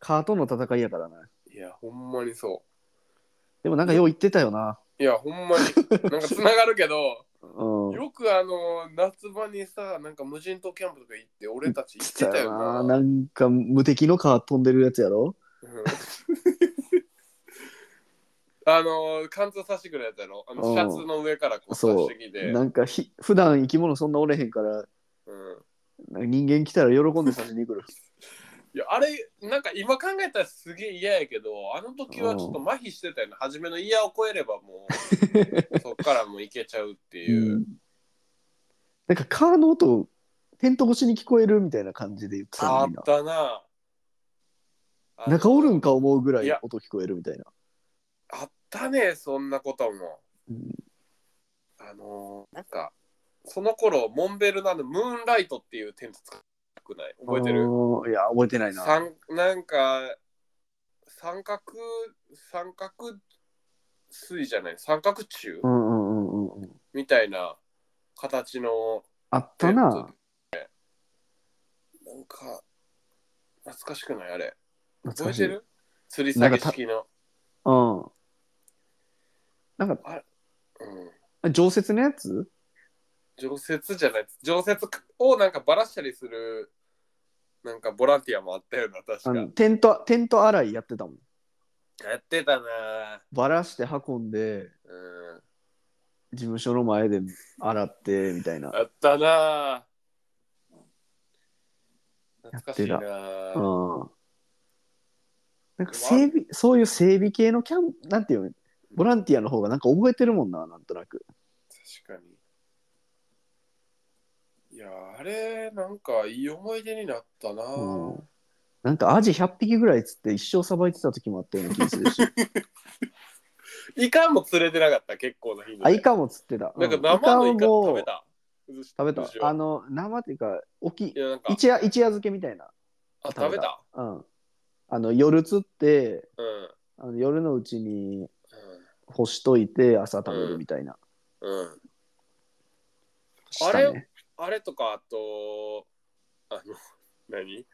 [SPEAKER 2] 蚊との戦いやからな。
[SPEAKER 1] ん。いや、ほんまにそ
[SPEAKER 2] でもなんかよう言ってたよな。
[SPEAKER 1] う。いや、ほんまに。 <laughs> なんかつながるけど、
[SPEAKER 2] うん。
[SPEAKER 1] よくあの夏場にさなんか無人島キャンプとか行って俺たち行ってたよな
[SPEAKER 2] なんか無敵の蚊飛んでるやつやろ
[SPEAKER 1] うん <laughs> あのー、貫通させてくれやつやろあの
[SPEAKER 2] うん
[SPEAKER 1] シャツの上からこう刺
[SPEAKER 2] そ
[SPEAKER 1] してきて
[SPEAKER 2] う。なんかひ普段生き物そんなおれへんから、
[SPEAKER 1] うん
[SPEAKER 2] なんか人間来たら喜んで刺しに来る。
[SPEAKER 1] いやあれなんか今考えたらすげえ嫌やけどあの時はちょっと麻痺してたよね初めの嫌を超えればも <laughs> うそっからもういけちゃうっていう、
[SPEAKER 2] うんなんかカーの音、テント越しに聞こえるみたいな感じで言ってた
[SPEAKER 1] あ
[SPEAKER 2] の
[SPEAKER 1] っ
[SPEAKER 2] みんな
[SPEAKER 1] たなあの
[SPEAKER 2] 中おるんか思うぐら
[SPEAKER 1] い
[SPEAKER 2] い
[SPEAKER 1] や
[SPEAKER 2] 音聞こえるみたいな。
[SPEAKER 1] あったねそんなことも
[SPEAKER 2] うん
[SPEAKER 1] あのーなんかその頃モンベルのあのムーンライトっていうテント使ったくない覚えてる
[SPEAKER 2] あーいや、覚えてないな。
[SPEAKER 1] 三なんか三角三角錐じゃない三角柱、
[SPEAKER 2] うんうんうんうんうん。
[SPEAKER 1] みたいな形の
[SPEAKER 2] あっ
[SPEAKER 1] テ
[SPEAKER 2] た
[SPEAKER 1] ント
[SPEAKER 2] な。
[SPEAKER 1] でなんか懐かしくないあれ
[SPEAKER 2] 懐
[SPEAKER 1] 覚
[SPEAKER 2] か
[SPEAKER 1] え
[SPEAKER 2] しい
[SPEAKER 1] てる吊り下げ式の
[SPEAKER 2] うん。なんか、
[SPEAKER 1] うん
[SPEAKER 2] 常設のやつ
[SPEAKER 1] 常設じゃない常設をなんかばらしたりするなんかボランティアもあったよな確
[SPEAKER 2] あ
[SPEAKER 1] か、
[SPEAKER 2] のテント、テント洗いやってたもん。
[SPEAKER 1] やってたな
[SPEAKER 2] バラして運んで、
[SPEAKER 1] うん
[SPEAKER 2] 事務所の前で洗って、みたいな。
[SPEAKER 1] あったな懐かしいな
[SPEAKER 2] やってうん。なんか整備、そういう整備系のキャンプ、なんていうの、ボランティアの方がなんか覚えてるもんな、なんとなく。
[SPEAKER 1] 確かにいやあれなんかいい思い出になったな、
[SPEAKER 2] うん。なんかアジ100匹ぐらい釣って一生さばいてた時もあったような気がす
[SPEAKER 1] <laughs>
[SPEAKER 2] るし。
[SPEAKER 1] イカも釣れてなかった結構な頻度
[SPEAKER 2] あ、
[SPEAKER 1] で
[SPEAKER 2] イカも釣ってた。
[SPEAKER 1] なんか
[SPEAKER 2] うん
[SPEAKER 1] 生のイカ
[SPEAKER 2] も
[SPEAKER 1] 食べた
[SPEAKER 2] 食べた
[SPEAKER 1] 牛を
[SPEAKER 2] あの生っていうか大きい
[SPEAKER 1] いやなんか
[SPEAKER 2] 一夜一夜漬けみたいな、
[SPEAKER 1] あ食べ
[SPEAKER 2] 食べ
[SPEAKER 1] た
[SPEAKER 2] うん、あの夜釣って
[SPEAKER 1] うん
[SPEAKER 2] あの夜のうちに干しといて朝食べるみたいな、
[SPEAKER 1] うんうん
[SPEAKER 2] したね
[SPEAKER 1] あれあれとかあとあの <laughs> 何い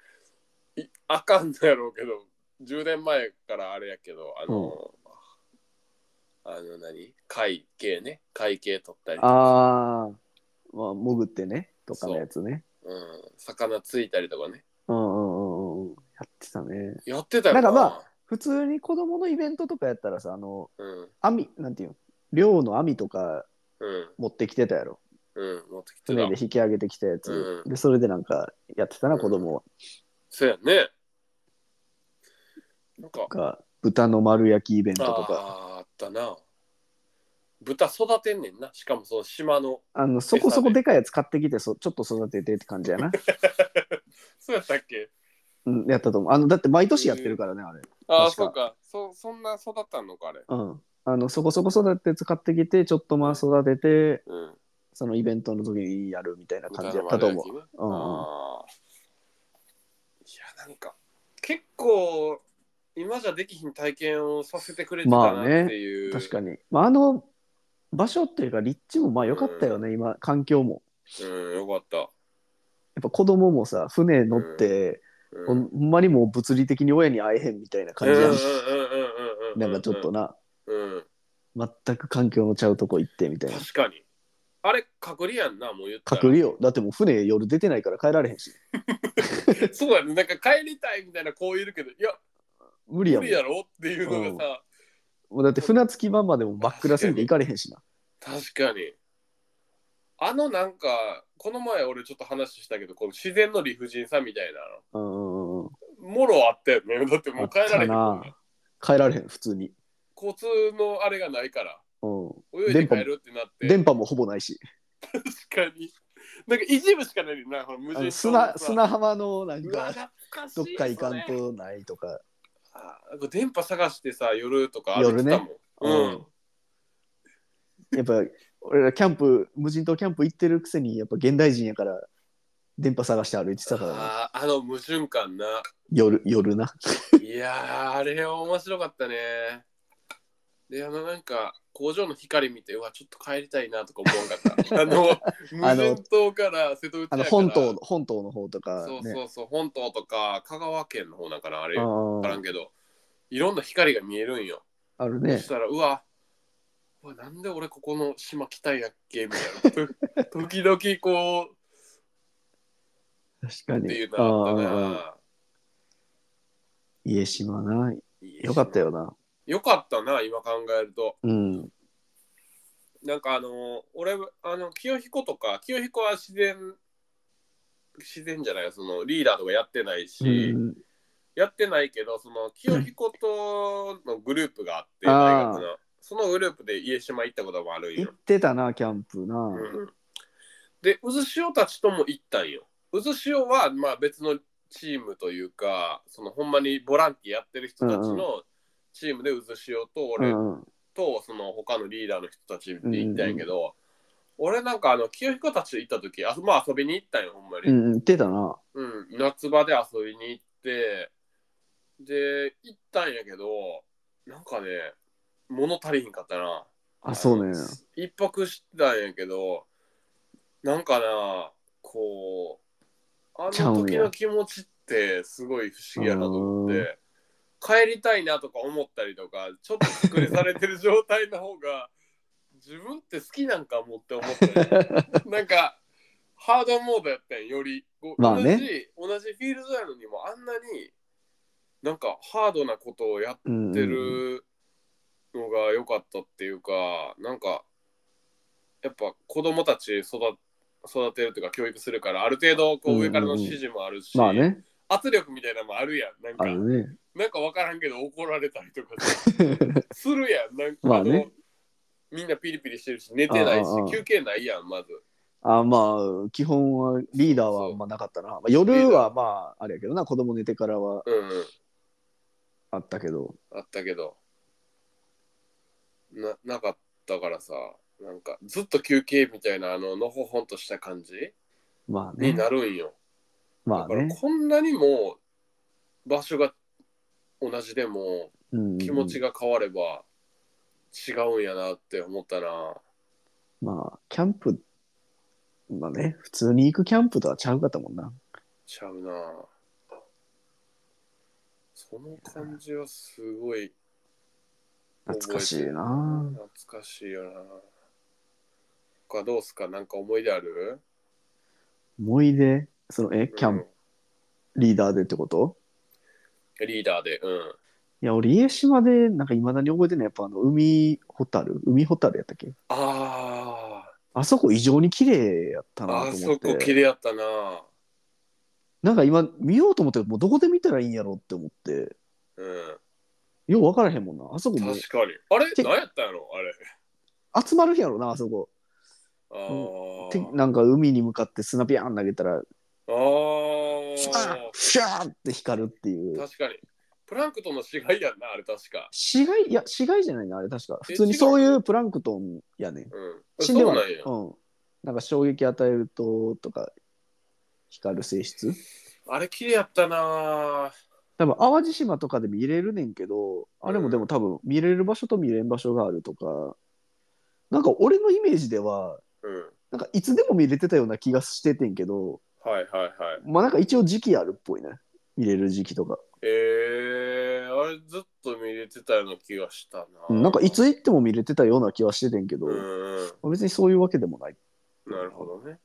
[SPEAKER 1] あかんのやろうけど10年前からあれやけどあの、あの何会計ね会計取ったりとか
[SPEAKER 2] あーまあ潜ってねとかのやつね
[SPEAKER 1] うん、魚ついたりとかね
[SPEAKER 2] うんうんうんうんやってたね
[SPEAKER 1] やってたよ
[SPEAKER 2] なんかま普通に子供のイベントとかやったらさあの
[SPEAKER 1] うん
[SPEAKER 2] 網なんていうの漁の網とか
[SPEAKER 1] うん
[SPEAKER 2] 持ってきてたやろ
[SPEAKER 1] うん持ってきて
[SPEAKER 2] 船
[SPEAKER 1] た
[SPEAKER 2] で引き上げてきたやつ、
[SPEAKER 1] うん
[SPEAKER 2] でそれでなんかやってたな子供は、
[SPEAKER 1] そうやねなんか
[SPEAKER 2] か豚の丸焼きイベントとか
[SPEAKER 1] あーあったな豚育てんねんなしかもその島の
[SPEAKER 2] あのそこそこでかいやつ買ってきてそちょっと育ててって感じ <laughs> やな、
[SPEAKER 1] そうやったっけ
[SPEAKER 2] うん、やったと思うあのだって毎年やってるからねあれ
[SPEAKER 1] ああ
[SPEAKER 2] 確か
[SPEAKER 1] そうかそそんな育ったのかあれ
[SPEAKER 2] うんあのそこそこ育てて使ってきてちょっとまあ育てて
[SPEAKER 1] うん
[SPEAKER 2] そのイベントの時にやるみたいな感じや
[SPEAKER 1] 豚の
[SPEAKER 2] ったと思
[SPEAKER 1] 丸焼きね
[SPEAKER 2] うんうん
[SPEAKER 1] あーいやなんか結構今じゃできひん体験をさせてくれてたな
[SPEAKER 2] ま
[SPEAKER 1] っ
[SPEAKER 2] あ
[SPEAKER 1] て
[SPEAKER 2] ね
[SPEAKER 1] いう
[SPEAKER 2] う、確かに、まあ、あの場所っていうか立地もまあ良かったよね、今環境も
[SPEAKER 1] うんよかった、
[SPEAKER 2] やっぱ子供もさ船乗って、
[SPEAKER 1] うん
[SPEAKER 2] ほんほんまにもう物理的に親に会えへんみたいな感じやん、
[SPEAKER 1] うんうんうんうんうんうん
[SPEAKER 2] なんかちょっとな
[SPEAKER 1] うん
[SPEAKER 2] 全く環境のちゃうとこ行ってみたいな
[SPEAKER 1] 確かにあれ隔離やんなもう言ったら
[SPEAKER 2] 隔離よだってもう船夜出てないから帰られへんし
[SPEAKER 1] <laughs> そうやねなんか帰りたいみたいなこういるけどいや
[SPEAKER 2] 無理や
[SPEAKER 1] 無
[SPEAKER 2] もん
[SPEAKER 1] 理やろっていうのが
[SPEAKER 2] もうだって船着き場までも真っ暗すぎて行かれへんしな。
[SPEAKER 1] さ、確かにあのなんかこの前俺ちょっと話したけどこの自然の理不尽さみたいなの
[SPEAKER 2] うんうんうん。
[SPEAKER 1] もろあったよね。 <laughs> だってもう帰られへんも
[SPEAKER 2] あ
[SPEAKER 1] ん
[SPEAKER 2] った
[SPEAKER 1] ね
[SPEAKER 2] な。帰られへん、普通に。
[SPEAKER 1] 交通のあれがないから、
[SPEAKER 2] う
[SPEAKER 1] 泳いで帰るってなって、
[SPEAKER 2] ん。電波もほぼないし。
[SPEAKER 1] 確かに。なんか一部しかないよな、ほら無
[SPEAKER 2] あの
[SPEAKER 1] 人島
[SPEAKER 2] 砂
[SPEAKER 1] のさ
[SPEAKER 2] 砂浜のなん
[SPEAKER 1] うわ、
[SPEAKER 2] か、
[SPEAKER 1] 懐かしい。
[SPEAKER 2] どっか行かん
[SPEAKER 1] それ。
[SPEAKER 2] とないとか。
[SPEAKER 1] あなんか電波探してさ、夜とか歩いてたもん。うん。
[SPEAKER 2] やっぱ、俺らキャンプ、無人島キャンプ行ってるくせに、やっぱ現代人やから、電波探して歩いてたからな、
[SPEAKER 1] あーあの無循環な。
[SPEAKER 2] 夜、夜な。
[SPEAKER 1] いやー、あれ面白かったね。で、あのなんか、工場の光見て、うわ、ちょっと帰りたいなとか思わんか
[SPEAKER 2] <laughs>
[SPEAKER 1] った。あの、無人島から瀬戸内
[SPEAKER 2] あ
[SPEAKER 1] 海
[SPEAKER 2] の、
[SPEAKER 1] から
[SPEAKER 2] 本島の、本島の方とか、ね。
[SPEAKER 1] そうそうそう、本島とか香川県の方なんかなあれ
[SPEAKER 2] あ
[SPEAKER 1] 分
[SPEAKER 2] ー
[SPEAKER 1] からんけどいろんな光が見えるんよ、
[SPEAKER 2] ある
[SPEAKER 1] そ
[SPEAKER 2] ね
[SPEAKER 1] し。たらうわうわなんで俺ここの島来たいやっけみたいな <laughs> と時々こう
[SPEAKER 2] 確か
[SPEAKER 1] って
[SPEAKER 2] に
[SPEAKER 1] いう。のあった
[SPEAKER 2] あーあーあー
[SPEAKER 1] な
[SPEAKER 2] 家島な。よかったよな。
[SPEAKER 1] よかったな、今考えると。
[SPEAKER 2] うん。
[SPEAKER 1] なんかあの、俺、あの、清彦とか、清彦は自然、自然じゃない、そのリーダーとかやってないし、
[SPEAKER 2] うん
[SPEAKER 1] やってないけど、その清彦とのグループがあって、
[SPEAKER 2] うん
[SPEAKER 1] 大学の。そのグループで家島行ったこともあるん
[SPEAKER 2] 行
[SPEAKER 1] よ
[SPEAKER 2] っ。てたな、キャンプな。
[SPEAKER 1] うん、で、渦潮たちとも行ったんよ。渦潮は、まあ別のチームというか、そのほんまにボランティアやってる人たち
[SPEAKER 2] うん
[SPEAKER 1] のチームで渦潮と
[SPEAKER 2] う
[SPEAKER 1] 俺
[SPEAKER 2] んうん。
[SPEAKER 1] とその他のリーダーの人たちで行ったんやけど、俺なんかあの清彦たちと行った時あそまあ遊びに行ったんよほんま
[SPEAKER 2] う
[SPEAKER 1] に、
[SPEAKER 2] ん、行ってたな。
[SPEAKER 1] うん夏場で遊びに行ってで行ったんやけどなんかね物足りひんかったな
[SPEAKER 2] あ、そうね。
[SPEAKER 1] 一泊したんやけどなんかなこうあ
[SPEAKER 2] ちゃ
[SPEAKER 1] の
[SPEAKER 2] うん
[SPEAKER 1] 時
[SPEAKER 2] や
[SPEAKER 1] の気持ちってすごい不思議やなと思っ
[SPEAKER 2] う
[SPEAKER 1] て帰りたいなとか思ったりとかちょっと作りされてる状態の方が自分って好きなんかもって思った
[SPEAKER 2] <laughs>
[SPEAKER 1] りなんかハードモードやったんよりこう
[SPEAKER 2] まあ
[SPEAKER 1] 同
[SPEAKER 2] ね
[SPEAKER 1] じ同じフィールドやのにもあんなになんかハードなことをやっ
[SPEAKER 2] うん。
[SPEAKER 1] ってるのが良かったっていうかなんかやっぱ子供たち育育てるというか教育するからある程度こ
[SPEAKER 2] うん
[SPEAKER 1] う
[SPEAKER 2] うんうん
[SPEAKER 1] 上からの指示もあるし、
[SPEAKER 2] まあね、
[SPEAKER 1] 圧力みたいなのもあるやんなん
[SPEAKER 2] あ
[SPEAKER 1] か
[SPEAKER 2] るね。
[SPEAKER 1] なんか分からんけど怒られたりとかさ
[SPEAKER 2] <laughs>
[SPEAKER 1] するやんなんか、
[SPEAKER 2] まあね
[SPEAKER 1] のみんなピリピリしてるし寝てないし
[SPEAKER 2] ああああ
[SPEAKER 1] 休憩ないやんまず
[SPEAKER 2] あまあ、基本はリーダー
[SPEAKER 1] そう
[SPEAKER 2] は
[SPEAKER 1] そう
[SPEAKER 2] まあなかったな。まあ、夜はまあ、あれやけどな、子供寝てからは
[SPEAKER 1] うん、うん、
[SPEAKER 2] あったけど。
[SPEAKER 1] あったけどななかったからさなんかずっと休憩みたいなあののほほんとした感じ
[SPEAKER 2] まあ
[SPEAKER 1] に
[SPEAKER 2] ね。
[SPEAKER 1] なるんよ。
[SPEAKER 2] ま
[SPEAKER 1] だ
[SPEAKER 2] あ
[SPEAKER 1] から
[SPEAKER 2] ね。
[SPEAKER 1] こんなにも場所が同じでも気持ち
[SPEAKER 2] が。
[SPEAKER 1] が変われば違うんやなって思ったな。
[SPEAKER 2] まあ、キャンプ、まあね、普通に行くキャンプとはちゃうかったもんな。
[SPEAKER 1] ちゃうな。その感じはすごい
[SPEAKER 2] 懐かしいな。
[SPEAKER 1] 懐かしいよな。他どうすかなんか思い出ある
[SPEAKER 2] 思い出、その、え、キャンプ、リーダーでってこと
[SPEAKER 1] うんリーダーで。うん。
[SPEAKER 2] いや、俺、家島で、なんかいまだに覚えてない。やっぱ、あの、海ホタル海ホタルやったっけ
[SPEAKER 1] あ
[SPEAKER 2] あそこ異常に綺麗やった
[SPEAKER 1] あ、
[SPEAKER 2] な
[SPEAKER 1] あ
[SPEAKER 2] と思
[SPEAKER 1] そ
[SPEAKER 2] っ
[SPEAKER 1] こ綺
[SPEAKER 2] て。
[SPEAKER 1] 麗やったな。
[SPEAKER 2] なんか今、見ようと思って、もうどこで見たらいいんやろって思って。
[SPEAKER 1] うん。
[SPEAKER 2] よう分からへんもんな。あそこもう
[SPEAKER 1] 確かに。あれ
[SPEAKER 2] て
[SPEAKER 1] 何やったんやろあれ。
[SPEAKER 2] 集まるんやろな、あそこ。
[SPEAKER 1] あー
[SPEAKER 2] てなんか海に向かって砂ビャーン投げたら、
[SPEAKER 1] あ
[SPEAKER 2] シャ
[SPEAKER 1] ー
[SPEAKER 2] ーシャーって光るっていう。
[SPEAKER 1] 確かに。プランクトンの死骸やんな、あれ確か。
[SPEAKER 2] 死骸、いや、死骸じゃないな、あれ確か。
[SPEAKER 1] え
[SPEAKER 2] 普通にそういうプランクトンやねん。
[SPEAKER 1] うん。
[SPEAKER 2] 死んで
[SPEAKER 1] そ
[SPEAKER 2] は
[SPEAKER 1] う
[SPEAKER 2] な
[SPEAKER 1] なん
[SPEAKER 2] い。
[SPEAKER 1] や。
[SPEAKER 2] うん。なんか衝撃与えると、とか、光る性質。
[SPEAKER 1] あれ綺麗やったなぁ
[SPEAKER 2] 多分、淡路島とかで見れるねんけど、あれもでも多分、見れる場所と見れん場所があるとか、なんか俺のイメージでは、
[SPEAKER 1] うん。
[SPEAKER 2] なんかいつでも見れてたような気がしててんけど、
[SPEAKER 1] はいはいはい。
[SPEAKER 2] まあなんか一応時期あるっぽいね。見れる時期とか。
[SPEAKER 1] えー、あれずっと見れてたような気がしたな
[SPEAKER 2] う
[SPEAKER 1] ぁ
[SPEAKER 2] んなんかいつ行っても見れてたような気はしててんけど、
[SPEAKER 1] うん
[SPEAKER 2] ま
[SPEAKER 1] うん。
[SPEAKER 2] あ別にそういうわけでもない。
[SPEAKER 1] なるほどね。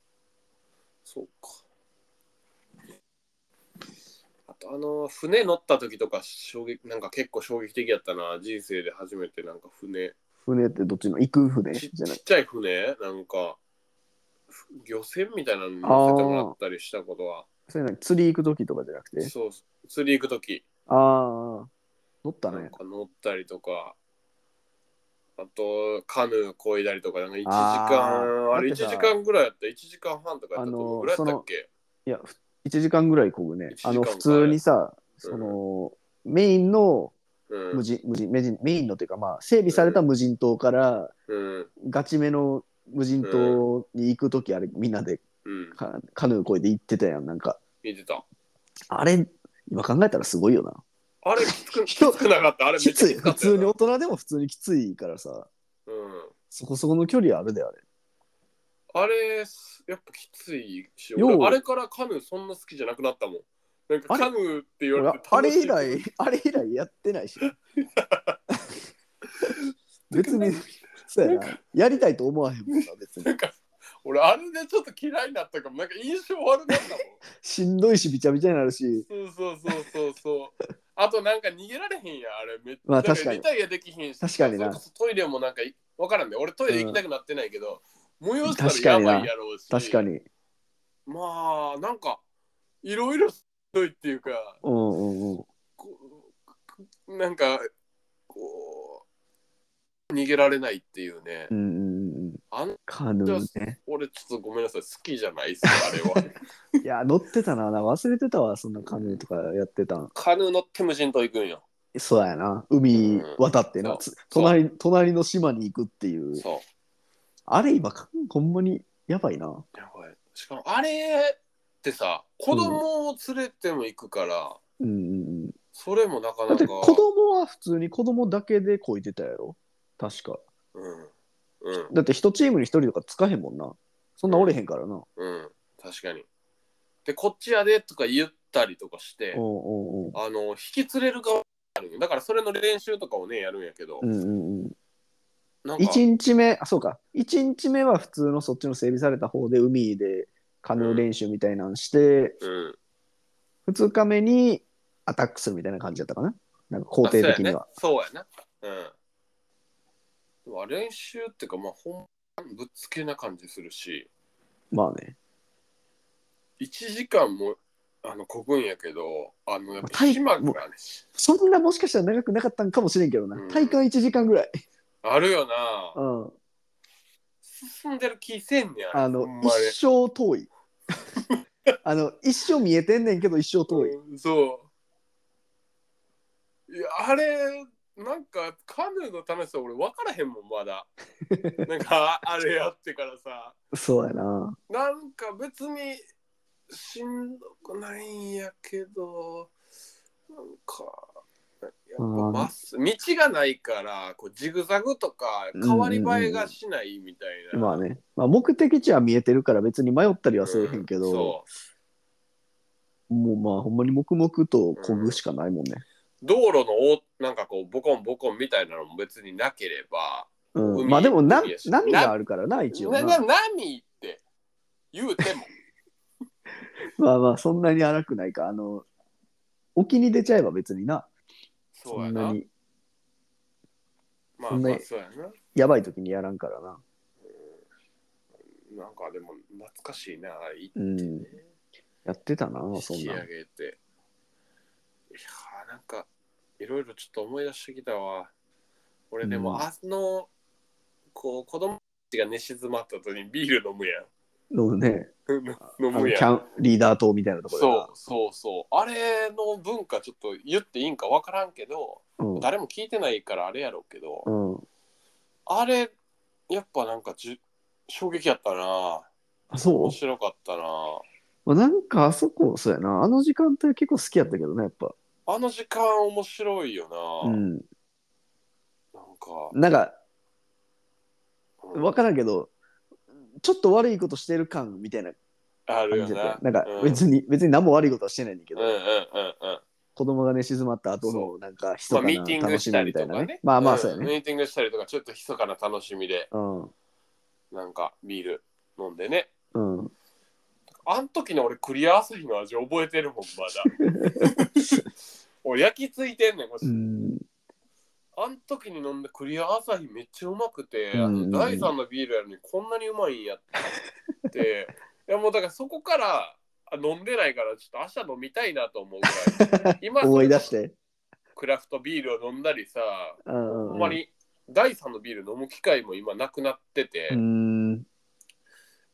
[SPEAKER 1] そうか。あとあの船乗った時とか衝撃なんか結構衝撃的やったな人生で初めてなんか船
[SPEAKER 2] 船ってどっちの行く船
[SPEAKER 1] ち
[SPEAKER 2] じゃな
[SPEAKER 1] ち
[SPEAKER 2] い
[SPEAKER 1] っ。ちゃい船なんかふ漁船みたいなのに乗せてもらったりしたことは
[SPEAKER 2] それなんか釣り行く時とかじゃなくて。
[SPEAKER 1] そう釣り行く時
[SPEAKER 2] ああ、乗った
[SPEAKER 1] なん
[SPEAKER 2] ね。
[SPEAKER 1] か乗ったりとかあとカヌーこいだりとかなんか1時
[SPEAKER 2] あ
[SPEAKER 1] 間
[SPEAKER 2] ー
[SPEAKER 1] あれ1
[SPEAKER 2] だって
[SPEAKER 1] 時
[SPEAKER 2] さ
[SPEAKER 1] 間ぐらいやった1時間半とかやったと思う
[SPEAKER 2] あの
[SPEAKER 1] ぐらいやったっけ
[SPEAKER 2] いや、1時間ぐらいこぐね
[SPEAKER 1] 一。時間
[SPEAKER 2] あの、普通にさ、
[SPEAKER 1] うん
[SPEAKER 2] その、メインの
[SPEAKER 1] うん
[SPEAKER 2] 無人、無人、メジンメインのっていうか、まあ、整備された無人島から、
[SPEAKER 1] うん
[SPEAKER 2] ガチめの無人島に行く時あれ、みんなで
[SPEAKER 1] うん
[SPEAKER 2] カカヌーこいで行ってたやん、なんか。
[SPEAKER 1] 見てた
[SPEAKER 2] あれ、今考えたらすごいよな。
[SPEAKER 1] あれきつ
[SPEAKER 2] <laughs>
[SPEAKER 1] くきつくなかったあれめ
[SPEAKER 2] き
[SPEAKER 1] っちゃ
[SPEAKER 2] つ
[SPEAKER 1] き
[SPEAKER 2] い。
[SPEAKER 1] つか
[SPEAKER 2] 普
[SPEAKER 1] ったよ
[SPEAKER 2] 通に
[SPEAKER 1] な
[SPEAKER 2] 大人でも普通にきついからさ、
[SPEAKER 1] うん
[SPEAKER 2] そこそこの距離あるであれ。
[SPEAKER 1] あれすやっぱきついし
[SPEAKER 2] よう
[SPEAKER 1] 俺あれからカヌーそんな好きじゃなくなったもんなんか
[SPEAKER 2] あれ
[SPEAKER 1] カヌーって言われ
[SPEAKER 2] 俺
[SPEAKER 1] て
[SPEAKER 2] あ
[SPEAKER 1] 楽し
[SPEAKER 2] れ
[SPEAKER 1] い
[SPEAKER 2] 以来、あれ以来やってない
[SPEAKER 1] <laughs>
[SPEAKER 2] し。別に、そうやな。やりたいと思わへんもんな、別に
[SPEAKER 1] な。んか俺あれでちょっと嫌いになったかもなんか印象悪かったもん
[SPEAKER 2] しんどいし、びちゃびちゃになるし、
[SPEAKER 1] そうそうそうそうそう。あとなんか逃げられへんやんあれめっちゃ、
[SPEAKER 2] まあ確かに
[SPEAKER 1] リタイアできへんし
[SPEAKER 2] 確かにな
[SPEAKER 1] それこそトイレもなんかいわからんで、俺トイレ行きたくなってないけど、催し
[SPEAKER 2] 確
[SPEAKER 1] た
[SPEAKER 2] からに
[SPEAKER 1] や
[SPEAKER 2] な
[SPEAKER 1] ばいやろうし
[SPEAKER 2] 確かに。
[SPEAKER 1] まあなんかいろいろしんどいっていうか
[SPEAKER 2] うんうんうん。
[SPEAKER 1] こうなんかこう逃げられないっていうね、
[SPEAKER 2] うんうんうんうん。
[SPEAKER 1] あん
[SPEAKER 2] カヌーね。
[SPEAKER 1] 俺ちょっとごめんなさい好きじゃないっすあれ
[SPEAKER 2] <laughs>
[SPEAKER 1] は
[SPEAKER 2] いや、乗ってたな。な忘れてたわ、そんなカヌーとかやってたん。
[SPEAKER 1] カヌー乗って無人島行くんよ
[SPEAKER 2] そうやな。海渡ってな、
[SPEAKER 1] うん
[SPEAKER 2] つ隣隣の島に行くっていう。
[SPEAKER 1] そう
[SPEAKER 2] あれ今、ほんまにやばいな。
[SPEAKER 1] やばいしかもあれってさ子供を連れても行くから、
[SPEAKER 2] うんうんうん。
[SPEAKER 1] それもなか
[SPEAKER 2] だ
[SPEAKER 1] な
[SPEAKER 2] って
[SPEAKER 1] か
[SPEAKER 2] 子供は普通に子供だけでこいてたやろ確か。
[SPEAKER 1] うんうん
[SPEAKER 2] だって一チームに一人とかつかへんもんな。そんなおれへんからな。
[SPEAKER 1] うん確かにでこっちやでとか言ったりとかして
[SPEAKER 2] おうおうおう
[SPEAKER 1] あの引き連れる側になるんよだからそれの練習とかをねやるんやけど、
[SPEAKER 2] うんうんうん。
[SPEAKER 1] なんか
[SPEAKER 2] 1日目、あ、そうか。一日目は普通のそっちの整備された方で海でカヌー練習みたいなんして、
[SPEAKER 1] うん
[SPEAKER 2] 二日目にアタックするみたいな感じだったかな。なんか工
[SPEAKER 1] あそう
[SPEAKER 2] 程
[SPEAKER 1] や
[SPEAKER 2] 的
[SPEAKER 1] ね
[SPEAKER 2] には。
[SPEAKER 1] そうやなうんでも練習っていうかまあほんぶっつけな感じするし
[SPEAKER 2] まあね。
[SPEAKER 1] 1時間もあのこぐんやけどあのやっ
[SPEAKER 2] まあ
[SPEAKER 1] ぱ
[SPEAKER 2] 体
[SPEAKER 1] 島からね
[SPEAKER 2] そんなもしかしたら長くなかったんかもしれんけどな。
[SPEAKER 1] うん
[SPEAKER 2] 体感1時間ぐらい。
[SPEAKER 1] あるよな
[SPEAKER 2] うん。
[SPEAKER 1] 進んでる気せんねや
[SPEAKER 2] あの、
[SPEAKER 1] ほんまに
[SPEAKER 2] 一生遠い。 <laughs> あの、一生見えてんねんけど、一生遠い。
[SPEAKER 1] うんそういやあれなんかカヌーの楽しさ俺分からへんもんま
[SPEAKER 2] <laughs>
[SPEAKER 1] だなんかあれやってからさ
[SPEAKER 2] そうやな。
[SPEAKER 1] なんか別にしんどくないんやけどなんかやっぱ
[SPEAKER 2] うん
[SPEAKER 1] まっす道がないからこうジグザグとか変わり映えがしないみたいな、
[SPEAKER 2] まあね。まあ、目的地は見えてるから別に迷ったりはせえへんけ
[SPEAKER 1] うん
[SPEAKER 2] ど、
[SPEAKER 1] そう
[SPEAKER 2] もうまあ、ほんまに黙々とこぐしかないもんね。
[SPEAKER 1] 道路のおなんかこうボコンボコンみたいなのも別になければ
[SPEAKER 2] うん。
[SPEAKER 1] 海
[SPEAKER 2] まあでもな
[SPEAKER 1] 海や、し
[SPEAKER 2] 波があるからな、一応
[SPEAKER 1] な
[SPEAKER 2] な。
[SPEAKER 1] な何って言うても
[SPEAKER 2] まあまあ、そんなに荒くないか。あの、沖に出ちゃえば別にな。
[SPEAKER 1] そ
[SPEAKER 2] <laughs> そう
[SPEAKER 1] や
[SPEAKER 2] ん
[SPEAKER 1] な
[SPEAKER 2] なに、
[SPEAKER 1] まあ
[SPEAKER 2] そんな
[SPEAKER 1] まあ
[SPEAKER 2] に
[SPEAKER 1] そうやな
[SPEAKER 2] やばい時にやらんからな。
[SPEAKER 1] なんかでも懐かしいな行
[SPEAKER 2] う
[SPEAKER 1] っ
[SPEAKER 2] ん
[SPEAKER 1] てね、。
[SPEAKER 2] やってたな、
[SPEAKER 1] 引
[SPEAKER 2] そん
[SPEAKER 1] き
[SPEAKER 2] な
[SPEAKER 1] 上
[SPEAKER 2] ん。
[SPEAKER 1] げていやーなんかいろいろちょっと思い出してきたわ俺で
[SPEAKER 2] うん
[SPEAKER 1] もあのこう子供たちが寝静まった後にビール飲むやん
[SPEAKER 2] のね、
[SPEAKER 1] <laughs> 飲
[SPEAKER 2] あの
[SPEAKER 1] む
[SPEAKER 2] キ
[SPEAKER 1] やん
[SPEAKER 2] ャンリーダー島みたいなところで
[SPEAKER 1] そうそうそうあれの文化ちょっと言っていいんか分からんけど
[SPEAKER 2] な。
[SPEAKER 1] 誰も聞いてないからあれやろうけど、
[SPEAKER 2] うん。うん。
[SPEAKER 1] あれやっぱなんかじゅ衝撃やったな
[SPEAKER 2] あ、そう
[SPEAKER 1] 面白かったな
[SPEAKER 2] まあ、なんかあそこ、そうやな、あの時間帯結構好きやったけどね、やっぱ。
[SPEAKER 1] あの時間面白いよ
[SPEAKER 2] う
[SPEAKER 1] な、なん
[SPEAKER 2] ん。
[SPEAKER 1] か、
[SPEAKER 2] なんか、
[SPEAKER 1] うん
[SPEAKER 2] わからんけど、ちょっと悪いことしてる感みたいな
[SPEAKER 1] ある
[SPEAKER 2] 感
[SPEAKER 1] よ
[SPEAKER 2] じ
[SPEAKER 1] な
[SPEAKER 2] やったよ。なんか
[SPEAKER 1] う
[SPEAKER 2] 別に、別に何も悪いことはしてないんだけ
[SPEAKER 1] う
[SPEAKER 2] ど、
[SPEAKER 1] んうんうんうん
[SPEAKER 2] 子供がね、静まった後
[SPEAKER 1] そ
[SPEAKER 2] の、なんか、ひ
[SPEAKER 1] まあ
[SPEAKER 2] そか
[SPEAKER 1] ミー
[SPEAKER 2] な
[SPEAKER 1] ティング
[SPEAKER 2] 楽し
[SPEAKER 1] し
[SPEAKER 2] み
[SPEAKER 1] た
[SPEAKER 2] み
[SPEAKER 1] り
[SPEAKER 2] たい
[SPEAKER 1] と
[SPEAKER 2] な
[SPEAKER 1] か
[SPEAKER 2] ね
[SPEAKER 1] ね。。
[SPEAKER 2] まあまあ、
[SPEAKER 1] ん
[SPEAKER 2] そうやね。
[SPEAKER 1] ミーティングしたりとかちょっと密かな楽しみで
[SPEAKER 2] うん。
[SPEAKER 1] なんかビール飲んでね
[SPEAKER 2] うん。
[SPEAKER 1] あん時の俺クリア朝日の味覚えてるもんまだ
[SPEAKER 2] <laughs>
[SPEAKER 1] 俺焼きついてんねんこれ
[SPEAKER 2] うん。
[SPEAKER 1] あん時に飲んだクリア朝日めっちゃうまくて、
[SPEAKER 2] うんうんうん
[SPEAKER 1] あの第3のビールやのにこんなにうまいんやって
[SPEAKER 2] <laughs>
[SPEAKER 1] いやもうだからそこからあ飲んでないからちょっと明日飲みたいなと思うぐら
[SPEAKER 2] <laughs>
[SPEAKER 1] い今
[SPEAKER 2] 思い出して。
[SPEAKER 1] クラフトビールを飲んだりさ
[SPEAKER 2] うんうんうん。
[SPEAKER 1] ほんまに第3のビール飲む機会も今なくなってて、
[SPEAKER 2] うん。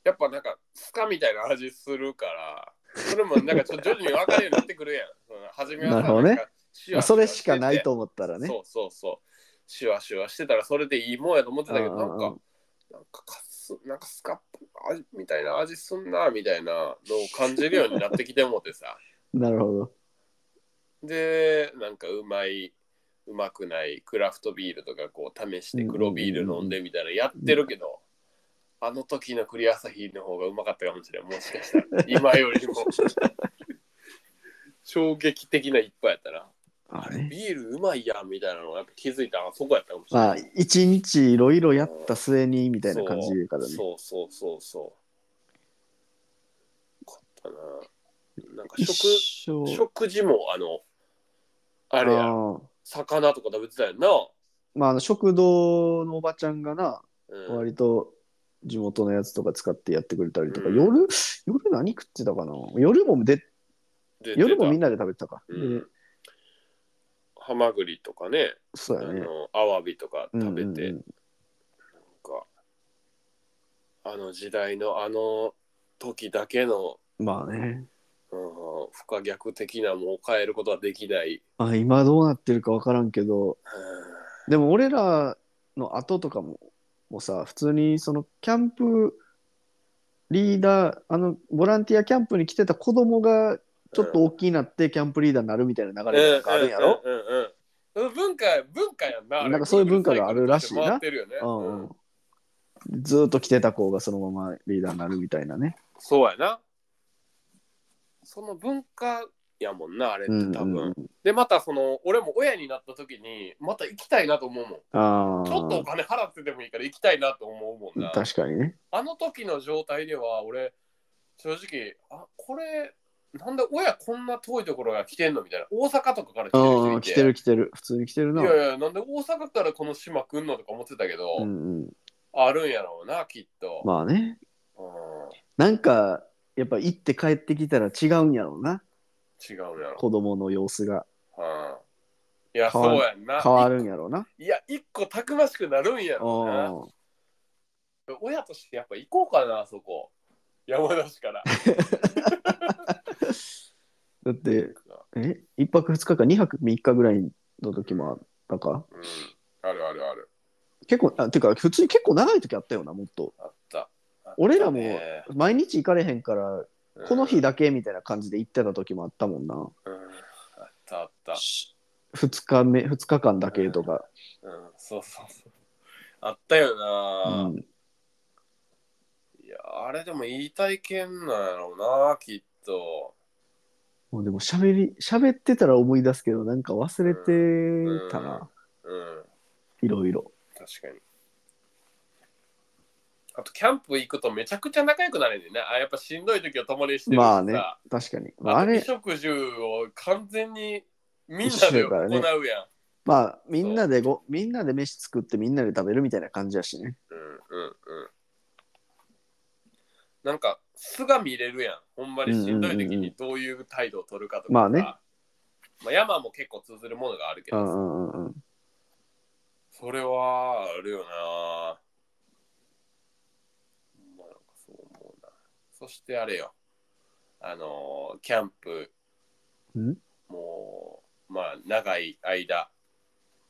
[SPEAKER 1] やっぱなんかスカみたいな味するからそれもなんかちょっと徐々に分かるようになってくるやんその初めはさ
[SPEAKER 2] なるほどね
[SPEAKER 1] なんかシュワシュワてて
[SPEAKER 2] それしかないと思ったらね。
[SPEAKER 1] そうそうそう。シュワシュワしてたらそれでいいもんやと思ってたけど、なん
[SPEAKER 2] うんうん
[SPEAKER 1] か、なんかかす、なんかスカップ味みたいな味すんな、みたいなのを感じるようになってきてもってさ。 <laughs>
[SPEAKER 2] なるほど。
[SPEAKER 1] で、なんかうまい、うまくないクラフトビールとかこう試して黒ビール飲んでみたいなやってるけど、あの時のクリアサヒの方がうまかったかもしれん、もしか
[SPEAKER 2] <laughs>
[SPEAKER 1] したら。今よりも。衝撃的な一杯やったな。
[SPEAKER 2] あれ
[SPEAKER 1] ビールうまいやんみたいなのをやっぱ気づいたのはそこやったかもしれ
[SPEAKER 2] ま
[SPEAKER 1] な
[SPEAKER 2] あ
[SPEAKER 1] い。、
[SPEAKER 2] 一日いろいろやった末に、みたいな感じやからね。
[SPEAKER 1] そうそうそうそう。よかったな。なんか食
[SPEAKER 2] 一生。
[SPEAKER 1] 食事もあの、あれや、
[SPEAKER 2] ああ
[SPEAKER 1] 魚とか食べてたやんな。
[SPEAKER 2] まあ、あの食堂のおばちゃんがな、
[SPEAKER 1] うん、
[SPEAKER 2] 割と地元のやつとか使ってやってくれたりとか、
[SPEAKER 1] うん
[SPEAKER 2] 夜、夜何食ってたかな夜もで、
[SPEAKER 1] で
[SPEAKER 2] 夜もみん
[SPEAKER 1] な、
[SPEAKER 2] なで食べてたか。
[SPEAKER 1] うん
[SPEAKER 2] で
[SPEAKER 1] ハマグリとかね、
[SPEAKER 2] そう
[SPEAKER 1] あ
[SPEAKER 2] やね。
[SPEAKER 1] のアワビとか
[SPEAKER 2] うん
[SPEAKER 1] 食べて、
[SPEAKER 2] うんう
[SPEAKER 1] な
[SPEAKER 2] ん
[SPEAKER 1] んかあの時代のあの時だけの、
[SPEAKER 2] まあね。
[SPEAKER 1] うん、不可逆的なもう変えることはできない、
[SPEAKER 2] まあ、今どうなってるか分からんけど、
[SPEAKER 1] う
[SPEAKER 2] でも俺らの後とかももうさ普通にそのキャンプリーダーあのボランティアキャンプに来てた子供がちょっと大きいなってキャンプリーダーになるみたいな流
[SPEAKER 1] ん
[SPEAKER 2] れがなんかあるんやろ、
[SPEAKER 1] うんうんうんうんうん文化文化やんなあれ
[SPEAKER 2] なんかそういう文化があるらしいな
[SPEAKER 1] 回ってるよね、
[SPEAKER 2] うん
[SPEAKER 1] うん
[SPEAKER 2] うんずーっと来てた子がそのままリーダーになるみたいなね。
[SPEAKER 1] そうやなその文化やもんなあれって
[SPEAKER 2] うん
[SPEAKER 1] 多分、
[SPEAKER 2] うんうん、
[SPEAKER 1] でまたその俺も親になった時にまた行きたいなと思うもん
[SPEAKER 2] あ
[SPEAKER 1] ちょっとお金払ってでもいいから行きたいなと思うもんな
[SPEAKER 2] あ確かにね。
[SPEAKER 1] あの時の状態では俺正直あこれなんで親こんな遠いところが来てんのみたいな大阪とかから来てる
[SPEAKER 2] う
[SPEAKER 1] 人
[SPEAKER 2] ん
[SPEAKER 1] い
[SPEAKER 2] 来
[SPEAKER 1] て
[SPEAKER 2] てる来てる普通に来てる
[SPEAKER 1] い
[SPEAKER 2] な。
[SPEAKER 1] やいやなんで大阪からこの島来んのとか思ってたけど、
[SPEAKER 2] うんうん、
[SPEAKER 1] あるんやろうなきっと、
[SPEAKER 2] まあね
[SPEAKER 1] うん、
[SPEAKER 2] なんかやっぱ行って帰ってきたら違うんやろうな
[SPEAKER 1] 違うんやろ
[SPEAKER 2] 子供の様子が
[SPEAKER 1] う、うん、いやそうやんな
[SPEAKER 2] 変わるんやろうな。
[SPEAKER 1] いや一個たくましくなるんやろうな
[SPEAKER 2] うん
[SPEAKER 1] 親としてやっぱ行こうかなそこ山梨
[SPEAKER 2] <laughs>
[SPEAKER 1] から
[SPEAKER 2] だって、え一泊二日か二泊三日ぐらいの時もあったか。
[SPEAKER 1] うんあるあるある
[SPEAKER 2] 結構、あてか、普通に結構長い時あったよな、もっと。
[SPEAKER 1] あったあったね
[SPEAKER 2] 俺らも毎日行かれへんから、この日だけみたいな感じで行ってた時もあったもんな。
[SPEAKER 1] うん、うんあったあった
[SPEAKER 2] し二日目、二日間だけとか。
[SPEAKER 1] うんそうそうそうあったよ
[SPEAKER 2] う
[SPEAKER 1] な、
[SPEAKER 2] ん。
[SPEAKER 1] いやあれでもいい体験なんやろうなきっと
[SPEAKER 2] もうでも喋り、喋ってたら思い出すけど、なんか忘れてたな、
[SPEAKER 1] うん
[SPEAKER 2] いろいろ。
[SPEAKER 1] 確かにあとキャンプ行くとめちゃくちゃ仲良くなれるねあやっぱしんどい時を共にしてるしさ、
[SPEAKER 2] まあね、確かに。まあ、
[SPEAKER 1] あ
[SPEAKER 2] あ
[SPEAKER 1] と衣
[SPEAKER 2] れ、
[SPEAKER 1] 食住を完全にみん
[SPEAKER 2] 一
[SPEAKER 1] な
[SPEAKER 2] 緒
[SPEAKER 1] で
[SPEAKER 2] やからね
[SPEAKER 1] 行うやん。
[SPEAKER 2] まあ、みんなでご、みんなで飯作ってみんなで食べるみたいな感じやしね。
[SPEAKER 1] うんうんうん。なんか素が見れるやん。ほんまにしんどい時にどういう態度を取るかとか。
[SPEAKER 2] まあね
[SPEAKER 1] まあ山も結構通ずるものがあるけ
[SPEAKER 2] う
[SPEAKER 1] ど、
[SPEAKER 2] んうんうんうん。
[SPEAKER 1] それはあるよな。ほんまなんかそう思うな。そしてあれよ。あのーキャンプ
[SPEAKER 2] ん。
[SPEAKER 1] もう、まあ長い間、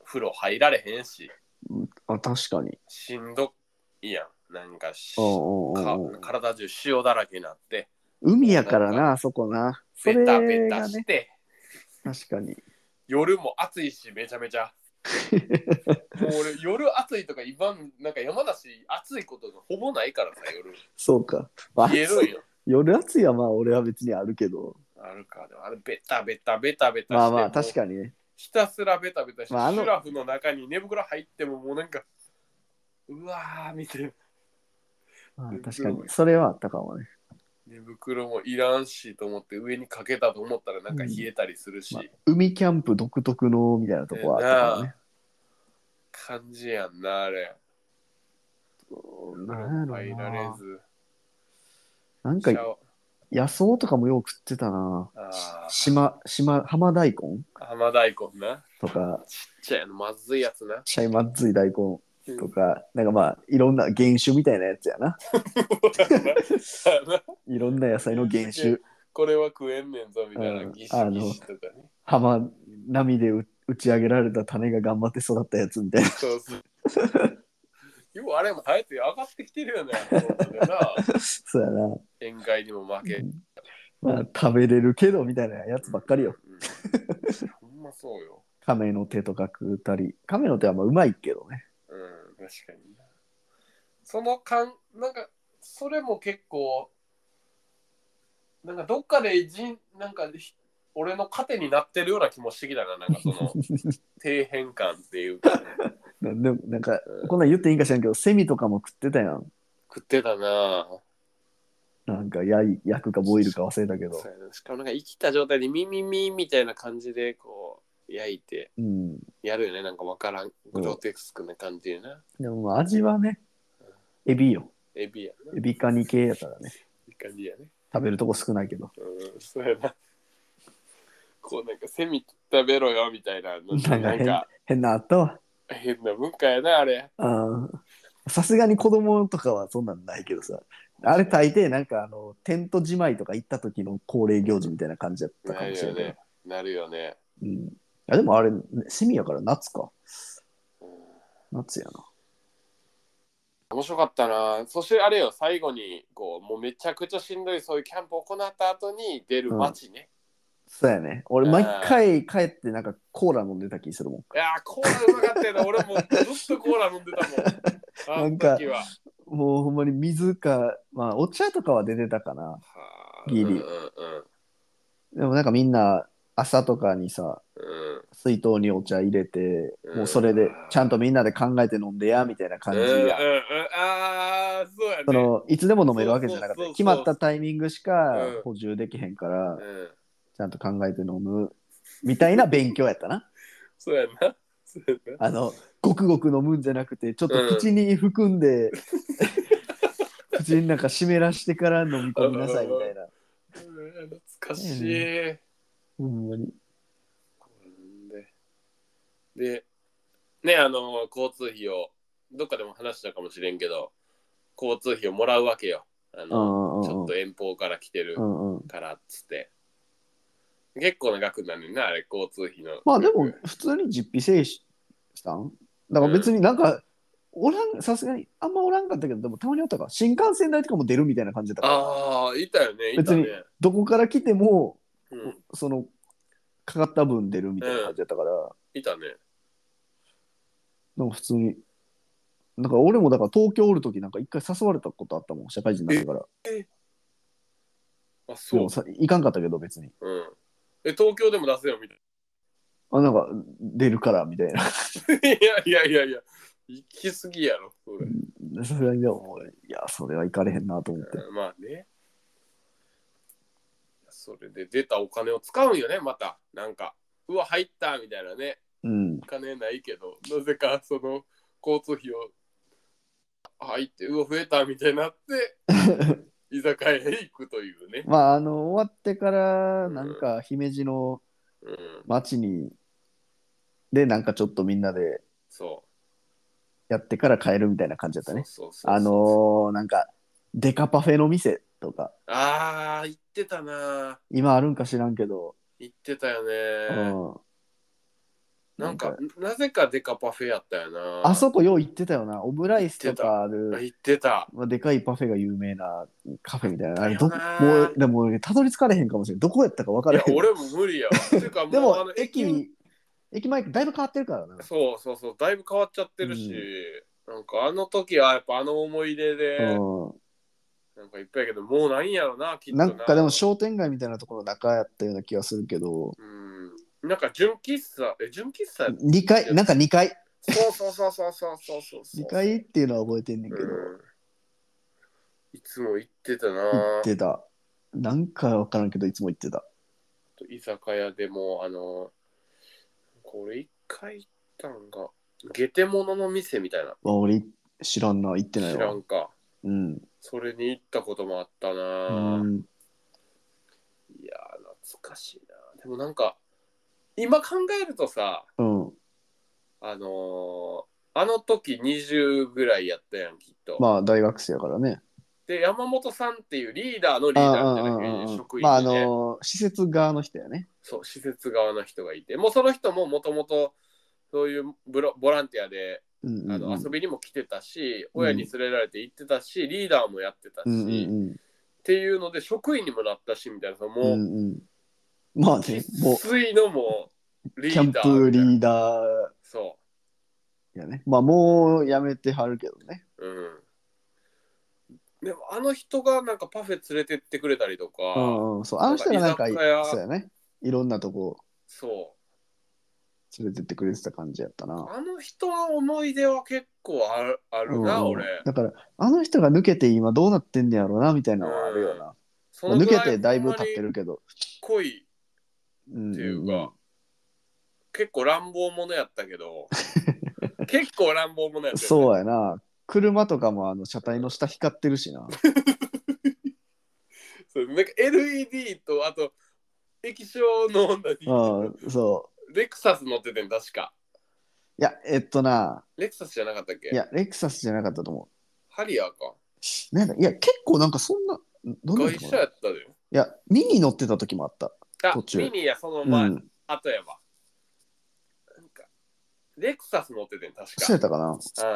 [SPEAKER 1] 風呂入られへんし。
[SPEAKER 2] あ、確かに。
[SPEAKER 1] しんどいやん。なんかし
[SPEAKER 2] おうおう
[SPEAKER 1] か
[SPEAKER 2] おうおう
[SPEAKER 1] 体中塩だらけになって、
[SPEAKER 2] 海やか
[SPEAKER 1] な
[SPEAKER 2] ら
[SPEAKER 1] ん
[SPEAKER 2] な、あそこな。それ
[SPEAKER 1] ベ
[SPEAKER 2] が
[SPEAKER 1] タベタし
[SPEAKER 2] ね、
[SPEAKER 1] て、
[SPEAKER 2] 確かに。
[SPEAKER 1] 夜も暑いし、めちゃめち
[SPEAKER 2] <laughs>
[SPEAKER 1] ゃ。もう俺、夜暑いとか、今、なんか山梨、暑いことがほぼないからさ、夜。
[SPEAKER 2] そうか。まあ
[SPEAKER 1] 言えるんよ。
[SPEAKER 2] 夜暑いはまあ俺は別にあるけど。
[SPEAKER 1] あるか、でもあれ、ベタベタベタベタして、
[SPEAKER 2] まあまあ確
[SPEAKER 1] に。
[SPEAKER 2] かにね。
[SPEAKER 1] ひたすらベタベタして、
[SPEAKER 2] まああの
[SPEAKER 1] シュラフの中に寝袋入っても、もうなんか、うわー、見てる。
[SPEAKER 2] まあ確かに。それはあったかもね。
[SPEAKER 1] 寝袋もいらんしと思って上にかけたと思ったらなんか冷えたりするし、
[SPEAKER 2] まあ海キャンプ独特のみたいなとこはあったかもね。
[SPEAKER 1] 感じやんなあれ。
[SPEAKER 2] なんや
[SPEAKER 1] 入
[SPEAKER 2] ろ
[SPEAKER 1] られ
[SPEAKER 2] な。
[SPEAKER 1] ず。
[SPEAKER 2] なんか
[SPEAKER 1] シャオ
[SPEAKER 2] 野草とかもよく食ってたな。
[SPEAKER 1] あ
[SPEAKER 2] 島、島、浜大根
[SPEAKER 1] ー浜大根な。
[SPEAKER 2] とか、
[SPEAKER 1] ちっちゃいのまずいやつ
[SPEAKER 2] <laughs>
[SPEAKER 1] な。 <laughs>
[SPEAKER 2] シャイマッツイ大根とか、なんかまあいろんな原種みたいなやつやな。いろんな野菜の原種。
[SPEAKER 1] これは食えんねんぞみたいな
[SPEAKER 2] うん
[SPEAKER 1] ギシギシとかね。
[SPEAKER 2] 浜波でう打ち上げられた種が頑張って育ったやつみたいな。 <laughs>
[SPEAKER 1] そうそう。ようあれも生えて上がってきてるよね。本当にな
[SPEAKER 2] そうやな。
[SPEAKER 1] 宴会にも負け。
[SPEAKER 2] まあ、食べれるけどみたいなやつばっかりよ。
[SPEAKER 1] うん。ほんまそうよ。
[SPEAKER 2] 亀の手とか食うたり。亀の手はまあうまいけどね。
[SPEAKER 1] うん、確かにな。その感、なんか、それも結構、なんかどっかで人、なんかひ、俺の糧になってるような気もしてきたな、なんかその、
[SPEAKER 2] <laughs>
[SPEAKER 1] 底辺感っていうか、
[SPEAKER 2] なんでもなんか
[SPEAKER 1] うん
[SPEAKER 2] こんなん言っていいんか知らんけどセミとかも食ってたやん
[SPEAKER 1] 食ってたなぁ
[SPEAKER 2] なんかやい焼くかボイルか忘れたけど
[SPEAKER 1] そうやなしかもなんか生きた状態でミミミみたいな感じでこう焼いて
[SPEAKER 2] うん
[SPEAKER 1] やるよねなんかわからんグロテスクな感じでな、
[SPEAKER 2] でもまあ味はねエビよ
[SPEAKER 1] エビやな
[SPEAKER 2] エビカニ系やからね
[SPEAKER 1] いい感じやね
[SPEAKER 2] 食べるとこ少ないけど
[SPEAKER 1] うんそうやなこうなんかセミ食べろよみたいなの
[SPEAKER 2] なんか
[SPEAKER 1] なん
[SPEAKER 2] 変
[SPEAKER 1] か
[SPEAKER 2] 変なあったわ
[SPEAKER 1] 変な文化やなあれ
[SPEAKER 2] あーさすがに子供とかはそんなんないけどさあれ大抵なんかあのテントじまいとか行った時の恒例行事みたいな感じだったかもしれない
[SPEAKER 1] なるなるよね、
[SPEAKER 2] うん、あでもあれ、ね、セミやから夏か
[SPEAKER 1] うん
[SPEAKER 2] 夏やな
[SPEAKER 1] 面白かったなそしてあれよ最後にこうもうめちゃくちゃしんどいそういうキャンプを行った後に出る街ね、
[SPEAKER 2] そうやね俺
[SPEAKER 1] うん
[SPEAKER 2] 毎回帰ってなんかコーラ飲んでた気するもん
[SPEAKER 1] いやーコーラうまかったよな俺もずっとコーラ飲んでた
[SPEAKER 2] <laughs>
[SPEAKER 1] もんあの時は
[SPEAKER 2] もうほんまに水かまあお茶とかは出てたかなギリ
[SPEAKER 1] うんうん
[SPEAKER 2] でもなんかみんな朝とかにさ
[SPEAKER 1] うんうん
[SPEAKER 2] 水筒にお茶入れて
[SPEAKER 1] うん
[SPEAKER 2] もうそれでちゃんとみんなで考えて飲んでやみたいな感じ
[SPEAKER 1] うんうんうん
[SPEAKER 2] や
[SPEAKER 1] ああそうやね
[SPEAKER 2] そのいつでも飲めるわけじゃなかっ
[SPEAKER 1] そうそうそ
[SPEAKER 2] た
[SPEAKER 1] う
[SPEAKER 2] 決まったタイミングしか
[SPEAKER 1] うん
[SPEAKER 2] 補充できへんから、
[SPEAKER 1] うん、
[SPEAKER 2] ちゃんと考えて飲むみたいな勉強やったな
[SPEAKER 1] そうやなそうやな
[SPEAKER 2] あのごくごく飲むんじゃなくてちょっと口に含
[SPEAKER 1] <laughs>
[SPEAKER 2] んで、口の中湿らしてから飲み込みなさいみたいな
[SPEAKER 1] うん懐かしい、
[SPEAKER 2] ほんまに
[SPEAKER 1] ででねあの交通費をどっかでも話したかもしれんけど交通費をもらうわけよあ
[SPEAKER 2] う
[SPEAKER 1] の
[SPEAKER 2] んうん
[SPEAKER 1] ちょ
[SPEAKER 2] うん
[SPEAKER 1] っと遠方から来てる
[SPEAKER 2] うんうん
[SPEAKER 1] からっつって結構な額になるねんなあれ交通費の
[SPEAKER 2] まあでも普通に実費制したんだから別になんか、おらんさすがにあんまおらんかったけどでもたまにおったから新幹線代とかも出るみたいな感じだったから
[SPEAKER 1] ああいたよねいたね
[SPEAKER 2] 別にどこから来ても
[SPEAKER 1] うん
[SPEAKER 2] そのかかった分出るみたいな感じだったから、
[SPEAKER 1] いたね
[SPEAKER 2] なんか普通になんか俺もだから東京おる時なんか一回誘われたことあったもん社会人になってから
[SPEAKER 1] あ
[SPEAKER 2] で
[SPEAKER 1] そう
[SPEAKER 2] もさ行かんかったけど別に
[SPEAKER 1] うんえ東京でも出せよみたい
[SPEAKER 2] あなんか出るからみたいな
[SPEAKER 1] ないやいやいやいや行きすぎやろそれ
[SPEAKER 2] さすがにでも俺いやそれは行かれへんなと思って
[SPEAKER 1] うんまあね。それで出たお金を使うんよね、また。なんか、うわ、入ったみたいなね。
[SPEAKER 2] うん
[SPEAKER 1] お金ないけど、なぜかその交通費を入って、うわ、増えたみたいにな
[SPEAKER 2] <laughs>
[SPEAKER 1] って、居酒屋へ行くというね。
[SPEAKER 2] まああの終わってからなんか姫路の
[SPEAKER 1] うん、
[SPEAKER 2] 町にでなんかちょっとみんなで
[SPEAKER 1] そ
[SPEAKER 2] やってから帰るみたいな感じだ
[SPEAKER 1] う。
[SPEAKER 2] ったね
[SPEAKER 1] そうそうそうそう
[SPEAKER 2] あのーなんかデカパフェの店とか
[SPEAKER 1] あー、行ってたな。
[SPEAKER 2] 今あるんか知らんけど、
[SPEAKER 1] 行ってたよね。
[SPEAKER 2] うん
[SPEAKER 1] なんか、なぜかデカパフェやったよな。
[SPEAKER 2] あそこよう行ってたよなオムライスとかあ
[SPEAKER 1] あ
[SPEAKER 2] る
[SPEAKER 1] 行ってた。
[SPEAKER 2] まあ、でかいパフェが有名なカフェみたいなあれ
[SPEAKER 1] 行
[SPEAKER 2] ど
[SPEAKER 1] っ
[SPEAKER 2] も
[SPEAKER 1] たよな
[SPEAKER 2] うでも俺たどり着かれへんかもしれんどこやったか分か
[SPEAKER 1] い
[SPEAKER 2] ら
[SPEAKER 1] や
[SPEAKER 2] へん、
[SPEAKER 1] 俺も無理や
[SPEAKER 2] <laughs>
[SPEAKER 1] わ。ていうか、
[SPEAKER 2] で
[SPEAKER 1] もうあ
[SPEAKER 2] も
[SPEAKER 1] の駅
[SPEAKER 2] 駅駅前だいぶ変わってるからな
[SPEAKER 1] そうそうそう、だいぶ変わっちゃってるし、なんかあの時はやっぱあの思い出で、
[SPEAKER 2] う
[SPEAKER 1] なんかいっぱいやけど、もうないんやろな、きっ
[SPEAKER 2] ん、
[SPEAKER 1] と
[SPEAKER 2] な
[SPEAKER 1] な。
[SPEAKER 2] んかでも商店街みたいなところの中やったような気がするけど
[SPEAKER 1] うん、なんか純喫茶、え、純喫茶や
[SPEAKER 2] 2階なんか2階
[SPEAKER 1] そうそうそうそうそうそうそうそう。
[SPEAKER 2] 2階っていうのは覚えてんねんけど、
[SPEAKER 1] うんいつも行ってたな
[SPEAKER 2] 行ってたなんか分からんけどいつも行ってた
[SPEAKER 1] 居酒屋でも、あの、これ一回行ったんが、ゲテモノの店みたいな。
[SPEAKER 2] わ俺知らんな行ってない
[SPEAKER 1] 知ら
[SPEAKER 2] わ
[SPEAKER 1] んか。
[SPEAKER 2] うん
[SPEAKER 1] それに行ったこともあったな
[SPEAKER 2] う
[SPEAKER 1] ぁ。
[SPEAKER 2] ん
[SPEAKER 1] いやー懐かしいなでもなんか今考えるとさ
[SPEAKER 2] うん
[SPEAKER 1] あのーあの時20ぐらいやったやんきっと、
[SPEAKER 2] まあ大学生やからね
[SPEAKER 1] で山本さんっていうリーダーのリー
[SPEAKER 2] あ
[SPEAKER 1] ダー
[SPEAKER 2] あ
[SPEAKER 1] じゃな
[SPEAKER 2] あ
[SPEAKER 1] くて職員
[SPEAKER 2] まああ
[SPEAKER 1] でね
[SPEAKER 2] の施設側の人やね。
[SPEAKER 1] そう施設側の人がいてもうその人ももともとそういうブロボランティアで
[SPEAKER 2] うんうん
[SPEAKER 1] あ
[SPEAKER 2] うん
[SPEAKER 1] の遊びにも来てたし、親に連れられて行ってたしリーダーもやってたし、
[SPEAKER 2] うんう
[SPEAKER 1] っ
[SPEAKER 2] ん
[SPEAKER 1] ていうので職員にもなったしみたいなその
[SPEAKER 2] うん
[SPEAKER 1] も
[SPEAKER 2] う
[SPEAKER 1] うん
[SPEAKER 2] うんまあ
[SPEAKER 1] <laughs>
[SPEAKER 2] ね
[SPEAKER 1] 生、
[SPEAKER 2] も
[SPEAKER 1] 粋のもう
[SPEAKER 2] う
[SPEAKER 1] リ
[SPEAKER 2] キャン
[SPEAKER 1] ーダー
[SPEAKER 2] プ
[SPEAKER 1] みたいな
[SPEAKER 2] リーダ
[SPEAKER 1] そう
[SPEAKER 2] ーやね。まあもうやめてはるけどね。
[SPEAKER 1] うんでもあの人がなんかパフェ連れてってくれたりと
[SPEAKER 2] う
[SPEAKER 1] か、
[SPEAKER 2] んうん、そうあの人がなんか
[SPEAKER 1] 居酒屋
[SPEAKER 2] そうやね。いろんなとこ
[SPEAKER 1] そ
[SPEAKER 2] 連れてってくれてた感じやった
[SPEAKER 1] う
[SPEAKER 2] な。
[SPEAKER 1] あの人の思い出は結構あるあるな、
[SPEAKER 2] うん
[SPEAKER 1] 俺
[SPEAKER 2] だから、あの人が抜けて今どうなってんねやろうな、みたいなのはあるよな。
[SPEAKER 1] そ
[SPEAKER 2] まあ
[SPEAKER 1] のぐ
[SPEAKER 2] 抜
[SPEAKER 1] ら
[SPEAKER 2] けてだいぶ経って
[SPEAKER 1] ほんまに
[SPEAKER 2] るけど。
[SPEAKER 1] 濃い
[SPEAKER 2] うん
[SPEAKER 1] っていううんか、
[SPEAKER 2] うん
[SPEAKER 1] 結構乱暴者やったけど結構乱暴者やったよね
[SPEAKER 2] そうやな。車とかもあの車体の下光ってるしな。
[SPEAKER 1] そうなんか LED とあと液晶の女に
[SPEAKER 2] うん、そう。
[SPEAKER 1] レクサス乗っててん確か
[SPEAKER 2] いや、えっとな、
[SPEAKER 1] レクサスじゃなかったっけ
[SPEAKER 2] いや、レクサスじゃなかったと思
[SPEAKER 1] ハリアーか
[SPEAKER 2] う。なんだいや、結構なんかそんな、んどんな
[SPEAKER 1] 外
[SPEAKER 2] とこ
[SPEAKER 1] 車やったで
[SPEAKER 2] いや、ミニ乗ってた時もあった。
[SPEAKER 1] あ
[SPEAKER 2] 途中
[SPEAKER 1] ミニやその
[SPEAKER 2] う
[SPEAKER 1] 前、
[SPEAKER 2] ん。
[SPEAKER 1] あとやばなんかレクサス乗っててん確
[SPEAKER 2] そうやっ
[SPEAKER 1] か
[SPEAKER 2] たかな。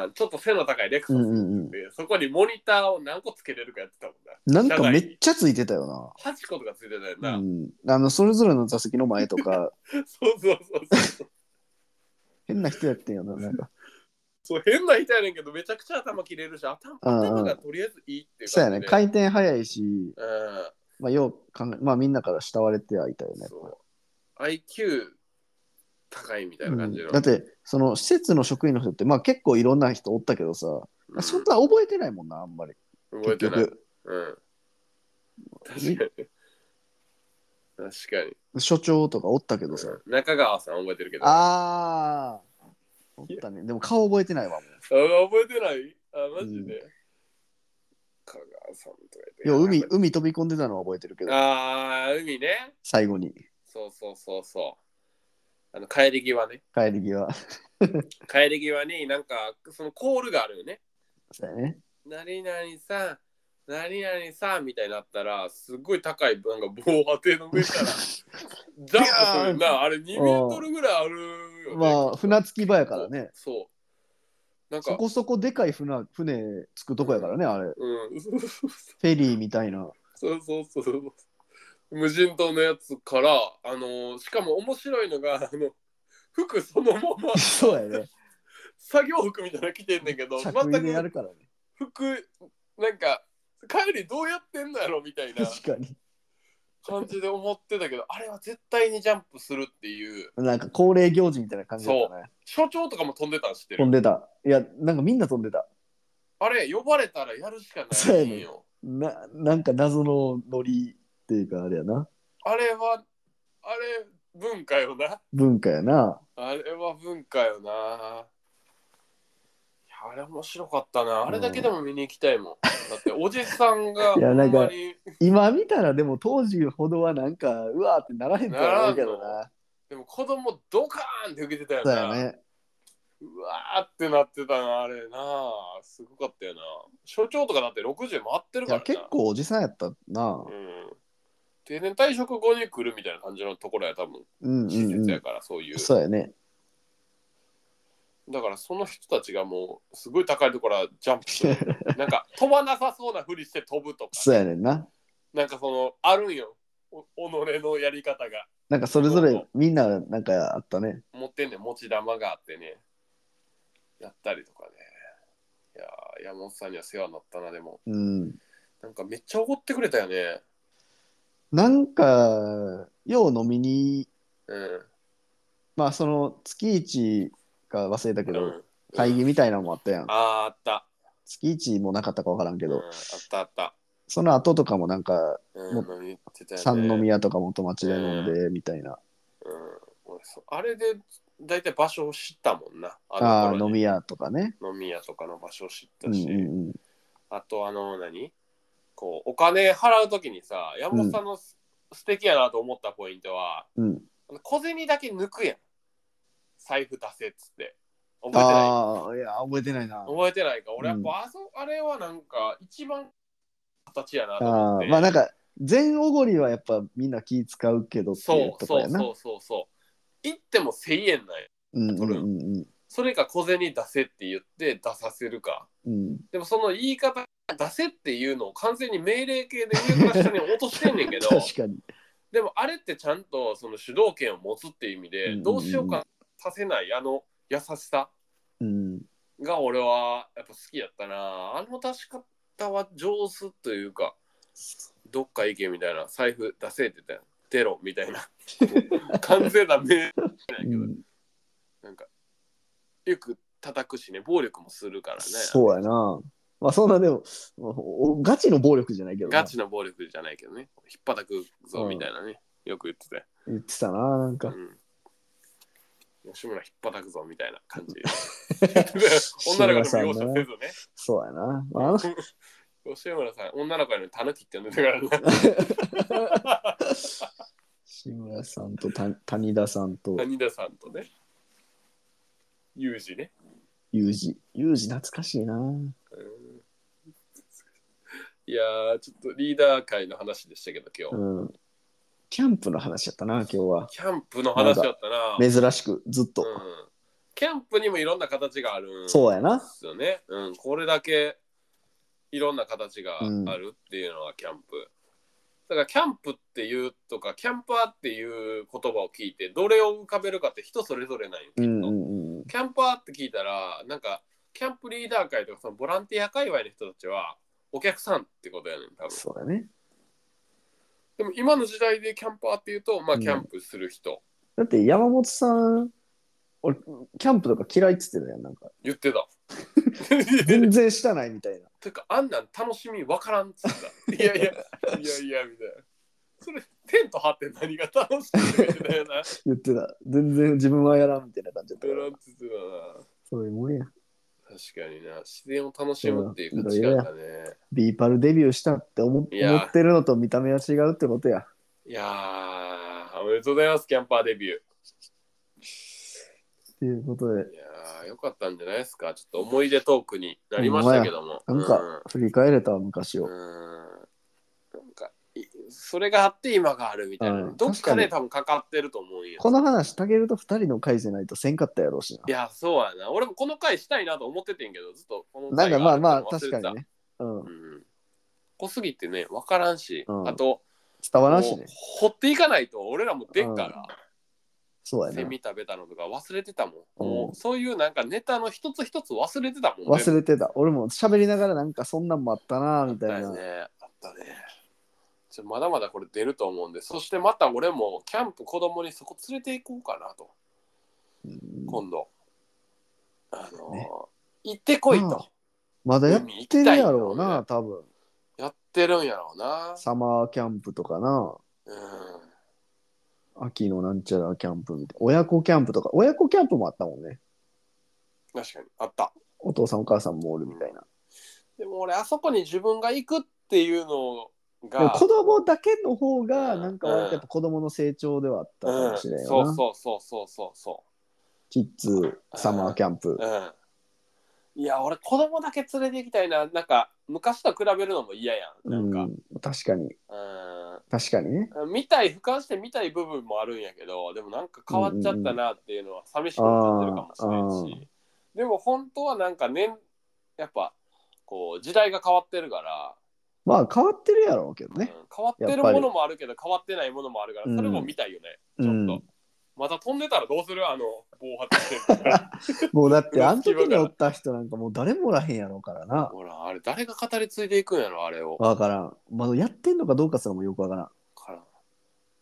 [SPEAKER 1] うんちょっと背の高いレクサ
[SPEAKER 2] う
[SPEAKER 1] ス
[SPEAKER 2] ん
[SPEAKER 1] 乗ってて
[SPEAKER 2] うんう
[SPEAKER 1] で
[SPEAKER 2] ん。
[SPEAKER 1] そこにモニターを何個つけれるかやってたもん
[SPEAKER 2] な
[SPEAKER 1] な。
[SPEAKER 2] んかめ
[SPEAKER 1] 車
[SPEAKER 2] っちゃついてたよ
[SPEAKER 1] 内に8個とかついてたよ
[SPEAKER 2] な。
[SPEAKER 1] な。
[SPEAKER 2] うん。あの、それぞれの座席の前とか、
[SPEAKER 1] <laughs>
[SPEAKER 2] <laughs>
[SPEAKER 1] そうそうそうそう。
[SPEAKER 2] 変な人やってんよな。なんか、
[SPEAKER 1] そう変な人やねんけど、めちゃくちゃ頭切れるし、頭頭がとりあえずいいっていう
[SPEAKER 2] そうや
[SPEAKER 1] 感じ
[SPEAKER 2] ね。
[SPEAKER 1] で。
[SPEAKER 2] 回転早いし、
[SPEAKER 1] うん
[SPEAKER 2] まあ、よう考え、まあみんなから慕われてはいたよね。
[SPEAKER 1] そう。IQ 高いみたいな感じの。
[SPEAKER 2] うんだって、その施設の職員の人って、まあ結構いろんな人おったけどさ、
[SPEAKER 1] うん
[SPEAKER 2] そんな覚えてないもんな、あんまり。
[SPEAKER 1] 覚えてない。
[SPEAKER 2] 結
[SPEAKER 1] うん。確かに。確かに。
[SPEAKER 2] 局所長とかおったけどさ。
[SPEAKER 1] 中川さん覚えてるけど。
[SPEAKER 2] ああ。おったね。でも顔覚えてないわ。もう
[SPEAKER 1] あ覚えてないあ、マジで。香川さんとか
[SPEAKER 2] いや、海、海飛び込んでたのは覚えてるけど、
[SPEAKER 1] ああ、海ね。
[SPEAKER 2] 最後に、
[SPEAKER 1] そうそうそうそう。あの帰り際ね。
[SPEAKER 2] 帰り際。
[SPEAKER 1] 帰り際になんかそのコールがあるよね。
[SPEAKER 2] そうやね。
[SPEAKER 1] 何々さん、何々さんみたいになったら、すっごい高いなんか防波堤の上
[SPEAKER 2] <laughs>
[SPEAKER 1] からジャンプするな。あれ2メートルぐらいあるよね。
[SPEAKER 2] まあ、船着き場やからね。
[SPEAKER 1] そう。なん
[SPEAKER 2] そ
[SPEAKER 1] か、
[SPEAKER 2] こそこでかい船、船着くとこやからね、あれ。フ
[SPEAKER 1] うん、そう
[SPEAKER 2] ェリーみた
[SPEAKER 1] <laughs>
[SPEAKER 2] いな。
[SPEAKER 1] そうそうそう。無人島のやつから、あのしかも面白いのが、あの、服そのまま。
[SPEAKER 2] <laughs> そうやね。
[SPEAKER 1] 作業服みたいなの着てんねんけど、全
[SPEAKER 2] 着衣でやる
[SPEAKER 1] く
[SPEAKER 2] からね。
[SPEAKER 1] 服、なんか、帰りどうやってんのやろみた
[SPEAKER 2] <laughs>
[SPEAKER 1] いな
[SPEAKER 2] 確かに。
[SPEAKER 1] 感じで思ってたけど、あれは絶対にジャンプするっていう、
[SPEAKER 2] なんか恒例行事みたいな感じだったね。
[SPEAKER 1] 所長とかも飛んでたん知って
[SPEAKER 2] 飛ん
[SPEAKER 1] る。
[SPEAKER 2] でた。いや、なんかみんな飛んでた。
[SPEAKER 1] あれ、呼ばれたらやるしかない
[SPEAKER 2] そうやねん
[SPEAKER 1] んよ。
[SPEAKER 2] ななんか謎のノリっていうか、あれやな。
[SPEAKER 1] あれは、あれ、文化よな。
[SPEAKER 2] 文化やな。
[SPEAKER 1] あれは文化よな。いやあれ面白かったな。あれだけでも見に行きたいもん。だって、おじさんが、
[SPEAKER 2] いやなんか
[SPEAKER 1] ほんまに
[SPEAKER 2] 今見たらでも当時ほどはなんかうわーってならへんとは思うけど
[SPEAKER 1] ならん
[SPEAKER 2] な。
[SPEAKER 1] でも子供ドカーンって受けてたよ
[SPEAKER 2] そう
[SPEAKER 1] な。
[SPEAKER 2] やね。
[SPEAKER 1] うわーってなってたな、あれな。すごかったよな。所長とかだって60回ってる
[SPEAKER 2] い
[SPEAKER 1] から
[SPEAKER 2] や
[SPEAKER 1] な。
[SPEAKER 2] 結。構おじさんやったな
[SPEAKER 1] う。ん。定年退職後に来るみたいな感じのところや、多分
[SPEAKER 2] うんう
[SPEAKER 1] 施
[SPEAKER 2] ん
[SPEAKER 1] 設
[SPEAKER 2] う
[SPEAKER 1] や
[SPEAKER 2] ん。
[SPEAKER 1] から、そういう。
[SPEAKER 2] そうやね。
[SPEAKER 1] だから、その人たちがもう、すごい高いところからジャンプ
[SPEAKER 2] <laughs>
[SPEAKER 1] する。なんか、飛ばなさそうなふりして飛ぶとか。
[SPEAKER 2] そうやねんな。
[SPEAKER 1] なんか、その、あるんよ。お己のやり方が。
[SPEAKER 2] なんかそれぞれみんななんかあったね。
[SPEAKER 1] 持ってんねん持ち玉があってね。やったりとかね。いやー、山本さんには世話になったな、でも。
[SPEAKER 2] うん。
[SPEAKER 1] なんかめっちゃ怒ってくれたよね。
[SPEAKER 2] なんかよう飲みに
[SPEAKER 1] うん。
[SPEAKER 2] まあその月一か忘れたけ
[SPEAKER 1] う
[SPEAKER 2] ど
[SPEAKER 1] ん
[SPEAKER 2] 会議みたいなのもあったやん
[SPEAKER 1] あ。ああった、
[SPEAKER 2] 月一もなかったかわからんけ
[SPEAKER 1] うん。あ
[SPEAKER 2] ど
[SPEAKER 1] ったあった。
[SPEAKER 2] その後とかもなんか
[SPEAKER 1] うん、飲みに行ってたよね。
[SPEAKER 2] 三宮とか元町で飲んでみたいな。
[SPEAKER 1] うん、俺そうあれで大体場所を知ったもんな。
[SPEAKER 2] あ
[SPEAKER 1] の
[SPEAKER 2] あ
[SPEAKER 1] 頃
[SPEAKER 2] 飲
[SPEAKER 1] に
[SPEAKER 2] み屋とかね。
[SPEAKER 1] 飲み屋とかの場所を知っ
[SPEAKER 2] う
[SPEAKER 1] た
[SPEAKER 2] ん
[SPEAKER 1] し、
[SPEAKER 2] うんうん。
[SPEAKER 1] あとあの何こうお金払うときにさ、山本さんのす、素敵やなと思ったポイントは、
[SPEAKER 2] うん
[SPEAKER 1] あの小銭だけ抜くやん。財布出せっつって。覚えてない
[SPEAKER 2] ああ、いや、覚えてないな。
[SPEAKER 1] 覚えてないか。俺やっぱ、あそあれはなんか一番形やなと思っ
[SPEAKER 2] ああ
[SPEAKER 1] て。
[SPEAKER 2] まあなんか、全おごりはやっぱみんな気使うけどっていう
[SPEAKER 1] そう
[SPEAKER 2] とか
[SPEAKER 1] そ
[SPEAKER 2] や
[SPEAKER 1] う
[SPEAKER 2] な。
[SPEAKER 1] そうそうそう。行っても1000円ない。
[SPEAKER 2] うんうんうん
[SPEAKER 1] それか小銭出せって言って出させるか。
[SPEAKER 2] うん。
[SPEAKER 1] でもその言い方出せっていうのを完全に命令系で上から下に落としてんねんけど、
[SPEAKER 2] <laughs> 確かに。
[SPEAKER 1] でもあれってちゃんとその主導権を持つっていう意味
[SPEAKER 2] うんうん
[SPEAKER 1] で、
[SPEAKER 2] うん
[SPEAKER 1] どうしようかさせないあの優しさ
[SPEAKER 2] うん。
[SPEAKER 1] が俺はやっぱ好きやったな。あの出し方は上手というか、どっか行けみたいな財布出せって言ったやんテロみた
[SPEAKER 2] <laughs>
[SPEAKER 1] いな完全な目
[SPEAKER 2] うん
[SPEAKER 1] なんかよく叩くしね暴力もするからね
[SPEAKER 2] そうやな。まあそんなでも、まあおガチの暴力じゃないけどな
[SPEAKER 1] ガチな暴力じゃないけどね引っ叩くぞみたいなね、よく言ってて、
[SPEAKER 2] 言ってたな、なん
[SPEAKER 1] う
[SPEAKER 2] か。
[SPEAKER 1] ん、吉村引っ叩くぞみたいな感
[SPEAKER 2] <laughs>
[SPEAKER 1] じ女の子にも容赦せずね
[SPEAKER 2] そうやな。まあ、あの
[SPEAKER 1] 吉村さん女の子にタヌキって呼んでたからね
[SPEAKER 2] 志村さんとた谷田さんと
[SPEAKER 1] 谷田さんとね、ユージね。
[SPEAKER 2] ユージ。ユージ懐かしいな。
[SPEAKER 1] うんいやー、ちょっとリーダー界の話でしたけど、今日。
[SPEAKER 2] うん。キャンプの話やったな、今日は。
[SPEAKER 1] キャンプの話だったな。
[SPEAKER 2] 珍しく、ずっと。
[SPEAKER 1] うんキャンプにもいろんな形があるんです
[SPEAKER 2] そうやな。
[SPEAKER 1] よね。うん、これだけいろんな形があるっていうのはキャンプ。だからキャンプっていうとか、キャンパーっていう言葉を聞いて、どれを浮かべるかって人それぞれなんよ。き
[SPEAKER 2] う
[SPEAKER 1] っと
[SPEAKER 2] んうんうん。
[SPEAKER 1] キャンパーって聞いたら、なんか、キャンプリーダー会とか、そのボランティア界隈の人たちは、お客さんってことやねん、多分。
[SPEAKER 2] そうだね。
[SPEAKER 1] でも、今の時代でキャンパーっていうと、まあ、
[SPEAKER 2] うん
[SPEAKER 1] キャンプする人、
[SPEAKER 2] だって山本さん、俺、キャンプとか嫌いっつってたやん、なんか。
[SPEAKER 1] 言って
[SPEAKER 2] <laughs>
[SPEAKER 1] た。
[SPEAKER 2] 全然したないみたいな。
[SPEAKER 1] てか、あんなん楽しみわからんっつ
[SPEAKER 2] <laughs>
[SPEAKER 1] った。いやいや、いやいや、みたいな。それ、テント張って何が楽しいみたいな。
[SPEAKER 2] 言ってた。全然自分はやらんみたいな感じだった
[SPEAKER 1] ブ
[SPEAKER 2] か
[SPEAKER 1] ラ
[SPEAKER 2] ら
[SPEAKER 1] ン。ツだな。
[SPEAKER 2] そういうもんや。
[SPEAKER 1] 確かにな。自然を楽しむっていう価値
[SPEAKER 2] うん
[SPEAKER 1] 観だね。
[SPEAKER 2] ビーパルデビューしたって思
[SPEAKER 1] いや
[SPEAKER 2] 思ってるのと見た目は違うってことや。
[SPEAKER 1] いやー、おめでとうございます、キャンパーデビュー。
[SPEAKER 2] っていうことで、
[SPEAKER 1] いやーよかったんじゃないですか。ちょっと思い出トークになりましたけども。
[SPEAKER 2] なんか振り返れたわ昔
[SPEAKER 1] うん、う
[SPEAKER 2] を。
[SPEAKER 1] んなんかいそれがあって今があるみたいな。
[SPEAKER 2] うん
[SPEAKER 1] どっかで
[SPEAKER 2] 確
[SPEAKER 1] 多分かかってると思うんよ。
[SPEAKER 2] この話、たけると2人の回じゃないとせんかったやろうし
[SPEAKER 1] いや、そうやな。俺もこの回したいなと思っててんけど、ずっとこの
[SPEAKER 2] な。
[SPEAKER 1] 回
[SPEAKER 2] なんかまあま
[SPEAKER 1] が
[SPEAKER 2] あ、
[SPEAKER 1] る
[SPEAKER 2] 確
[SPEAKER 1] の忘
[SPEAKER 2] か
[SPEAKER 1] れてた
[SPEAKER 2] にね。うん。
[SPEAKER 1] うん。濃すぎてね、分からんし、
[SPEAKER 2] うん
[SPEAKER 1] あと、
[SPEAKER 2] 伝わらんし
[SPEAKER 1] こう
[SPEAKER 2] ね。
[SPEAKER 1] 掘っていかないと俺らも出っから、
[SPEAKER 2] そうや
[SPEAKER 1] セ
[SPEAKER 2] な。
[SPEAKER 1] ミ食べたのとか忘れてたもん。
[SPEAKER 2] うん
[SPEAKER 1] もうそういうなんかネタの一つ一つ忘れてたもんね。
[SPEAKER 2] 忘れてた。俺も喋りながらなんかそんなんもあったなみたい
[SPEAKER 1] だ
[SPEAKER 2] な。
[SPEAKER 1] よね。あったね。ちょまだまだこれ出ると思うんで、そしてまた俺もキャンプ子供にそこ連れて行こうかなと、
[SPEAKER 2] うん
[SPEAKER 1] 今度。あのー
[SPEAKER 2] ね
[SPEAKER 1] 行ってこいと。
[SPEAKER 2] まだやってるやろうな、
[SPEAKER 1] 海行き
[SPEAKER 2] 多分。
[SPEAKER 1] やってるんやろうな。
[SPEAKER 2] サマーキャンプとかな。
[SPEAKER 1] うん。
[SPEAKER 2] 秋のなんちゃらキャンプみたいな。親子キャンプとか。親子キャンプもあったもんね。
[SPEAKER 1] 確かに。あった。
[SPEAKER 2] お父さんお母さんもおるみたいな。
[SPEAKER 1] でも俺、あそこに自分が行くっていうの
[SPEAKER 2] でも
[SPEAKER 1] が。
[SPEAKER 2] 子供だけの方が、
[SPEAKER 1] うん
[SPEAKER 2] なんかやっぱ子供の成長ではあった
[SPEAKER 1] う
[SPEAKER 2] か
[SPEAKER 1] ん、
[SPEAKER 2] もし
[SPEAKER 1] そ
[SPEAKER 2] れん
[SPEAKER 1] う
[SPEAKER 2] よな。
[SPEAKER 1] そうそうそうそうそ
[SPEAKER 2] キッズサマーキャンプ
[SPEAKER 1] う。。うん。いや、俺、子供だけ連れて行きたいな。なんか、昔と比べるのも嫌やん。
[SPEAKER 2] う
[SPEAKER 1] なん
[SPEAKER 2] ん
[SPEAKER 1] か、
[SPEAKER 2] 確かに、
[SPEAKER 1] うん、
[SPEAKER 2] 確かにね。
[SPEAKER 1] 見たい俯瞰して見たい部分もあるんやけどでもなんか変わっちゃったなっていうのは寂しくなってるかもしれ
[SPEAKER 2] うんうん
[SPEAKER 1] んし、でも本当はなんか年やっぱこう時代が変わってるから、
[SPEAKER 2] まあ変わってるやろうけどね。
[SPEAKER 1] うん変わってるものもあるけど変わってないものもあるからそれも見たいよね、
[SPEAKER 2] うん
[SPEAKER 1] ちょっと。また飛んでたらどうするあの暴発して
[SPEAKER 2] <laughs>
[SPEAKER 1] る
[SPEAKER 2] もうだってあの時におった人なんかもう誰もおらへんやろうからな。
[SPEAKER 1] ほらあれ誰が語り継いでいくんやろあれを
[SPEAKER 2] わからん。まあやってんのかどうかすらもよくわからん。
[SPEAKER 1] から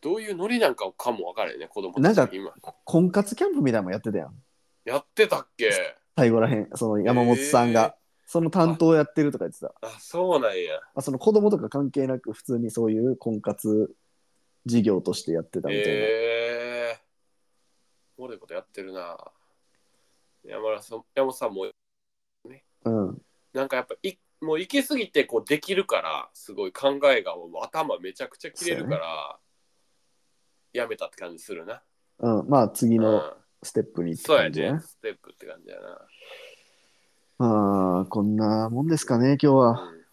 [SPEAKER 1] どういうノリなんかかも分からんね子供
[SPEAKER 2] な
[SPEAKER 1] た
[SPEAKER 2] ん
[SPEAKER 1] ち
[SPEAKER 2] か
[SPEAKER 1] 今
[SPEAKER 2] 婚活キャンプみたいなのもやってたやん。
[SPEAKER 1] やってたっけ
[SPEAKER 2] 最後らへん、その山本さんが。その担当やってるとか言ってた。ま
[SPEAKER 1] あそうなんや
[SPEAKER 2] あ、その子供とか関係なく普通にそういう婚活事業としてやってたみたいな。
[SPEAKER 1] ええー。おもろいことやってるな。山田さん山本さんも、
[SPEAKER 2] うん。
[SPEAKER 1] なんかやっぱい、もう行き過ぎてこうできるから、すごい考えが、もう頭めちゃくちゃ切れるから、やめたって感じするな。
[SPEAKER 2] うん。まあ次
[SPEAKER 1] う
[SPEAKER 2] の
[SPEAKER 1] ん、
[SPEAKER 2] ステップにって
[SPEAKER 1] そうや
[SPEAKER 2] 感じや
[SPEAKER 1] ね
[SPEAKER 2] ね。。
[SPEAKER 1] ステップって感じやな。
[SPEAKER 2] まあ、こんなもんですかね、今日は。
[SPEAKER 1] うん、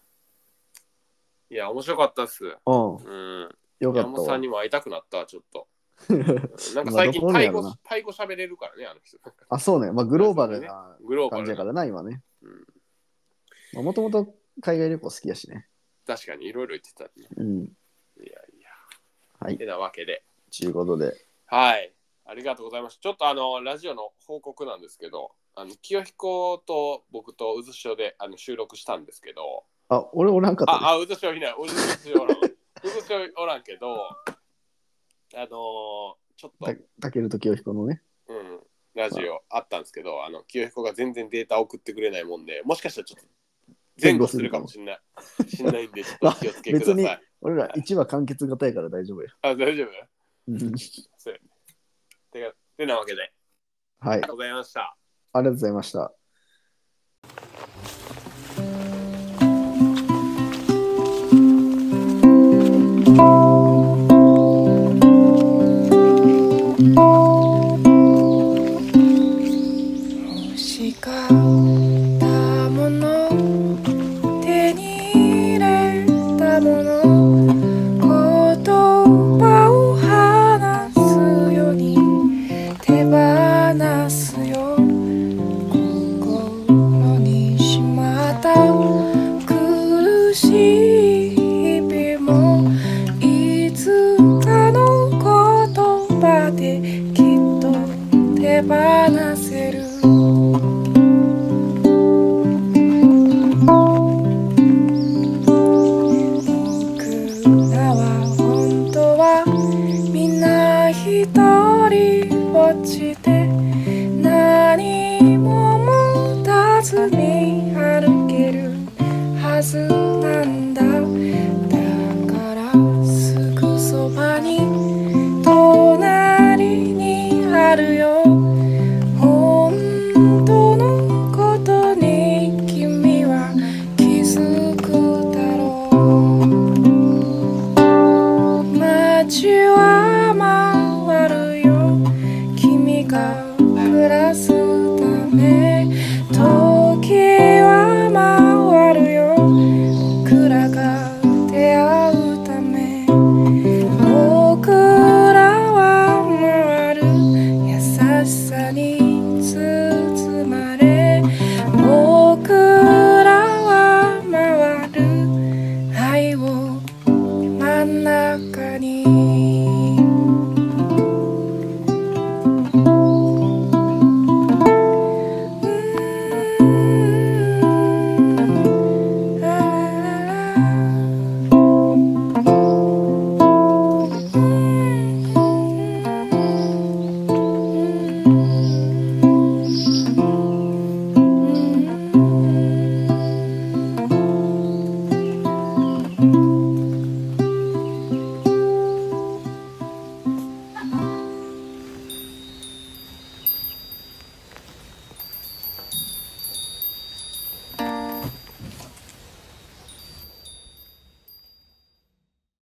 [SPEAKER 1] いや、面白かったっす。
[SPEAKER 2] うん。
[SPEAKER 1] うん、
[SPEAKER 2] よか
[SPEAKER 1] 山
[SPEAKER 2] った
[SPEAKER 1] 本さ
[SPEAKER 2] わ
[SPEAKER 1] ん。にも会いたくなったわ、ちょっ
[SPEAKER 2] <laughs>
[SPEAKER 1] と。なんか最近
[SPEAKER 2] まあどこに
[SPEAKER 1] タイ
[SPEAKER 2] やろ
[SPEAKER 1] 語
[SPEAKER 2] な、
[SPEAKER 1] タイ語喋れるからね、あの人。
[SPEAKER 2] あ、そうね。まあ、グローバルな
[SPEAKER 1] グローバ
[SPEAKER 2] 感じ
[SPEAKER 1] ル
[SPEAKER 2] やか
[SPEAKER 1] な。
[SPEAKER 2] らな、今ね。
[SPEAKER 1] うん
[SPEAKER 2] もともと海外旅行好きやしね。
[SPEAKER 1] 確かにいろいろ言ってたね。
[SPEAKER 2] うん。
[SPEAKER 1] いやいや。
[SPEAKER 2] はい
[SPEAKER 1] てなわけで。
[SPEAKER 2] ちゅうことで。
[SPEAKER 1] はい。ありがとうございます。ちょっとあの、ラジオの報告なんですけど、あの清彦と僕と渦潮であの収録したんですけど、
[SPEAKER 2] あ、俺おらんかった、ね。
[SPEAKER 1] あ、あ渦潮いない、渦潮おらん。渦潮おらんけど、あのーちょっと
[SPEAKER 2] た、たけると清彦のね。
[SPEAKER 1] うん、ラジオあったんですけど、あの、清彦が全然データ送ってくれないもんで、もしかしたらちょっと前後するかもしれ
[SPEAKER 2] <laughs>
[SPEAKER 1] ない。しんないんで、ちょっと気をつけくださ
[SPEAKER 2] 別に
[SPEAKER 1] い。
[SPEAKER 2] 俺ら1話完結型やから大丈夫や。
[SPEAKER 1] あ、大丈夫
[SPEAKER 2] うん
[SPEAKER 1] てか、てなわけで、あり
[SPEAKER 2] はい、あ
[SPEAKER 1] が
[SPEAKER 2] りが
[SPEAKER 1] とうございました。
[SPEAKER 2] とうございました。
[SPEAKER 4] 欲しかったもの手に入れたもの言葉を話すように手放すよ心にしまった苦しい日々もいつかの言葉できっと手放せる僕らは本当はみんな一人ぼっちで何も持たずに歩けるはずなんだ